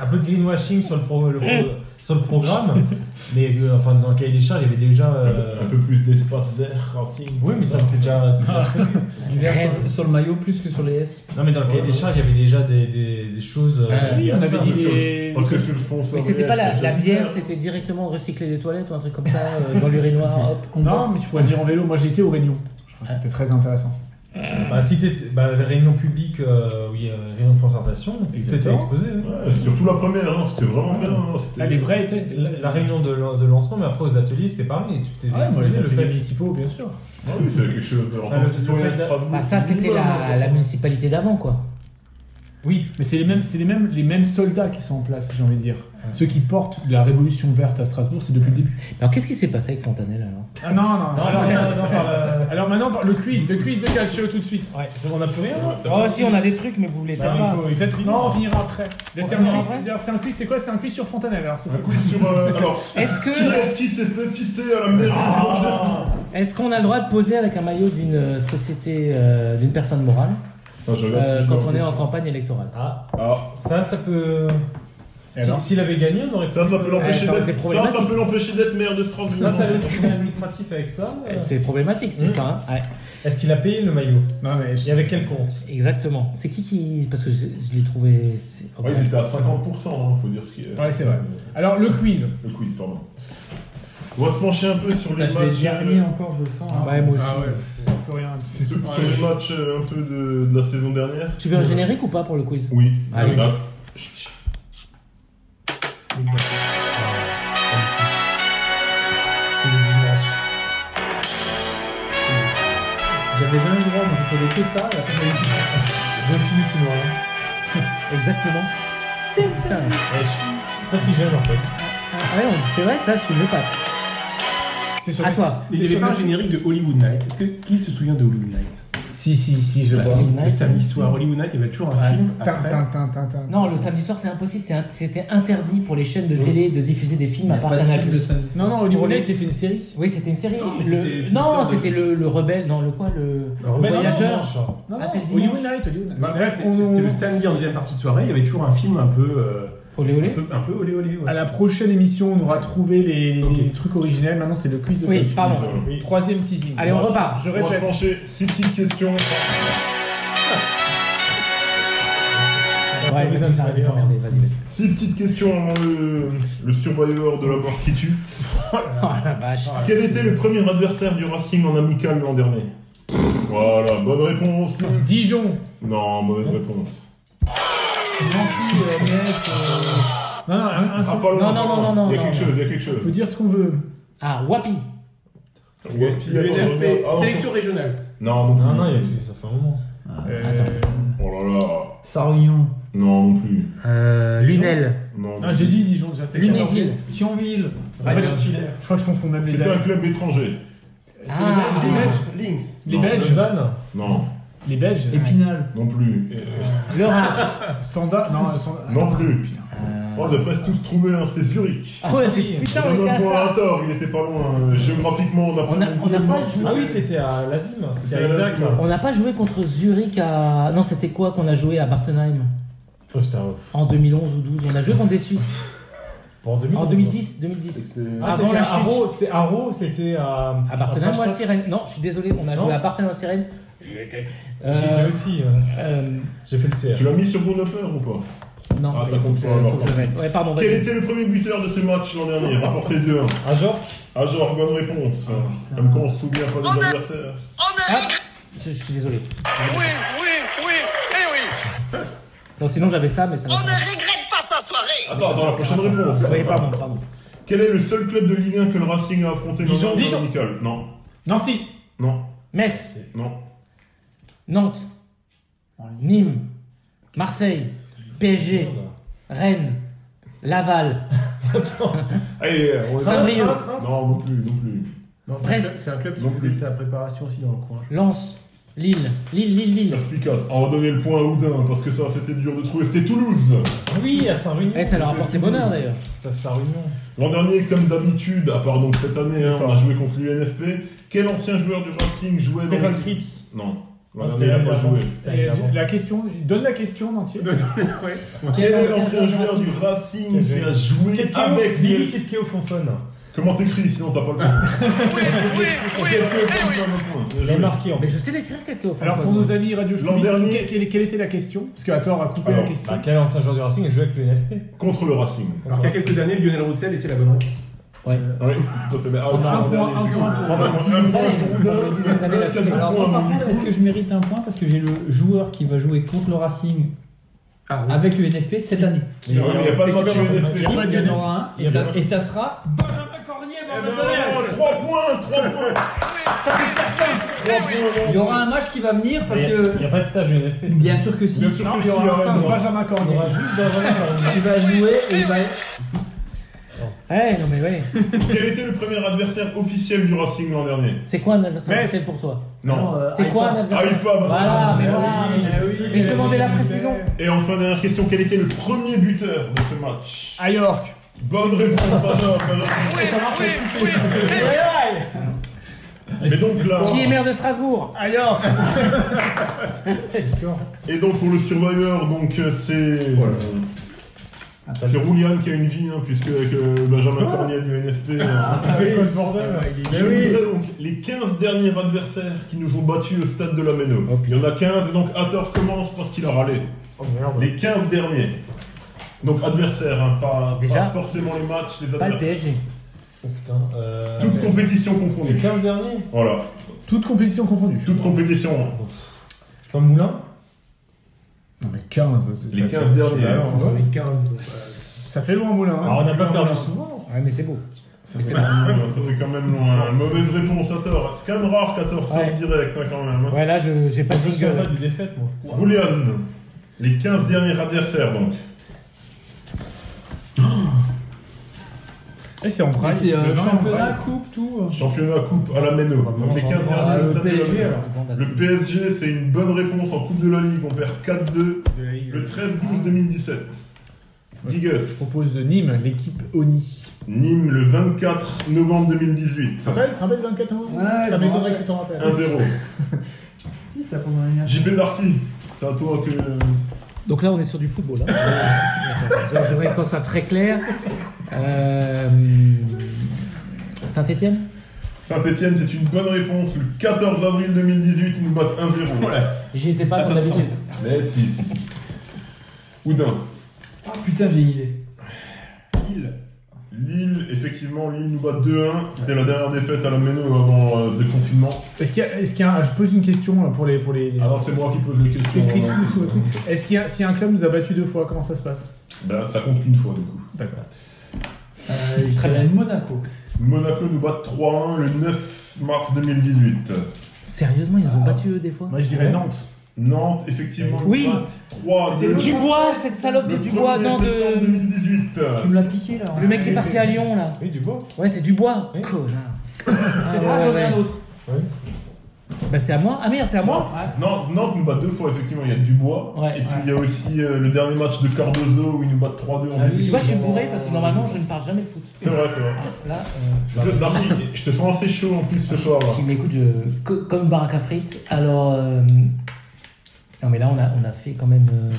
Speaker 4: un peu de greenwashing sur le, pro- le pro- sur le programme, mais euh, enfin, dans le cahier des charges, il y avait déjà. euh,
Speaker 6: Un peu plus d'espace vert, Racing.
Speaker 4: Oui, mais ça c'était déjà. c'était déjà prévu.
Speaker 5: L'hiver sur, sur le maillot plus que sur les S.
Speaker 4: non, mais dans le cahier des charges, il y avait déjà des, des, des choses. euh,
Speaker 3: Ah, oui,
Speaker 4: liées à
Speaker 1: on
Speaker 4: ça.
Speaker 1: avait dit des-
Speaker 6: Parce que sur le sponsor.
Speaker 3: Mais c'était pas la,
Speaker 6: vert,
Speaker 3: la
Speaker 6: c'est
Speaker 3: bière,
Speaker 6: déjà-
Speaker 3: c'était directement recycler des toilettes ou un truc comme ça euh, dans l'urinoir, hop.
Speaker 1: Non, mais tu pourrais venir en vélo. Moi, j'ai été au Réunion. Je crois que C'était très intéressant.
Speaker 4: Bah, si t'étais. Bah, les réunions publiques, euh, oui, euh, réunions de concertation, t'étais
Speaker 1: Exactement.
Speaker 4: exposé. oui.
Speaker 6: Ouais, surtout la première, hein, c'était vraiment bien. hein, c'était-
Speaker 4: Ah, les vrais étaient. La, la réunion de, lan- de lancement, mais après aux ateliers, c'était pareil. Tu t'es
Speaker 1: Ouais, moi, les
Speaker 4: le
Speaker 1: ateliers
Speaker 4: fait-
Speaker 1: municipaux, bien sûr.
Speaker 6: Ah oui, c'est quelque chose. Alors,
Speaker 4: Ah, le-
Speaker 6: citoyen
Speaker 4: le
Speaker 6: de
Speaker 4: fait-
Speaker 6: Strasbourg,
Speaker 3: Bah, ça,
Speaker 6: c'est
Speaker 3: c'était
Speaker 6: minimum,
Speaker 3: la,
Speaker 6: hein,
Speaker 3: la municipalité d'avant, quoi.
Speaker 1: Oui, mais c'est les mêmes, c'est les mêmes, les mêmes soldats qui sont en place, j'ai envie de dire. Ceux qui portent la révolution verte à Strasbourg, c'est depuis le début.
Speaker 3: Alors, qu'est-ce qui s'est passé avec Fontanelle alors
Speaker 1: Ah non, non,
Speaker 4: Non,
Speaker 1: alors,
Speaker 4: c'est-
Speaker 1: alors maintenant, par- le quiz, le quiz de calcio tout de suite.
Speaker 4: Ouais, c'est bon, on n'a plus rien. non
Speaker 3: Oh, si, on a des trucs, mais vous voulez
Speaker 4: Bah,
Speaker 3: pas.
Speaker 4: il faut- il faut être
Speaker 1: Non, on finira après. Mais
Speaker 3: On
Speaker 1: C'est un,
Speaker 3: finira
Speaker 1: quiz-
Speaker 3: après
Speaker 1: c'est un quiz, c'est quoi C'est un quiz sur Fontanelle. Alors, ça,
Speaker 6: Un
Speaker 1: c'est-
Speaker 6: coup sur. euh, alors,
Speaker 3: Est-ce
Speaker 6: qui
Speaker 3: que.
Speaker 6: est-ce qui s'est fait fister
Speaker 4: Ah,
Speaker 6: à la mairie
Speaker 3: Est-ce qu'on a le droit de poser avec un maillot d'une euh, société, euh, d'une personne morale,
Speaker 6: Ah, je regarde
Speaker 3: euh,
Speaker 6: si je
Speaker 3: quand
Speaker 6: vois.
Speaker 3: on est en campagne électorale
Speaker 4: Ah,
Speaker 6: Ah,
Speaker 4: ça, ça peut.
Speaker 1: Eh
Speaker 4: Si-
Speaker 1: ben.
Speaker 4: S'il avait gagné, on aurait
Speaker 6: ça, ça peut l'empêcher
Speaker 3: Eh, ça aurait été
Speaker 6: d'être. Ça, ça
Speaker 3: problématique.
Speaker 6: peut l'empêcher d'être maire de Strasbourg.
Speaker 4: Ça, t'avais le tribunal administratif avec ça. euh,
Speaker 3: Eh, C'est problématique cette
Speaker 4: Mmh.
Speaker 3: histoire. hein Ouais,
Speaker 4: Est-ce qu'il a payé le maillot
Speaker 1: Non, mais je-
Speaker 4: Et avec quel compte
Speaker 3: exactement. C'est qui qui. Parce que je, je l'ai trouvé. c'est-
Speaker 6: Ouais, il était à 50%, hein, faut dire ce qui est.
Speaker 1: Ouais, c'est vrai. Alors, le quiz.
Speaker 6: Le quiz, pardon. On va se pencher un peu sur les
Speaker 7: Je vais
Speaker 6: matchs.
Speaker 4: euh,
Speaker 7: germer encore, je le sens. hein.
Speaker 4: bah,
Speaker 3: Ouais, moi aussi.
Speaker 1: Ah ouais, plus rien.
Speaker 6: sur- sur les matchs euh, un peu de, de la saison dernière.
Speaker 3: Tu veux un générique ou pas pour le quiz
Speaker 6: Oui.
Speaker 3: Allez.
Speaker 6: Là.
Speaker 4: C'est une dimension.
Speaker 7: J'avais jamais le droit, moi je faisais que ça. et après, j'avais-
Speaker 4: Dauphine, tu vois, hein.
Speaker 3: Exactement. Putain.
Speaker 4: Ouais, je- je sais pas si j'aime en fait.
Speaker 3: Ah ouais, on- c'est vrai, là, je suis le pattes.
Speaker 1: C'est sur
Speaker 3: À
Speaker 1: les-
Speaker 3: toi.
Speaker 2: Il n'y avait pas un générique de Hollywood Night. Est-ce que qui se souvient de Hollywood Night
Speaker 1: Si, si, si, je
Speaker 2: Bah,
Speaker 1: vois.
Speaker 3: si.
Speaker 2: Le samedi soir, Hollywood Night, il y avait toujours un film.
Speaker 1: Tin,
Speaker 2: après.
Speaker 1: tin, tin, tin, tin.
Speaker 3: Non, le samedi soir, c'est impossible. c'est un- C'était interdit pour les chaînes de télé de diffuser des films à
Speaker 7: Il y a
Speaker 3: part
Speaker 7: pas de
Speaker 3: Canal+.
Speaker 7: film de samedi soir.
Speaker 1: Non, non, Hollywood Night, c'était une série.
Speaker 3: Oui, c'était une série.
Speaker 2: Non, mais c'était-
Speaker 3: Le-
Speaker 2: c'était
Speaker 3: Non,
Speaker 2: une sorte de-
Speaker 3: c'était le, le rebelle. Non, le quoi Le,
Speaker 4: Mais non,
Speaker 3: voyageur.
Speaker 4: non,
Speaker 1: Non,
Speaker 4: non,
Speaker 3: Ah,
Speaker 1: non,
Speaker 3: c'est le
Speaker 1: Hollywood
Speaker 3: dimanche.
Speaker 1: Night, Hollywood Night.
Speaker 2: Bah, bref, c'était le samedi en deuxième partie de soirée, il y avait toujours un film un peu. euh,
Speaker 3: Olé,
Speaker 2: un
Speaker 3: olé.
Speaker 2: peu, un peu olé olé. ouais.
Speaker 1: À la prochaine émission, on aura trouvé les, les-
Speaker 2: Ok.
Speaker 1: les trucs originels. Maintenant, c'est le quiz de
Speaker 3: Oui,
Speaker 1: coach.
Speaker 3: pardon.
Speaker 1: Oui. Troisième teasing.
Speaker 3: Allez, on repart.
Speaker 1: Je
Speaker 6: On va se
Speaker 1: répète.
Speaker 6: pencher. Six petites questions.
Speaker 3: Ouais, vas-y, j'arrête de t'emmerder, vas-y, vas-y.
Speaker 6: Six petites questions avant le, le survivor de la mort qui tue.
Speaker 3: Oh la vache.
Speaker 2: Ah.
Speaker 6: Quel était le premier adversaire du Racing en amical l'an dernier Voilà, bonne réponse.
Speaker 1: Dijon.
Speaker 6: Non, mauvaise réponse.
Speaker 1: Nancy, euh, MF. euh, Non, non, un, un
Speaker 6: Ah,
Speaker 1: seul.
Speaker 6: pas loin,
Speaker 3: Non, non,
Speaker 6: pas loin.
Speaker 3: non, non,
Speaker 6: Il y a
Speaker 3: non,
Speaker 6: quelque
Speaker 3: non.
Speaker 6: chose, il y a quelque
Speaker 1: On peut
Speaker 6: chose.
Speaker 1: dire ce qu'on veut.
Speaker 3: Ah, Wapi.
Speaker 6: Ouais, puis,
Speaker 2: Le
Speaker 6: attends,
Speaker 2: NFC,
Speaker 6: je regarde. Ah, non,
Speaker 2: sélection régionale.
Speaker 6: Non, non,
Speaker 4: Non, Ah, non,
Speaker 6: plus.
Speaker 4: il y a- ça fait un moment.
Speaker 3: Attends.
Speaker 6: Oh là là.
Speaker 7: Sarugnon.
Speaker 6: Non, non plus.
Speaker 3: Euh, Lunel.
Speaker 6: Non.
Speaker 1: Ah, j'ai dit Dijon déjà. c'est
Speaker 3: Lunéville.
Speaker 7: Thionville.
Speaker 1: En fait, je, je crois que je confonds même les
Speaker 6: C'était un
Speaker 1: Belges.
Speaker 6: club étranger.
Speaker 3: Ah,
Speaker 1: Les Belges.
Speaker 6: Links.
Speaker 1: Les Belges.
Speaker 4: Lausanne.
Speaker 6: Non,
Speaker 1: Les Belges.
Speaker 7: Épinal.
Speaker 6: non plus. Euh,
Speaker 3: Le
Speaker 2: Ah,
Speaker 3: Rhin.
Speaker 1: Standard. Non, euh, Standard.
Speaker 6: Non plus.
Speaker 3: Euh,
Speaker 6: Oh, on a presque tous trouvé, hein, c'était Zurich.
Speaker 3: Ah ouais, t'es- putain,
Speaker 6: On
Speaker 3: on était
Speaker 6: a un
Speaker 3: à
Speaker 6: point à
Speaker 3: ça.
Speaker 6: tort, il était pas loin. euh, Géographiquement, on a
Speaker 3: On a- on a pas joué.
Speaker 4: Ah oui, c'était à l'Azim. C'était à
Speaker 6: C'était à
Speaker 4: Isaac.
Speaker 6: l'Azim.
Speaker 3: On n'a pas joué contre Zurich à. Non, c'était quoi qu'on a joué à Bartenheim
Speaker 4: Oh, c'était un-
Speaker 3: en 2011 ou 12 On a joué contre des Suisses
Speaker 4: Bon,
Speaker 3: en
Speaker 4: 2010.
Speaker 3: 2010, 2010.
Speaker 6: C'était-
Speaker 4: Ah,
Speaker 3: Avant
Speaker 4: c'était
Speaker 3: la
Speaker 4: à
Speaker 3: chute.
Speaker 4: Haro, c'était à Haro, c'était à.
Speaker 3: À Bartenheim ou à
Speaker 4: Frascati.
Speaker 3: Sirène Non, je suis désolé, on a
Speaker 4: Non.
Speaker 3: joué à Bartenheim ou à Sirène.
Speaker 4: J'y étais aussi. euh, J'ai fait le CR.
Speaker 6: Tu l'as mis sur Bon Affaire ou pas
Speaker 3: non,
Speaker 6: Ah, ça
Speaker 3: il faut
Speaker 6: compte
Speaker 3: que je-
Speaker 6: pas, alors,
Speaker 3: faut que je
Speaker 6: par
Speaker 3: mette. Ouais, pardon,
Speaker 6: Quel
Speaker 3: vas-y.
Speaker 6: était le premier buteur de ce match l'an dernier Rapporté 2-1.
Speaker 3: Ah,
Speaker 4: À Jork
Speaker 6: Ajor, bonne réponse. Comme quoi on se souvient pas des adversaires.
Speaker 3: Ah, Je, je suis désolé. Oui, oui, oui, oui. Non, sinon j'avais ça, mais ça m'a.
Speaker 6: Attends, dans la prochaine réponse.
Speaker 3: Oui, pardon, pardon.
Speaker 6: Quel est le seul club de Ligue 1 que le Racing a affronté dans
Speaker 1: Dijon,
Speaker 6: un
Speaker 1: Dijon.
Speaker 6: amical Non,
Speaker 1: Nancy.
Speaker 6: non,
Speaker 3: Metz,
Speaker 6: non.
Speaker 3: Nantes, Nîmes, Marseille, PSG, Rennes, Laval,
Speaker 6: Allez, on est-
Speaker 3: Saint-Brieuc.
Speaker 6: Non, non plus, non plus.
Speaker 2: Non, c'est un
Speaker 3: Brest.
Speaker 2: club- C'est un club qui
Speaker 6: Non
Speaker 1: euh,
Speaker 2: faisait
Speaker 6: plus.
Speaker 2: sa préparation aussi dans le coin.
Speaker 3: Lens, Lille, Lille, Lille, Lille.
Speaker 6: Perspicace. On va donner le point à Oudin parce que ça c'était dur de trouver. C'était Toulouse.
Speaker 4: Oui, à Saint-Réunion.
Speaker 3: Eh, ça leur a porté bonheur d'ailleurs.
Speaker 4: À Saint-Réunion.
Speaker 6: L'an dernier, comme d'habitude, à part donc cette année, hein, on a joué contre l'UNFP. Quel ancien joueur du Racing jouait dans
Speaker 4: Stéphane Fritz.
Speaker 6: Non.
Speaker 4: Non,
Speaker 6: L'an
Speaker 4: c'était
Speaker 6: dernier, il a pas
Speaker 4: l'année
Speaker 6: joué.
Speaker 1: Et La question. Donne la question en entier.
Speaker 6: Quel est l'ancien
Speaker 3: ancien
Speaker 6: joueur du Racing qui a joué
Speaker 4: Ketkeo,
Speaker 6: avec
Speaker 4: Billy
Speaker 6: lui
Speaker 4: Ketkeo Fonfon.
Speaker 6: Comment t'écris Sinon t'as pas le point. Bien
Speaker 4: Il a
Speaker 6: joué.
Speaker 4: marqué en
Speaker 3: Mais
Speaker 4: fait.
Speaker 3: je sais l'écrire quelque chose.
Speaker 1: Alors pour nos amis Radio
Speaker 6: L'an
Speaker 1: Showbiz,
Speaker 6: dernier-
Speaker 1: quelle, quelle- quelle était la question Parce que Hathor a coupé
Speaker 6: Alors,
Speaker 1: la question.
Speaker 4: Bah, quel ancien joueur du Racing a joué avec le NFP
Speaker 6: Contre le Racing.
Speaker 2: Alors qu'il y a quelques années, Lionel Roussel était la bonne réponse.
Speaker 3: Ouais.
Speaker 6: Oui, tout à fait. Mais, ah, c'est
Speaker 1: Un
Speaker 6: mon
Speaker 1: point,
Speaker 6: dernier,
Speaker 1: un
Speaker 6: du coup.
Speaker 1: point pour-
Speaker 6: Pendant une
Speaker 3: dizaine
Speaker 6: dizaine
Speaker 3: d'années,
Speaker 6: d'années,
Speaker 3: une dizaine d'années
Speaker 6: Tiens,
Speaker 3: d'affilée.
Speaker 6: un
Speaker 3: Alors,
Speaker 6: point,
Speaker 3: moi,
Speaker 6: oui.
Speaker 3: par
Speaker 5: Est-ce que je mérite un point parce que j'ai le joueur qui va jouer contre le Racing
Speaker 2: Ah oui.
Speaker 5: avec le NFP cette année
Speaker 6: Il n'y a pas de match
Speaker 5: Si,
Speaker 6: UNFP.
Speaker 5: Il y en aura un
Speaker 6: Il y
Speaker 5: et
Speaker 6: a
Speaker 5: ça,
Speaker 6: pas-
Speaker 5: et ça sera Benjamin Cornier, bordel de merde
Speaker 6: 3 points, 3 points
Speaker 5: Ça c'est certain Il y aura un match qui va venir parce
Speaker 4: Il
Speaker 5: que
Speaker 4: n'y a pas de stage UNFP. c'est-
Speaker 5: bien sûr que si
Speaker 6: Bien sûr
Speaker 1: Non,
Speaker 6: que
Speaker 1: il y aura un
Speaker 6: si,
Speaker 1: stage
Speaker 6: arrête-moi.
Speaker 1: Ah, Benjamin
Speaker 4: On
Speaker 1: Cornier.
Speaker 4: aura juste euh, Benjamin Cordier.
Speaker 5: il va jouer et il va
Speaker 3: Ouais, Eh, non mais ouais.
Speaker 6: Quel était le premier adversaire officiel du Racing l'an dernier
Speaker 3: C'est quoi un adversaire
Speaker 1: Mais-
Speaker 3: officiel pour toi
Speaker 6: Non.
Speaker 5: euh,
Speaker 3: C'est quoi un adversaire
Speaker 6: Haïfa, bah,
Speaker 3: Voilà, mais voilà.
Speaker 1: Ah, oui,
Speaker 3: mais-
Speaker 1: mais oui,
Speaker 3: Mais je
Speaker 1: mais
Speaker 3: demandais la
Speaker 1: oui,
Speaker 3: précision.
Speaker 1: mais-
Speaker 6: Et enfin, dernière question, quel était le premier buteur de ce match
Speaker 1: À York.
Speaker 6: Bonne réponse, Benjamin. Benjamin.
Speaker 1: Et ça marche avec toutes les-
Speaker 6: Mais donc là,
Speaker 3: Qui est maire de Strasbourg
Speaker 1: À York.
Speaker 6: et donc pour le Survivor, donc euh, c'est... euh, C'est Roulian qui a une vie, hein, puisque avec euh, Benjamin Cornier du NFP... hein,
Speaker 4: C'est quoi ce bordel
Speaker 6: Je voudrais donc les 15 derniers adversaires qui nous ont battus au stade de la Méno. Il y en a 15 et donc Hathor commence parce qu'il a râlé. Les 15 derniers. Donc adversaires, hein, pas,
Speaker 3: Déjà
Speaker 6: pas forcément les matchs, les
Speaker 3: Pas le
Speaker 6: adversaires.
Speaker 3: PSG.
Speaker 4: Oh putain. euh,
Speaker 6: Toutes compétitions
Speaker 4: Les
Speaker 6: confondues.
Speaker 4: 15 derniers
Speaker 6: Voilà,
Speaker 1: Toutes compétitions confondues.
Speaker 6: toutes compétitions. hein.
Speaker 4: C'est pas Moulin
Speaker 1: Non mais 15.
Speaker 6: Les 15 derniers. alors.
Speaker 1: Les 15. Ça fait loin, Moulin. hein.
Speaker 4: Alors, Ah,
Speaker 1: Ça
Speaker 4: on n'a
Speaker 1: fait
Speaker 4: pas
Speaker 1: loin,
Speaker 4: perdu
Speaker 1: Moulin.
Speaker 4: souvent.
Speaker 3: Ouais, mais c'est beau.
Speaker 6: Ça fait quand même loin. hein. Mauvaise réponse Hathor. C'est quand même rare qu'Hathor sorte
Speaker 3: Ouais.
Speaker 6: direct hein, quand même. hein.
Speaker 3: Ouais, là, je- j'ai pas de
Speaker 4: Je suis pas
Speaker 3: jingle.
Speaker 4: de défaite, moi.
Speaker 6: Roulian, les 15 derniers adversaires donc.
Speaker 1: Et c'est en
Speaker 5: Mais
Speaker 1: prime.
Speaker 5: c'est euh,
Speaker 1: Le vin en
Speaker 5: championnat,
Speaker 1: prime.
Speaker 5: coupe, tout. euh.
Speaker 6: Championnat Coupe à la Méno. Donc les 15
Speaker 5: Ah,
Speaker 6: derniers au
Speaker 5: le
Speaker 6: stade de la
Speaker 5: PSG
Speaker 6: Méno.
Speaker 5: alors.
Speaker 6: Le PSG, c'est une bonne réponse en Coupe de la Ligue. On perd 4-2 le 13-12 2017.
Speaker 1: Je
Speaker 6: Ligus,
Speaker 1: propose de Nîmes, l'équipe Oni.
Speaker 6: Nîmes le 24 novembre 2018.
Speaker 1: Tu te rappelles, tu te rappelles 24 ans
Speaker 5: Ouais,
Speaker 1: Ça
Speaker 5: je
Speaker 1: m'étonnerait
Speaker 5: me
Speaker 1: que tu t'en rappelles.
Speaker 6: 1-0.
Speaker 5: Si, c'est pendant une heure.
Speaker 6: JP Darky, c'est à toi que.
Speaker 3: Donc là, on est sur du football. Hein. Genre, J'aimerais qu'on soit très clair. Euh... Saint-Etienne
Speaker 6: Saint-Etienne, c'est une bonne réponse. Le 14 avril 2018, ils nous battent 1-0.
Speaker 3: J'y étais pas comme d'habitude.
Speaker 6: Mais si, si. Oudin.
Speaker 5: Ah putain, j'ai une idée.
Speaker 6: Lille. Lille, effectivement, Lille nous bat 2-1. C'était la dernière défaite à la Méno avant euh, le confinement.
Speaker 1: Est-ce qu'il y a, est-ce qu'il y a un- je pose une question là, pour les, pour les, les
Speaker 6: Alors, c'est moi qui pose les questions.
Speaker 1: C'est Chris
Speaker 6: hein.
Speaker 1: Pousse ou un truc. Est-ce qu'il y a, si un club nous a battu deux fois, comment ça se passe
Speaker 6: Ben, ça compte une fois, du coup.
Speaker 1: D'accord.
Speaker 5: Euh, je dirais Monaco.
Speaker 6: Monaco nous bat 3-1 le 9 mars 2018.
Speaker 3: Sérieusement, ils nous ont battus eux des fois
Speaker 1: Ah, Moi, je dirais Nantes.
Speaker 6: Nantes, effectivement, nous
Speaker 3: Oui.
Speaker 6: bat 3 2
Speaker 3: Dubois, cette salope de Dubois, non de.
Speaker 6: 2018.
Speaker 5: Tu me l'as piqué là.
Speaker 3: Le mec qui est parti à Lyon là.
Speaker 4: Oui, Dubois.
Speaker 3: Ouais, c'est Dubois.
Speaker 4: Oui.
Speaker 3: Connard. Ah,
Speaker 5: Ah,
Speaker 3: ouais,
Speaker 5: j'en ai
Speaker 3: ouais.
Speaker 5: un autre.
Speaker 3: Bah, c'est à moi. Ah merde, c'est à moi.
Speaker 6: Nantes, Nantes nous bat deux fois, effectivement. Il y a Dubois.
Speaker 3: Ouais.
Speaker 6: et puis il y a aussi euh, le dernier match de Cardozo où ils nous battent 3-2 en
Speaker 4: Ah oui.
Speaker 6: début.
Speaker 3: Tu
Speaker 6: de
Speaker 3: vois, je suis
Speaker 6: saison.
Speaker 3: bourré parce que normalement, je ne parle jamais de foot.
Speaker 6: bah, C'est vrai, c'est vrai.
Speaker 3: Là, euh,
Speaker 6: Je, Darky, je te sens assez chaud en plus ce soir.
Speaker 3: Si, mais écoute, je- co- comme Baraka Frites, alors. euh, Non, mais là, on a, on a fait quand même. euh,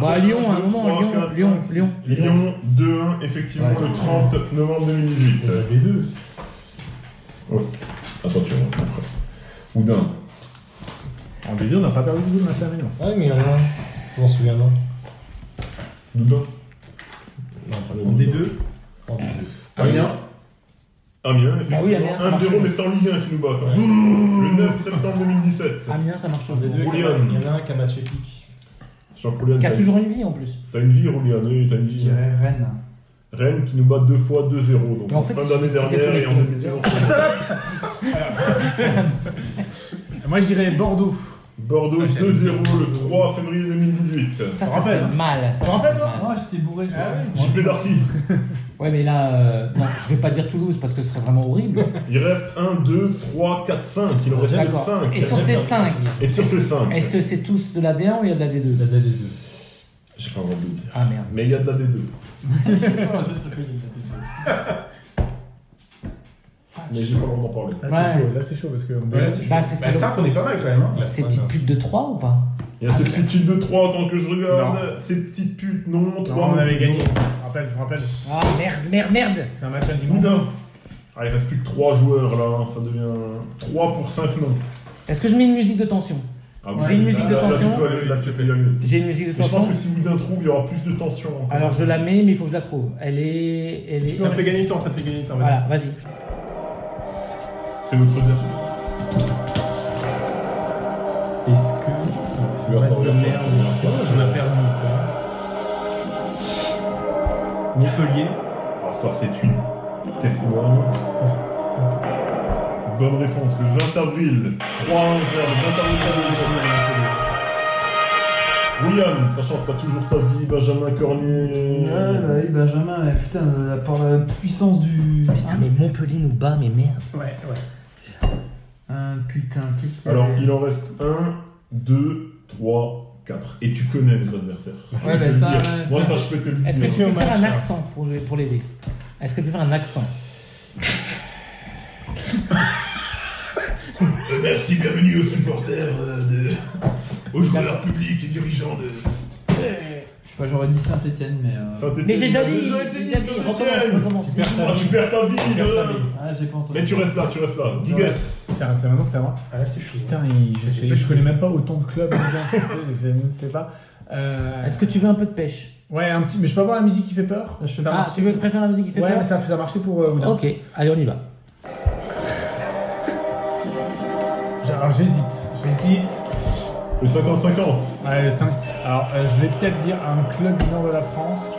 Speaker 3: Bah, à Lyon, à un moment, Lyon, Lyon, Lyon.
Speaker 6: Lyon 2-1, effectivement,
Speaker 3: Ouais,
Speaker 6: le 30 novembre 2018.
Speaker 4: Il y en avait Euh, deux aussi.
Speaker 6: Ouais. Attends, tu rentres après. Oudin.
Speaker 1: En début, on n'a pas perdu du tout le match à la maison.
Speaker 4: Ouais, mais il y en a un. Je m'en souviens, non
Speaker 6: Oudin.
Speaker 4: Non, pas le
Speaker 2: En D2,
Speaker 4: En D2.
Speaker 6: Amiens. Amiens,
Speaker 3: Bah oui, Amiens, ça
Speaker 6: effectivement.
Speaker 3: marche
Speaker 6: 1-0, mais
Speaker 3: mieux.
Speaker 6: c'est en Ligue 1 qui nous bat. hein. Le 9 septembre 2017.
Speaker 3: Amiens, ça marche
Speaker 4: En D2,
Speaker 3: toujours.
Speaker 4: il y en a- il y en a un qui a match épique.
Speaker 6: Jean Roulian,
Speaker 3: Qui a
Speaker 6: t'as-
Speaker 3: toujours une vie en plus.
Speaker 6: T'as une vie, Roulian, oui, t'as une vie. hein.
Speaker 5: Rennes.
Speaker 6: Rennes qui nous bat deux fois 2-0. Donc
Speaker 3: hein. Mais en
Speaker 6: en
Speaker 3: fait,
Speaker 6: fin
Speaker 3: si-
Speaker 6: d'année
Speaker 3: c'était tous
Speaker 6: dernière
Speaker 3: les
Speaker 6: et en
Speaker 3: clubs.
Speaker 6: 2019.
Speaker 1: Moi, je dirais Bordeaux.
Speaker 6: Bordeaux 2-0 le 3 février 2018.
Speaker 3: Ça, ça fait
Speaker 1: rappelle.
Speaker 3: mal. Ça, ça
Speaker 1: rappelle,
Speaker 3: fait
Speaker 1: toi
Speaker 3: mal.
Speaker 5: Moi, j'étais bourré. je
Speaker 1: Ah
Speaker 5: crois.
Speaker 6: JP Darky.
Speaker 3: Ouais, mais là, euh, non, je vais pas dire Toulouse parce que ce serait vraiment horrible.
Speaker 6: Il reste 1, 2, 3, 4, 5. Il en reste
Speaker 3: D'accord.
Speaker 6: 5.
Speaker 3: Et sur ces 5,
Speaker 6: Et sur ces 5.
Speaker 3: est-ce que c'est tous de la D1 ou il y a de la D2
Speaker 4: La date des deux.
Speaker 6: J'ai pas envie de le dire.
Speaker 3: Ah merde.
Speaker 6: Mais il y a de la D2.
Speaker 3: Ah,
Speaker 6: Mais j'ai pas le droit d'en parler.
Speaker 1: Là,
Speaker 3: Ouais.
Speaker 1: c'est chaud. Là, c'est chaud parce que. on
Speaker 2: Ouais,
Speaker 1: est-
Speaker 3: Bah, c'est
Speaker 2: bah,
Speaker 3: ça.
Speaker 2: 5 on est pas mal quand même. Hein, la
Speaker 3: Ces
Speaker 2: semaine.
Speaker 3: petites putes de 3 ou pas
Speaker 6: Il y a
Speaker 3: Ah,
Speaker 6: ces petites putes de 3 tant que je regarde.
Speaker 1: Non.
Speaker 6: Ces petites putes, non. 3
Speaker 1: Non, on avait gagné. Je rappelle, je rappelle.
Speaker 3: Ah merde, merde, merde
Speaker 1: C'est un match à dimanche.
Speaker 6: Boudin. Ah, il reste plus que 3 joueurs là, hein, ça devient 3 pour 5 noms.
Speaker 3: Est-ce que je mets une musique de tension
Speaker 6: Ah
Speaker 3: J'ai une musique de
Speaker 6: là, là,
Speaker 3: tension.
Speaker 6: tu peux aller, là, tu peux y aller.
Speaker 3: J'ai une musique de
Speaker 6: Mais Je pense
Speaker 3: tension.
Speaker 6: que si Woodin trouve, il y aura plus de tension. encore.
Speaker 3: Alors je la mets, mais il faut que je la trouve. Elle est. Elle est...
Speaker 2: Ça me fait gagner du temps, ça me fait gagner du temps. vas-y.
Speaker 3: Voilà, vas-y.
Speaker 6: C'est votre dernier.
Speaker 2: Est-ce que.
Speaker 6: Tu vas
Speaker 2: Match de
Speaker 6: pas regarder.
Speaker 2: merde, c'est vrai, j'en ai perdu ou pas Montpellier.
Speaker 6: Ah, ça, c'est une. Qu'est-ce qu'on a Bonne réponse, le 20 avril, 3 1 le 20 avril, William, sachant que t'as toujours ta vie, Benjamin Cornier.
Speaker 11: Ouais, bah oui, Benjamin, mais putain, la, par la puissance du.
Speaker 3: Putain, Ah, mais Montpellier nous bat, mais merde.
Speaker 11: Ouais, ouais.
Speaker 5: Ah,
Speaker 11: Hein, putain, qu'est-ce qu'il y
Speaker 6: Alors,
Speaker 11: avait
Speaker 6: il en reste 1, 2, 3, 4. Et tu connais les adversaires. Je
Speaker 5: Ouais,
Speaker 6: peux
Speaker 5: bah,
Speaker 6: te
Speaker 5: ça,
Speaker 6: le dire.
Speaker 5: ouais,
Speaker 6: Moi,
Speaker 5: ça-
Speaker 6: ça, je peux te le
Speaker 3: Est-ce que
Speaker 6: dire.
Speaker 3: tu peux faire
Speaker 4: match,
Speaker 3: un
Speaker 4: ça.
Speaker 3: accent
Speaker 2: hein.
Speaker 3: pour, pour l'aider Est-ce que tu peux faire un accent
Speaker 6: Euh, Merci, bienvenue aux supporters euh, de... aux joueurs publics et dirigeants de...
Speaker 2: Euh,
Speaker 5: Je sais pas, j'aurais dit Saint-Etienne, mais. euh,
Speaker 6: Saint-Étienne.
Speaker 3: Mais j'ai déjà dit,
Speaker 6: Saint-Étienne,
Speaker 3: j'ai déjà dit,
Speaker 6: Saint-Étienne.
Speaker 3: recommence, recommence.
Speaker 6: Ah, tu perds ta vie,
Speaker 4: perds
Speaker 6: euh.
Speaker 4: sa vie.
Speaker 5: Ah, j'ai pas entendu.
Speaker 6: Mais tu restes là, tu restes là. Digues.
Speaker 4: Tiens, c'est maintenant, c'est à moi.
Speaker 2: Ah là, c'est chaud.
Speaker 4: Putain, il- je, sais, je connais même pas autant de clubs. déjà, je sais, je sais- je ne sais pas. Euh,
Speaker 3: Est-ce que tu veux un peu de pêche
Speaker 4: Ouais, un petit. Mais je peux avoir la musique qui fait peur
Speaker 2: Je sais
Speaker 4: Ça
Speaker 2: pas.
Speaker 3: Ah,
Speaker 4: marche.
Speaker 3: tu veux préférer la musique qui fait
Speaker 4: Ouais,
Speaker 3: peur
Speaker 4: mais ça, ça a marché pour euh, Oudin.
Speaker 3: Ok, allez, on y va.
Speaker 4: J'ai- Alors j'hésite, j'hésite.
Speaker 6: Le 50-50.
Speaker 4: Ouais, le 5. Alors euh, je vais peut-être dire un club du nord de la France.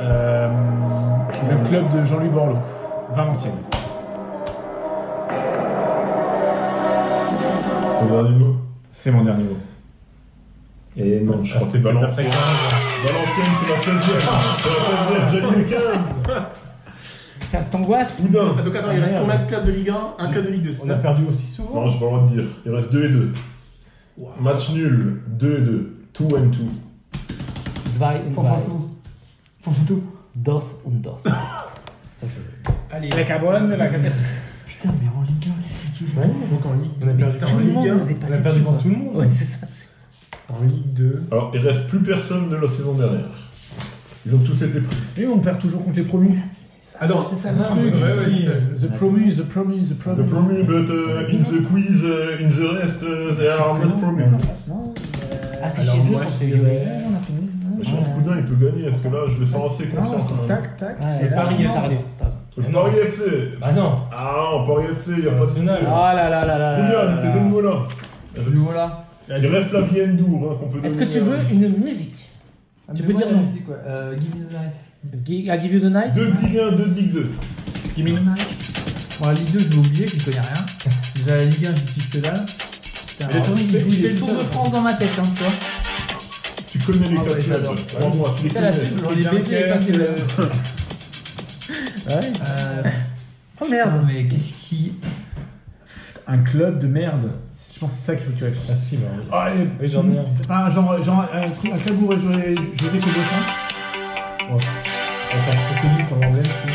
Speaker 4: Euh, le club de Jean-Louis Borloo, Valenciennes.
Speaker 6: Oh, C'est ton dernier mot
Speaker 4: C'est mon dernier mot.
Speaker 6: Et non, je
Speaker 4: Ah,
Speaker 6: crois que c'est Valenciennes. Valenciennes, Ah, c'est la 16e. C'est la 16e, j'ai dit le 15.
Speaker 3: Putain, cette angoisse
Speaker 6: Boudin.
Speaker 2: Ah, donc attends, il reste combien de clubs de Ligue 1 Un club de Ligue 2, c'est
Speaker 4: On a
Speaker 2: ça
Speaker 4: perdu aussi souvent.
Speaker 6: Non, j'ai pas le droit de dire. Il reste 2 et 2. Match nul, 2 et 2. 2 and 2.
Speaker 3: Zwei und zwei.
Speaker 2: Fanfantou. Fanfantou.
Speaker 3: Dos und dos.
Speaker 2: Allez.
Speaker 4: La cabane, la cabane.
Speaker 11: Putain, mais en Ligue
Speaker 2: Ouais, donc en Ligue
Speaker 4: On
Speaker 2: 2.
Speaker 4: a perdu
Speaker 2: en
Speaker 3: Tout le
Speaker 2: Ligue
Speaker 3: monde
Speaker 2: 1.
Speaker 3: nous est
Speaker 4: On a
Speaker 3: passé
Speaker 4: perdu
Speaker 3: dessus.
Speaker 4: contre tout le monde.
Speaker 3: Ouais, c'est ça. c'est-
Speaker 2: En Ligue 2.
Speaker 6: Alors, il reste plus personne de la saison dernière. Ils ont tous été pris.
Speaker 4: Et on perd toujours contre les promus.
Speaker 2: Ah non,
Speaker 4: C'est ça
Speaker 2: le truc.
Speaker 4: qui- the promu, the promu, the
Speaker 6: Le
Speaker 4: promu.
Speaker 6: promu,
Speaker 3: Euh,
Speaker 6: but uh, in the quiz, uh, in the rest, uh, they are not promu.
Speaker 3: Ah, c'est
Speaker 2: Alors,
Speaker 3: chez eux
Speaker 2: moi,
Speaker 3: qu'on
Speaker 2: je
Speaker 3: se fait
Speaker 2: dirais-
Speaker 3: violer. Ouais, on a fini.
Speaker 6: Mais je pense que Boudin, il peut gagner, parce que là, je le sens assez confiant. quand même.
Speaker 4: tac.
Speaker 3: Ouais,
Speaker 4: Et
Speaker 3: là,
Speaker 4: Paris,
Speaker 3: on est
Speaker 4: Paris.
Speaker 3: tardé. Pardon.
Speaker 6: Le Paris FC.
Speaker 4: Ah non.
Speaker 6: Ah, en Paris FC, il n'y a pas de
Speaker 4: National.
Speaker 6: finale.
Speaker 3: Ah là là là là là là
Speaker 6: William, t'es de
Speaker 3: là.
Speaker 6: nouveau là.
Speaker 5: Je suis voilà.
Speaker 6: Il reste la Vienne d'Our hein, qu'on peut
Speaker 3: Est-ce que
Speaker 6: donner,
Speaker 3: tu
Speaker 6: euh,
Speaker 3: veux une musique Tu peux dire non.
Speaker 5: Euh, Give me the night.
Speaker 3: Gi- I give you the night
Speaker 6: Deux de Ligue 1, deux de Ligue 2.
Speaker 5: Bon, la Ligue 2, je vais oublier, j'y connais rien. Déjà, la Ligue 1, j'y kiffe que dalle. Putain,
Speaker 2: Mais attendez,
Speaker 5: je fais-
Speaker 2: il joue
Speaker 5: je fais
Speaker 2: les
Speaker 5: le tour de
Speaker 2: seuls.
Speaker 5: France dans ma tête, hein, tu vois.
Speaker 6: Tu connais les
Speaker 5: Ah
Speaker 6: quatre
Speaker 5: ouais,
Speaker 6: clubs.
Speaker 5: j'adore.
Speaker 6: Crois-moi, tu les
Speaker 5: Fais la
Speaker 6: connais.
Speaker 5: suite, j'en ai baisé les papiers, là.
Speaker 3: Ouais.
Speaker 5: Euh,
Speaker 3: Oh
Speaker 5: Merde,
Speaker 3: merde
Speaker 5: mais qu'est-ce qui.
Speaker 4: Un club de merde. Je pense que c'est ça qu'il faut que tu réfléchisses. Facile. Oui, j'en ai un.
Speaker 1: Ah, C'est pas un genre, genre un, truc, un club où je vais que le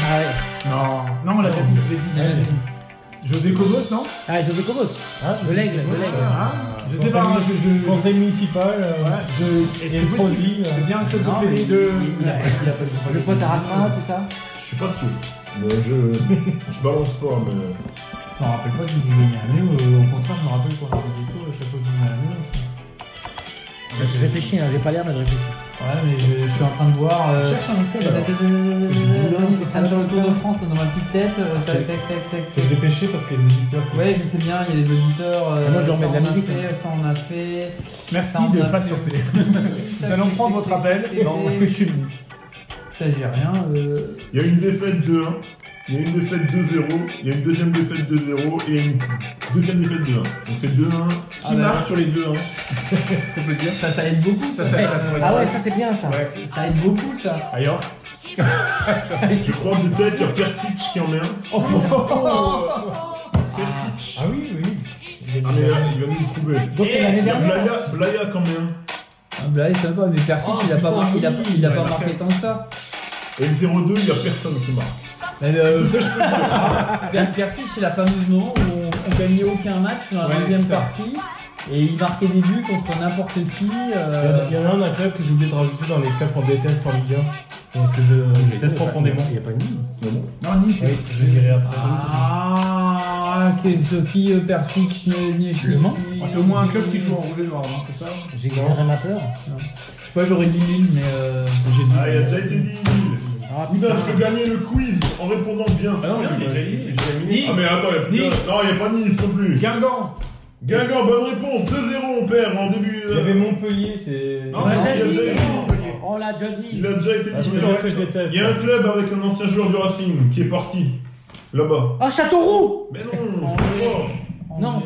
Speaker 3: Ah ouais.
Speaker 1: Non, on l'a déjà dit, je l'ai dit, je l'ai dit. José Cobos, non
Speaker 3: Ah, José Cobos De l'aigle, de l'aigle.
Speaker 1: Ah, Je sais pas, hein, je. je-
Speaker 4: Conseil municipal. euh,
Speaker 1: Voilà, je.
Speaker 4: Et
Speaker 1: c'est
Speaker 4: Estrosi,
Speaker 1: possible,
Speaker 4: euh,
Speaker 1: C'est bien un club
Speaker 5: non,
Speaker 1: de
Speaker 5: mais
Speaker 1: PD
Speaker 5: il-
Speaker 1: de.
Speaker 3: Le pote à Rama, tout ça
Speaker 6: Je suis pas sûr. Mais je, je balance pas, mais.
Speaker 5: Je me rappelle pas que j'ai gagné un nœud, euh, au contraire, je me rappelle qu'on avait des taux à chaque fois que j'ai gagné un nœud.
Speaker 3: Je je réfléchis, hein, j'ai pas l'air, mais je réfléchis.
Speaker 5: Ouais, mais je, je suis en train de voir. Euh...
Speaker 4: Cherche un
Speaker 5: Attends,
Speaker 4: club.
Speaker 5: attends, C'est ça, dans le Tour de France, dans ma petite tête. euh, Tac, tac, tac,
Speaker 4: Faut se
Speaker 5: tac.
Speaker 4: dépêcher parce que les auditeurs.
Speaker 5: Ouais, je sais bien, il y a les auditeurs. euh,
Speaker 3: Moi, je leur
Speaker 5: ça,
Speaker 3: mets de la
Speaker 5: on a
Speaker 3: musique,
Speaker 5: fait, Ça, on a fait.
Speaker 4: Merci
Speaker 5: Ça, on
Speaker 4: de
Speaker 5: a fait.
Speaker 4: patienter. Nous allons prendre votre appel dans quelques minutes.
Speaker 5: Putain, j'ai rien. Euh...
Speaker 6: Il y a une défaite 2-1. Il y a une défaite 2-0. Il y a une deuxième défaite 2-0. Et une deuxième défaite 2-1. Donc c'est 2-1.
Speaker 5: Ah,
Speaker 2: Qui
Speaker 5: bah,
Speaker 2: marche sur les deux, hein On peut le dire.
Speaker 5: Ça, ça aide beaucoup, ça.
Speaker 2: Ça, ça pourrait
Speaker 3: Ah ouais,
Speaker 2: être-
Speaker 3: ça c'est bien ça.
Speaker 2: Ouais.
Speaker 5: Ça aide beaucoup, ça.
Speaker 4: Ailleurs.
Speaker 6: Je crois de tête, il y a Persic qui en met un.
Speaker 3: Oh
Speaker 6: oh,
Speaker 3: putain
Speaker 6: Persic.
Speaker 4: Ah oui, oui.
Speaker 6: Ah, mais là, il va nous le trouver.
Speaker 3: Donc c'est l'année
Speaker 6: Il y a
Speaker 3: dernière
Speaker 6: Blaya, Blaya qui en met un.
Speaker 5: Ah, bah, ça va, mais Persic,
Speaker 2: Oh,
Speaker 5: il a pas
Speaker 2: putain,
Speaker 5: marqué, il a,
Speaker 2: oui,
Speaker 5: il a
Speaker 2: il
Speaker 5: pas
Speaker 2: a marqué.
Speaker 5: marqué tant que ça.
Speaker 6: Et le 0-2, il y a personne qui marque.
Speaker 5: Mais euh, Persic, Ah, c'est la fameuse moment où on, on gagnait aucun match dans la
Speaker 2: Ouais,
Speaker 5: deuxième
Speaker 2: c'est ça.
Speaker 5: partie. Et il marquait des buts contre n'importe qui.
Speaker 4: Il y en a-
Speaker 5: Euh...
Speaker 4: il y en a un, un club que j'ai oublié de rajouter dans les clubs qu'on déteste en Ligue 1. Et que je déteste profondément.
Speaker 6: Mais bon.
Speaker 1: Non, Nîmes, c'est.
Speaker 4: Oui, je dirais après.
Speaker 5: Ah,
Speaker 7: Sophie, euh, Persic,
Speaker 1: Le Mans C'est au moins un club qui joue en rouge et noir, non C'est ça
Speaker 3: J'ai gagné un amateur.
Speaker 7: Je sais pas, j'aurais dit Lille, mais euh, j'ai dit.
Speaker 6: Ah, il a déjà été dit Lille.
Speaker 3: Ah,
Speaker 6: Putain,
Speaker 3: putain.
Speaker 6: ben, je peux gagner le quiz en répondant bien.
Speaker 1: Ah non, j'ai déjà
Speaker 6: dit.
Speaker 1: dit.
Speaker 6: Ah, mais
Speaker 1: Nice
Speaker 6: attends, il y a-
Speaker 1: Nice.
Speaker 6: non, il n'y a pas de Nice non plus.
Speaker 1: Guingamp
Speaker 6: Guingamp, bonne réponse. 2-0, on perd en début. euh,
Speaker 4: Il y avait Montpellier, c'est.
Speaker 1: Non, on l'a
Speaker 6: il a
Speaker 1: déjà dit.
Speaker 6: déjà été dit.
Speaker 3: On l'a déjà dit.
Speaker 6: Il a déjà été
Speaker 4: Ah,
Speaker 6: dit.
Speaker 4: je me jure que je
Speaker 6: Il
Speaker 4: déteste.
Speaker 6: y a un club avec un ancien joueur du Racing qui est parti. Là-bas.
Speaker 3: Ah, Châteauroux
Speaker 6: Mais non, c'est mort.
Speaker 3: Non.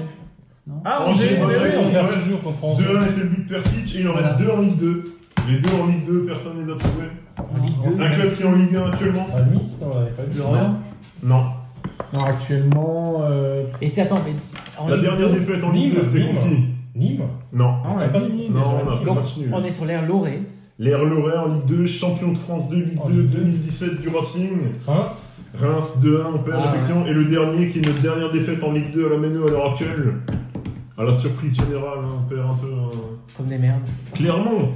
Speaker 4: Ah,
Speaker 6: Angers,
Speaker 4: Oh. Angers,
Speaker 6: Angers,
Speaker 4: oui, on perd
Speaker 6: Angers.
Speaker 4: toujours contre Angers.
Speaker 6: 2-1 et c'est le but de Persic et il en reste 2 en Ligue 2. Les deux en Ligue 2, personne ne les a trouvés. C'est un club qui est en Ligue 1 actuellement
Speaker 4: Ah, Nice, non, on l'avait pas vu.
Speaker 6: Non.
Speaker 1: Non, actuellement. euh,
Speaker 3: Et c'est attends, mais. en
Speaker 6: La
Speaker 3: Ligue
Speaker 6: dernière
Speaker 3: deux,
Speaker 6: défaite en Ligue 2, c'était
Speaker 4: Nîmes.
Speaker 6: contre qui
Speaker 4: Nîmes Ah,
Speaker 6: Non.
Speaker 1: Non, on l'a dit, Nîmes,
Speaker 6: Non,
Speaker 1: déjà.
Speaker 6: on a fait
Speaker 3: Donc,
Speaker 6: match nul.
Speaker 3: On est sur l'air Loré.
Speaker 6: L'air Loret en Ligue 2, champion de France de Ligue
Speaker 4: En
Speaker 6: 2
Speaker 4: Ligue 2.
Speaker 6: 2017 du Racing.
Speaker 4: Reims
Speaker 6: Reims 2-1, on perd
Speaker 3: Ah,
Speaker 6: effectivement. Et le dernier qui est notre dernière défaite en Ligue 2 à la Méno à l'heure actuelle. À la surprise générale, hein, on perd un peu. hein.
Speaker 3: Comme des merdes.
Speaker 6: Clermont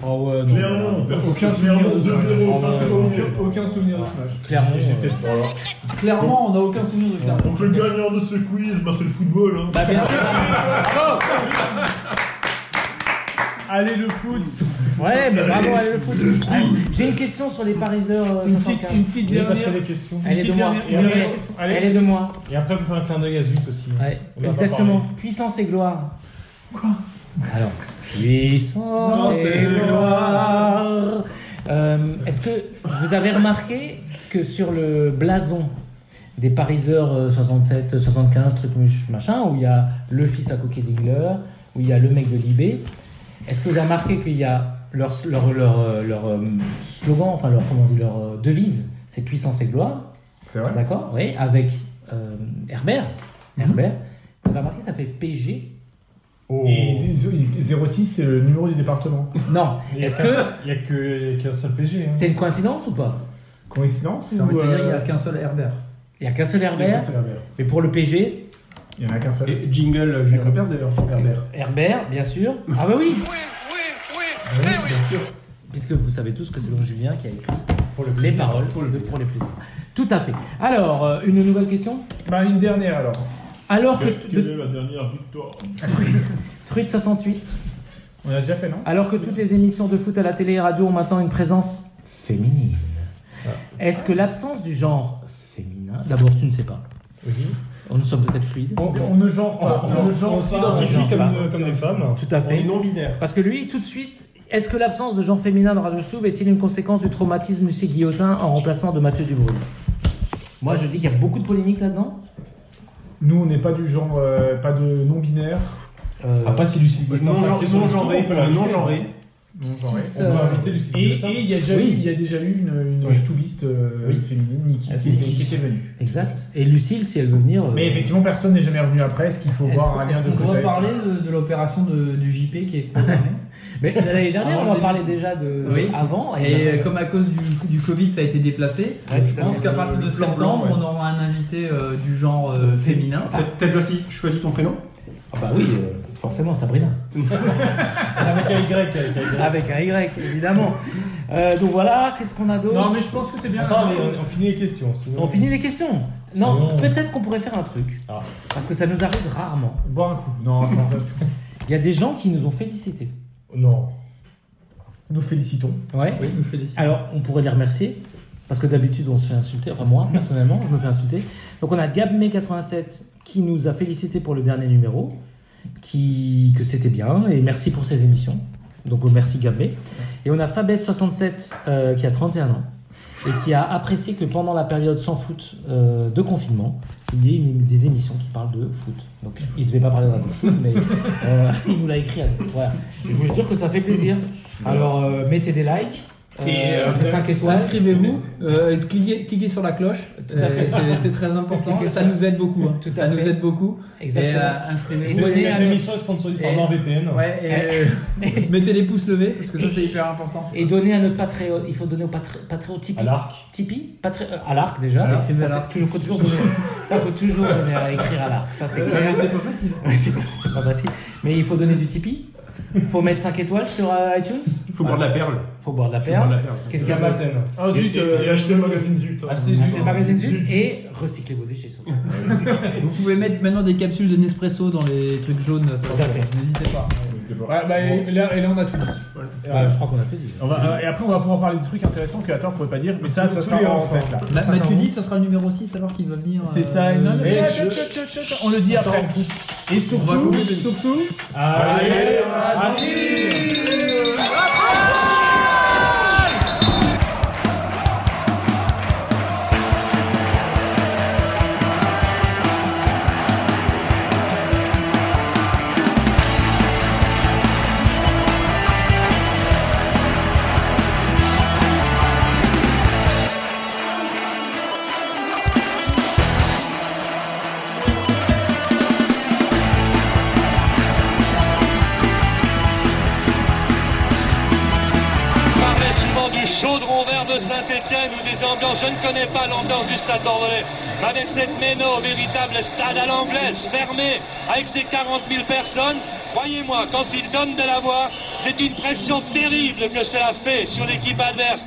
Speaker 4: Oh ouais, non.
Speaker 6: Clermont on perd contre
Speaker 1: Aucun
Speaker 6: Clermont
Speaker 1: souvenir de
Speaker 6: 2-0
Speaker 1: ce match.
Speaker 6: fin février.
Speaker 1: Aucun, aucun souvenir de ce match.
Speaker 3: Clairement.
Speaker 4: J'ai- j'ai
Speaker 3: euh,
Speaker 4: peut-être-
Speaker 6: Voilà.
Speaker 7: Clairement, on n'a aucun souvenir de Clermont.
Speaker 6: Donc le gagnant de ce quiz, bah, c'est le football. hein.
Speaker 3: Bah, bien sûr. Bravo.
Speaker 1: Allez, le foot
Speaker 3: Ouais, mais bravo, allez le foot. Allez, J'ai une question sur les pariseurs euh,
Speaker 1: Une petite, une
Speaker 3: 75.
Speaker 1: petite
Speaker 4: Il reste
Speaker 1: dernière.
Speaker 4: des questions.
Speaker 3: Elle est de
Speaker 1: petite
Speaker 3: moi.
Speaker 1: dernière-
Speaker 3: Et après,
Speaker 1: dernière question. Allez.
Speaker 3: Elle est de moi.
Speaker 4: Et après, vous faites un clin d'œil à Zuc aussi.
Speaker 3: Ouais,
Speaker 4: On va
Speaker 3: exactement.
Speaker 4: pas
Speaker 3: Puissance et gloire.
Speaker 1: Quoi
Speaker 3: Alors, puissance
Speaker 1: Non, c'est
Speaker 3: et gloire. Euh, Est-ce que vous avez remarqué que sur le blason des Pariseurs euh, 67, 75, truc much- machin, où il y a le fils à Coquet Digler, où il y a le mec de Libé, est-ce que vous avez remarqué qu'il y a leur, leur, leur, euh, leur, euh, slogan, enfin leur, comment on dit, leur euh, devise, c'est puissance et gloire
Speaker 2: C'est vrai
Speaker 3: D'accord, oui, avec euh, Herbert.
Speaker 4: Mm-hmm.
Speaker 3: Herbert, vous avez remarqué, ça fait PG
Speaker 1: Et
Speaker 6: Oh.
Speaker 1: 06, c'est le numéro du département.
Speaker 3: Non,
Speaker 4: Il y a
Speaker 3: est-ce
Speaker 4: qu'un-
Speaker 3: que
Speaker 4: Il n'y a que- il y a qu'un seul PG. hein.
Speaker 3: c'est une coïncidence ou pas
Speaker 1: Coïncidence
Speaker 7: J'ai
Speaker 1: ou,
Speaker 7: envie de te dire, il n'y a
Speaker 1: euh,
Speaker 7: qu'un seul Herbert.
Speaker 3: Il n'y a qu'un seul
Speaker 1: il y a qu'un
Speaker 3: Herbert,
Speaker 1: seul Herbert.
Speaker 3: mais pour le PG,
Speaker 1: Il y en a qu'un seul.
Speaker 2: Et jingle Julien Lepers d'ailleurs, Herbert.
Speaker 3: Herbert, bien sûr. Ah bah oui Puisque vous savez tous que c'est donc Julien qui a écrit les paroles pour, le pour les plaisirs. Tout à fait. Alors, euh, une nouvelle question
Speaker 1: Bah, une dernière alors.
Speaker 3: Alors que
Speaker 6: Quelle
Speaker 3: tu-
Speaker 6: quelle
Speaker 3: de
Speaker 6: est la dernière victoire
Speaker 3: Truc 68,
Speaker 1: On a déjà fait, non
Speaker 3: alors que toutes les émissions de foot à la télé et radio ont maintenant une présence féminine, est-ce que l'absence du genre féminin, d'abord tu ne sais pas
Speaker 4: Vas-y.
Speaker 3: On nous sommes peut-être fluides.
Speaker 1: on, on ne genre pas.
Speaker 3: Oh,
Speaker 4: On-
Speaker 1: On, ne genre
Speaker 4: On
Speaker 1: pas.
Speaker 4: s'identifie
Speaker 3: non,
Speaker 4: comme
Speaker 3: non,
Speaker 4: euh, comme des femmes.
Speaker 3: Tout à
Speaker 1: On est
Speaker 3: fait.
Speaker 1: non binaire.
Speaker 3: Parce que lui, tout de suite, est-ce que l'absence de genre féminin dans Radio Stouff est-il une conséquence du traumatisme du Guillotin en remplacement de Mathieu Dubrul Moi, je dis qu'il y a beaucoup de polémiques là-dedans.
Speaker 1: Nous, on n'est pas du genre, euh, pas de non binaire.
Speaker 3: Euh,
Speaker 4: Après, si Lucie Guillotin s'inscrit sur le tour, on peut l'inviter.
Speaker 3: six,
Speaker 4: On peut
Speaker 3: euh,
Speaker 4: inviter Lucie
Speaker 1: Et
Speaker 4: Guillotin.
Speaker 1: et il y a déjà
Speaker 3: Oui.
Speaker 1: eu, il y a déjà eu une, une
Speaker 4: Oui.
Speaker 1: toubiste euh,
Speaker 4: Oui.
Speaker 1: féminine qui, qui- qui était venue.
Speaker 3: Exact. Et Lucille, si elle veut venir. euh,
Speaker 1: Mais effectivement, personne n'est jamais revenu après. Est-ce qu'il faut
Speaker 3: Est-ce
Speaker 1: voir
Speaker 3: qu'on-
Speaker 1: un lien
Speaker 3: est-ce
Speaker 1: de
Speaker 3: qu'on
Speaker 7: On
Speaker 1: cause à
Speaker 7: va
Speaker 1: effet
Speaker 7: parler de, de l'opération de- du JP qui est programmée.
Speaker 3: Mais l'année dernière,
Speaker 7: Ah,
Speaker 3: on en
Speaker 7: on
Speaker 3: parlait
Speaker 7: est-
Speaker 3: déjà de
Speaker 7: Oui.
Speaker 3: avant.
Speaker 7: Et euh,
Speaker 3: ben,
Speaker 7: comme à cause du, du Covid, ça a été déplacé,
Speaker 3: Ouais,
Speaker 7: je
Speaker 3: tout à
Speaker 7: pense
Speaker 3: fait.
Speaker 7: qu'à partir de
Speaker 2: Le plan
Speaker 7: septembre,
Speaker 2: blanc,
Speaker 7: on
Speaker 2: ouais.
Speaker 7: aura un invité euh, du genre euh, féminin.
Speaker 2: T'as déjà si- choisi ton prénom
Speaker 3: Ah bah oui, euh, forcément, Sabrina.
Speaker 4: Avec un Y, avec un Y.
Speaker 3: Avec un Y, évidemment. Euh, donc voilà, qu'est-ce qu'on a d'autre euh,
Speaker 1: Non, mais je pense que c'est bien.
Speaker 4: Attends, Ah, mais on, on finit les questions. Sinon...
Speaker 3: On finit les questions. Non,
Speaker 4: Sinon-
Speaker 3: peut-être qu'on pourrait faire un truc.
Speaker 4: Ah.
Speaker 3: Parce que ça nous arrive rarement.
Speaker 1: Boire un coup. Non, c'est pas ça.
Speaker 3: Il y a des gens qui nous ont félicités.
Speaker 4: Non.
Speaker 1: Nous félicitons.
Speaker 3: Ouais.
Speaker 7: Oui, nous félicitons.
Speaker 3: Alors, on pourrait les remercier, parce que d'habitude, on se fait insulter. Enfin, moi, personnellement, je me fais insulter. Donc, on a Gabme87 qui nous a félicité pour le dernier numéro, qui, que c'était bien, et merci pour ses émissions. Donc, oh, merci Gabme. Et on a Fabès67 euh, qui a 31 ans et qui a apprécié que pendant la période sans foot euh, de confinement, il y ait une- des émissions qui parlent de foot. Donc, il devait pas parler de radio foot, mais euh, il nous l'a écrit à nous. Voilà. Et Je voulais dire que ça fait plaisir. Alors, euh, mettez des likes.
Speaker 1: Et, euh,
Speaker 3: 5 étoiles.
Speaker 7: Inscrivez-vous, euh, cliquez, cliquez sur la cloche,
Speaker 3: à
Speaker 7: euh,
Speaker 3: fait.
Speaker 7: c'est- c'est très important,
Speaker 3: Cliquez
Speaker 7: ça
Speaker 3: sur-
Speaker 7: nous aide beaucoup. hein.
Speaker 3: Tout à
Speaker 7: Ça nous
Speaker 3: fait.
Speaker 7: aide beaucoup. Et, euh,
Speaker 3: Exactement.
Speaker 7: inscrivez-vous.
Speaker 4: Cette
Speaker 3: Abonnez à
Speaker 4: cette
Speaker 3: nous.
Speaker 4: émission est sponsorisée par
Speaker 7: Et-
Speaker 4: NordVPN.
Speaker 7: Ouais, et, euh, mettez les pouces levés parce que ça c'est hyper important.
Speaker 3: Et donner à notre Patreon. Il faut donner au Patre- Patreon Tipeee.
Speaker 4: À l'arc.
Speaker 3: Tipeee Patre- euh, À l'arc déjà.
Speaker 7: Alors,
Speaker 3: ça,
Speaker 7: à l'arc.
Speaker 3: c'est toujours, faut toujours donner. ça, faut toujours donner à écrire à l'arc. Ça, c'est clair.
Speaker 7: C'est pas facile.
Speaker 3: Ouais, c'est pas, c'est pas facile. Mais il faut donner du Tipeee. Faut mettre 5 étoiles sur euh, iTunes
Speaker 2: Faut boire de la perle.
Speaker 3: Faut boire de la
Speaker 2: Faut boire de
Speaker 3: perle.
Speaker 2: la perle. ça.
Speaker 3: Qu'est-ce qu'il y a pas
Speaker 1: Ah
Speaker 6: Et,
Speaker 1: zut,
Speaker 6: et-
Speaker 1: euh,
Speaker 6: et achetez le magazine Zut. hein.
Speaker 4: Achetez
Speaker 3: Achetez le magazine
Speaker 6: Zut.
Speaker 3: Zut et recyclez vos déchets. surtout.
Speaker 5: Vous pouvez mettre maintenant des capsules de Nespresso dans les trucs jaunes. c'est
Speaker 3: Tout à fait.
Speaker 5: important. N'hésitez pas.
Speaker 6: N'hésitez pas.
Speaker 1: Ouais, bah, et, là, et là, on a tout dit. Et,
Speaker 3: Bah,
Speaker 1: euh,
Speaker 3: je crois qu'on a tout dit.
Speaker 1: on va- euh, et après, on va pouvoir parler de trucs intéressants que Hathor ne pouvait pas dire, mais ça, ça
Speaker 2: Tous
Speaker 1: sera
Speaker 2: les
Speaker 1: en
Speaker 2: enfants.
Speaker 1: tête là.
Speaker 5: Ma- Mathieu dit, ce sera le numéro 6 alors qu'il va venir.
Speaker 1: C'est
Speaker 5: euh,
Speaker 1: ça,
Speaker 5: le-
Speaker 1: non, non,
Speaker 5: le-
Speaker 1: attends, attends, attends, attends, on le dit après. Et surtout, surtout,
Speaker 4: Allez,
Speaker 12: Parlez-moi du chaudron vert de Saint-Etienne ou des ambiances. Je ne connais pas l'ambiance du stade d'Orléans. Avec cette méno, véritable stade à l'anglaise, fermé, avec ses 40 000 personnes, croyez-moi, quand il donne de la voix, c'est une pression terrible que cela fait sur l'équipe adverse.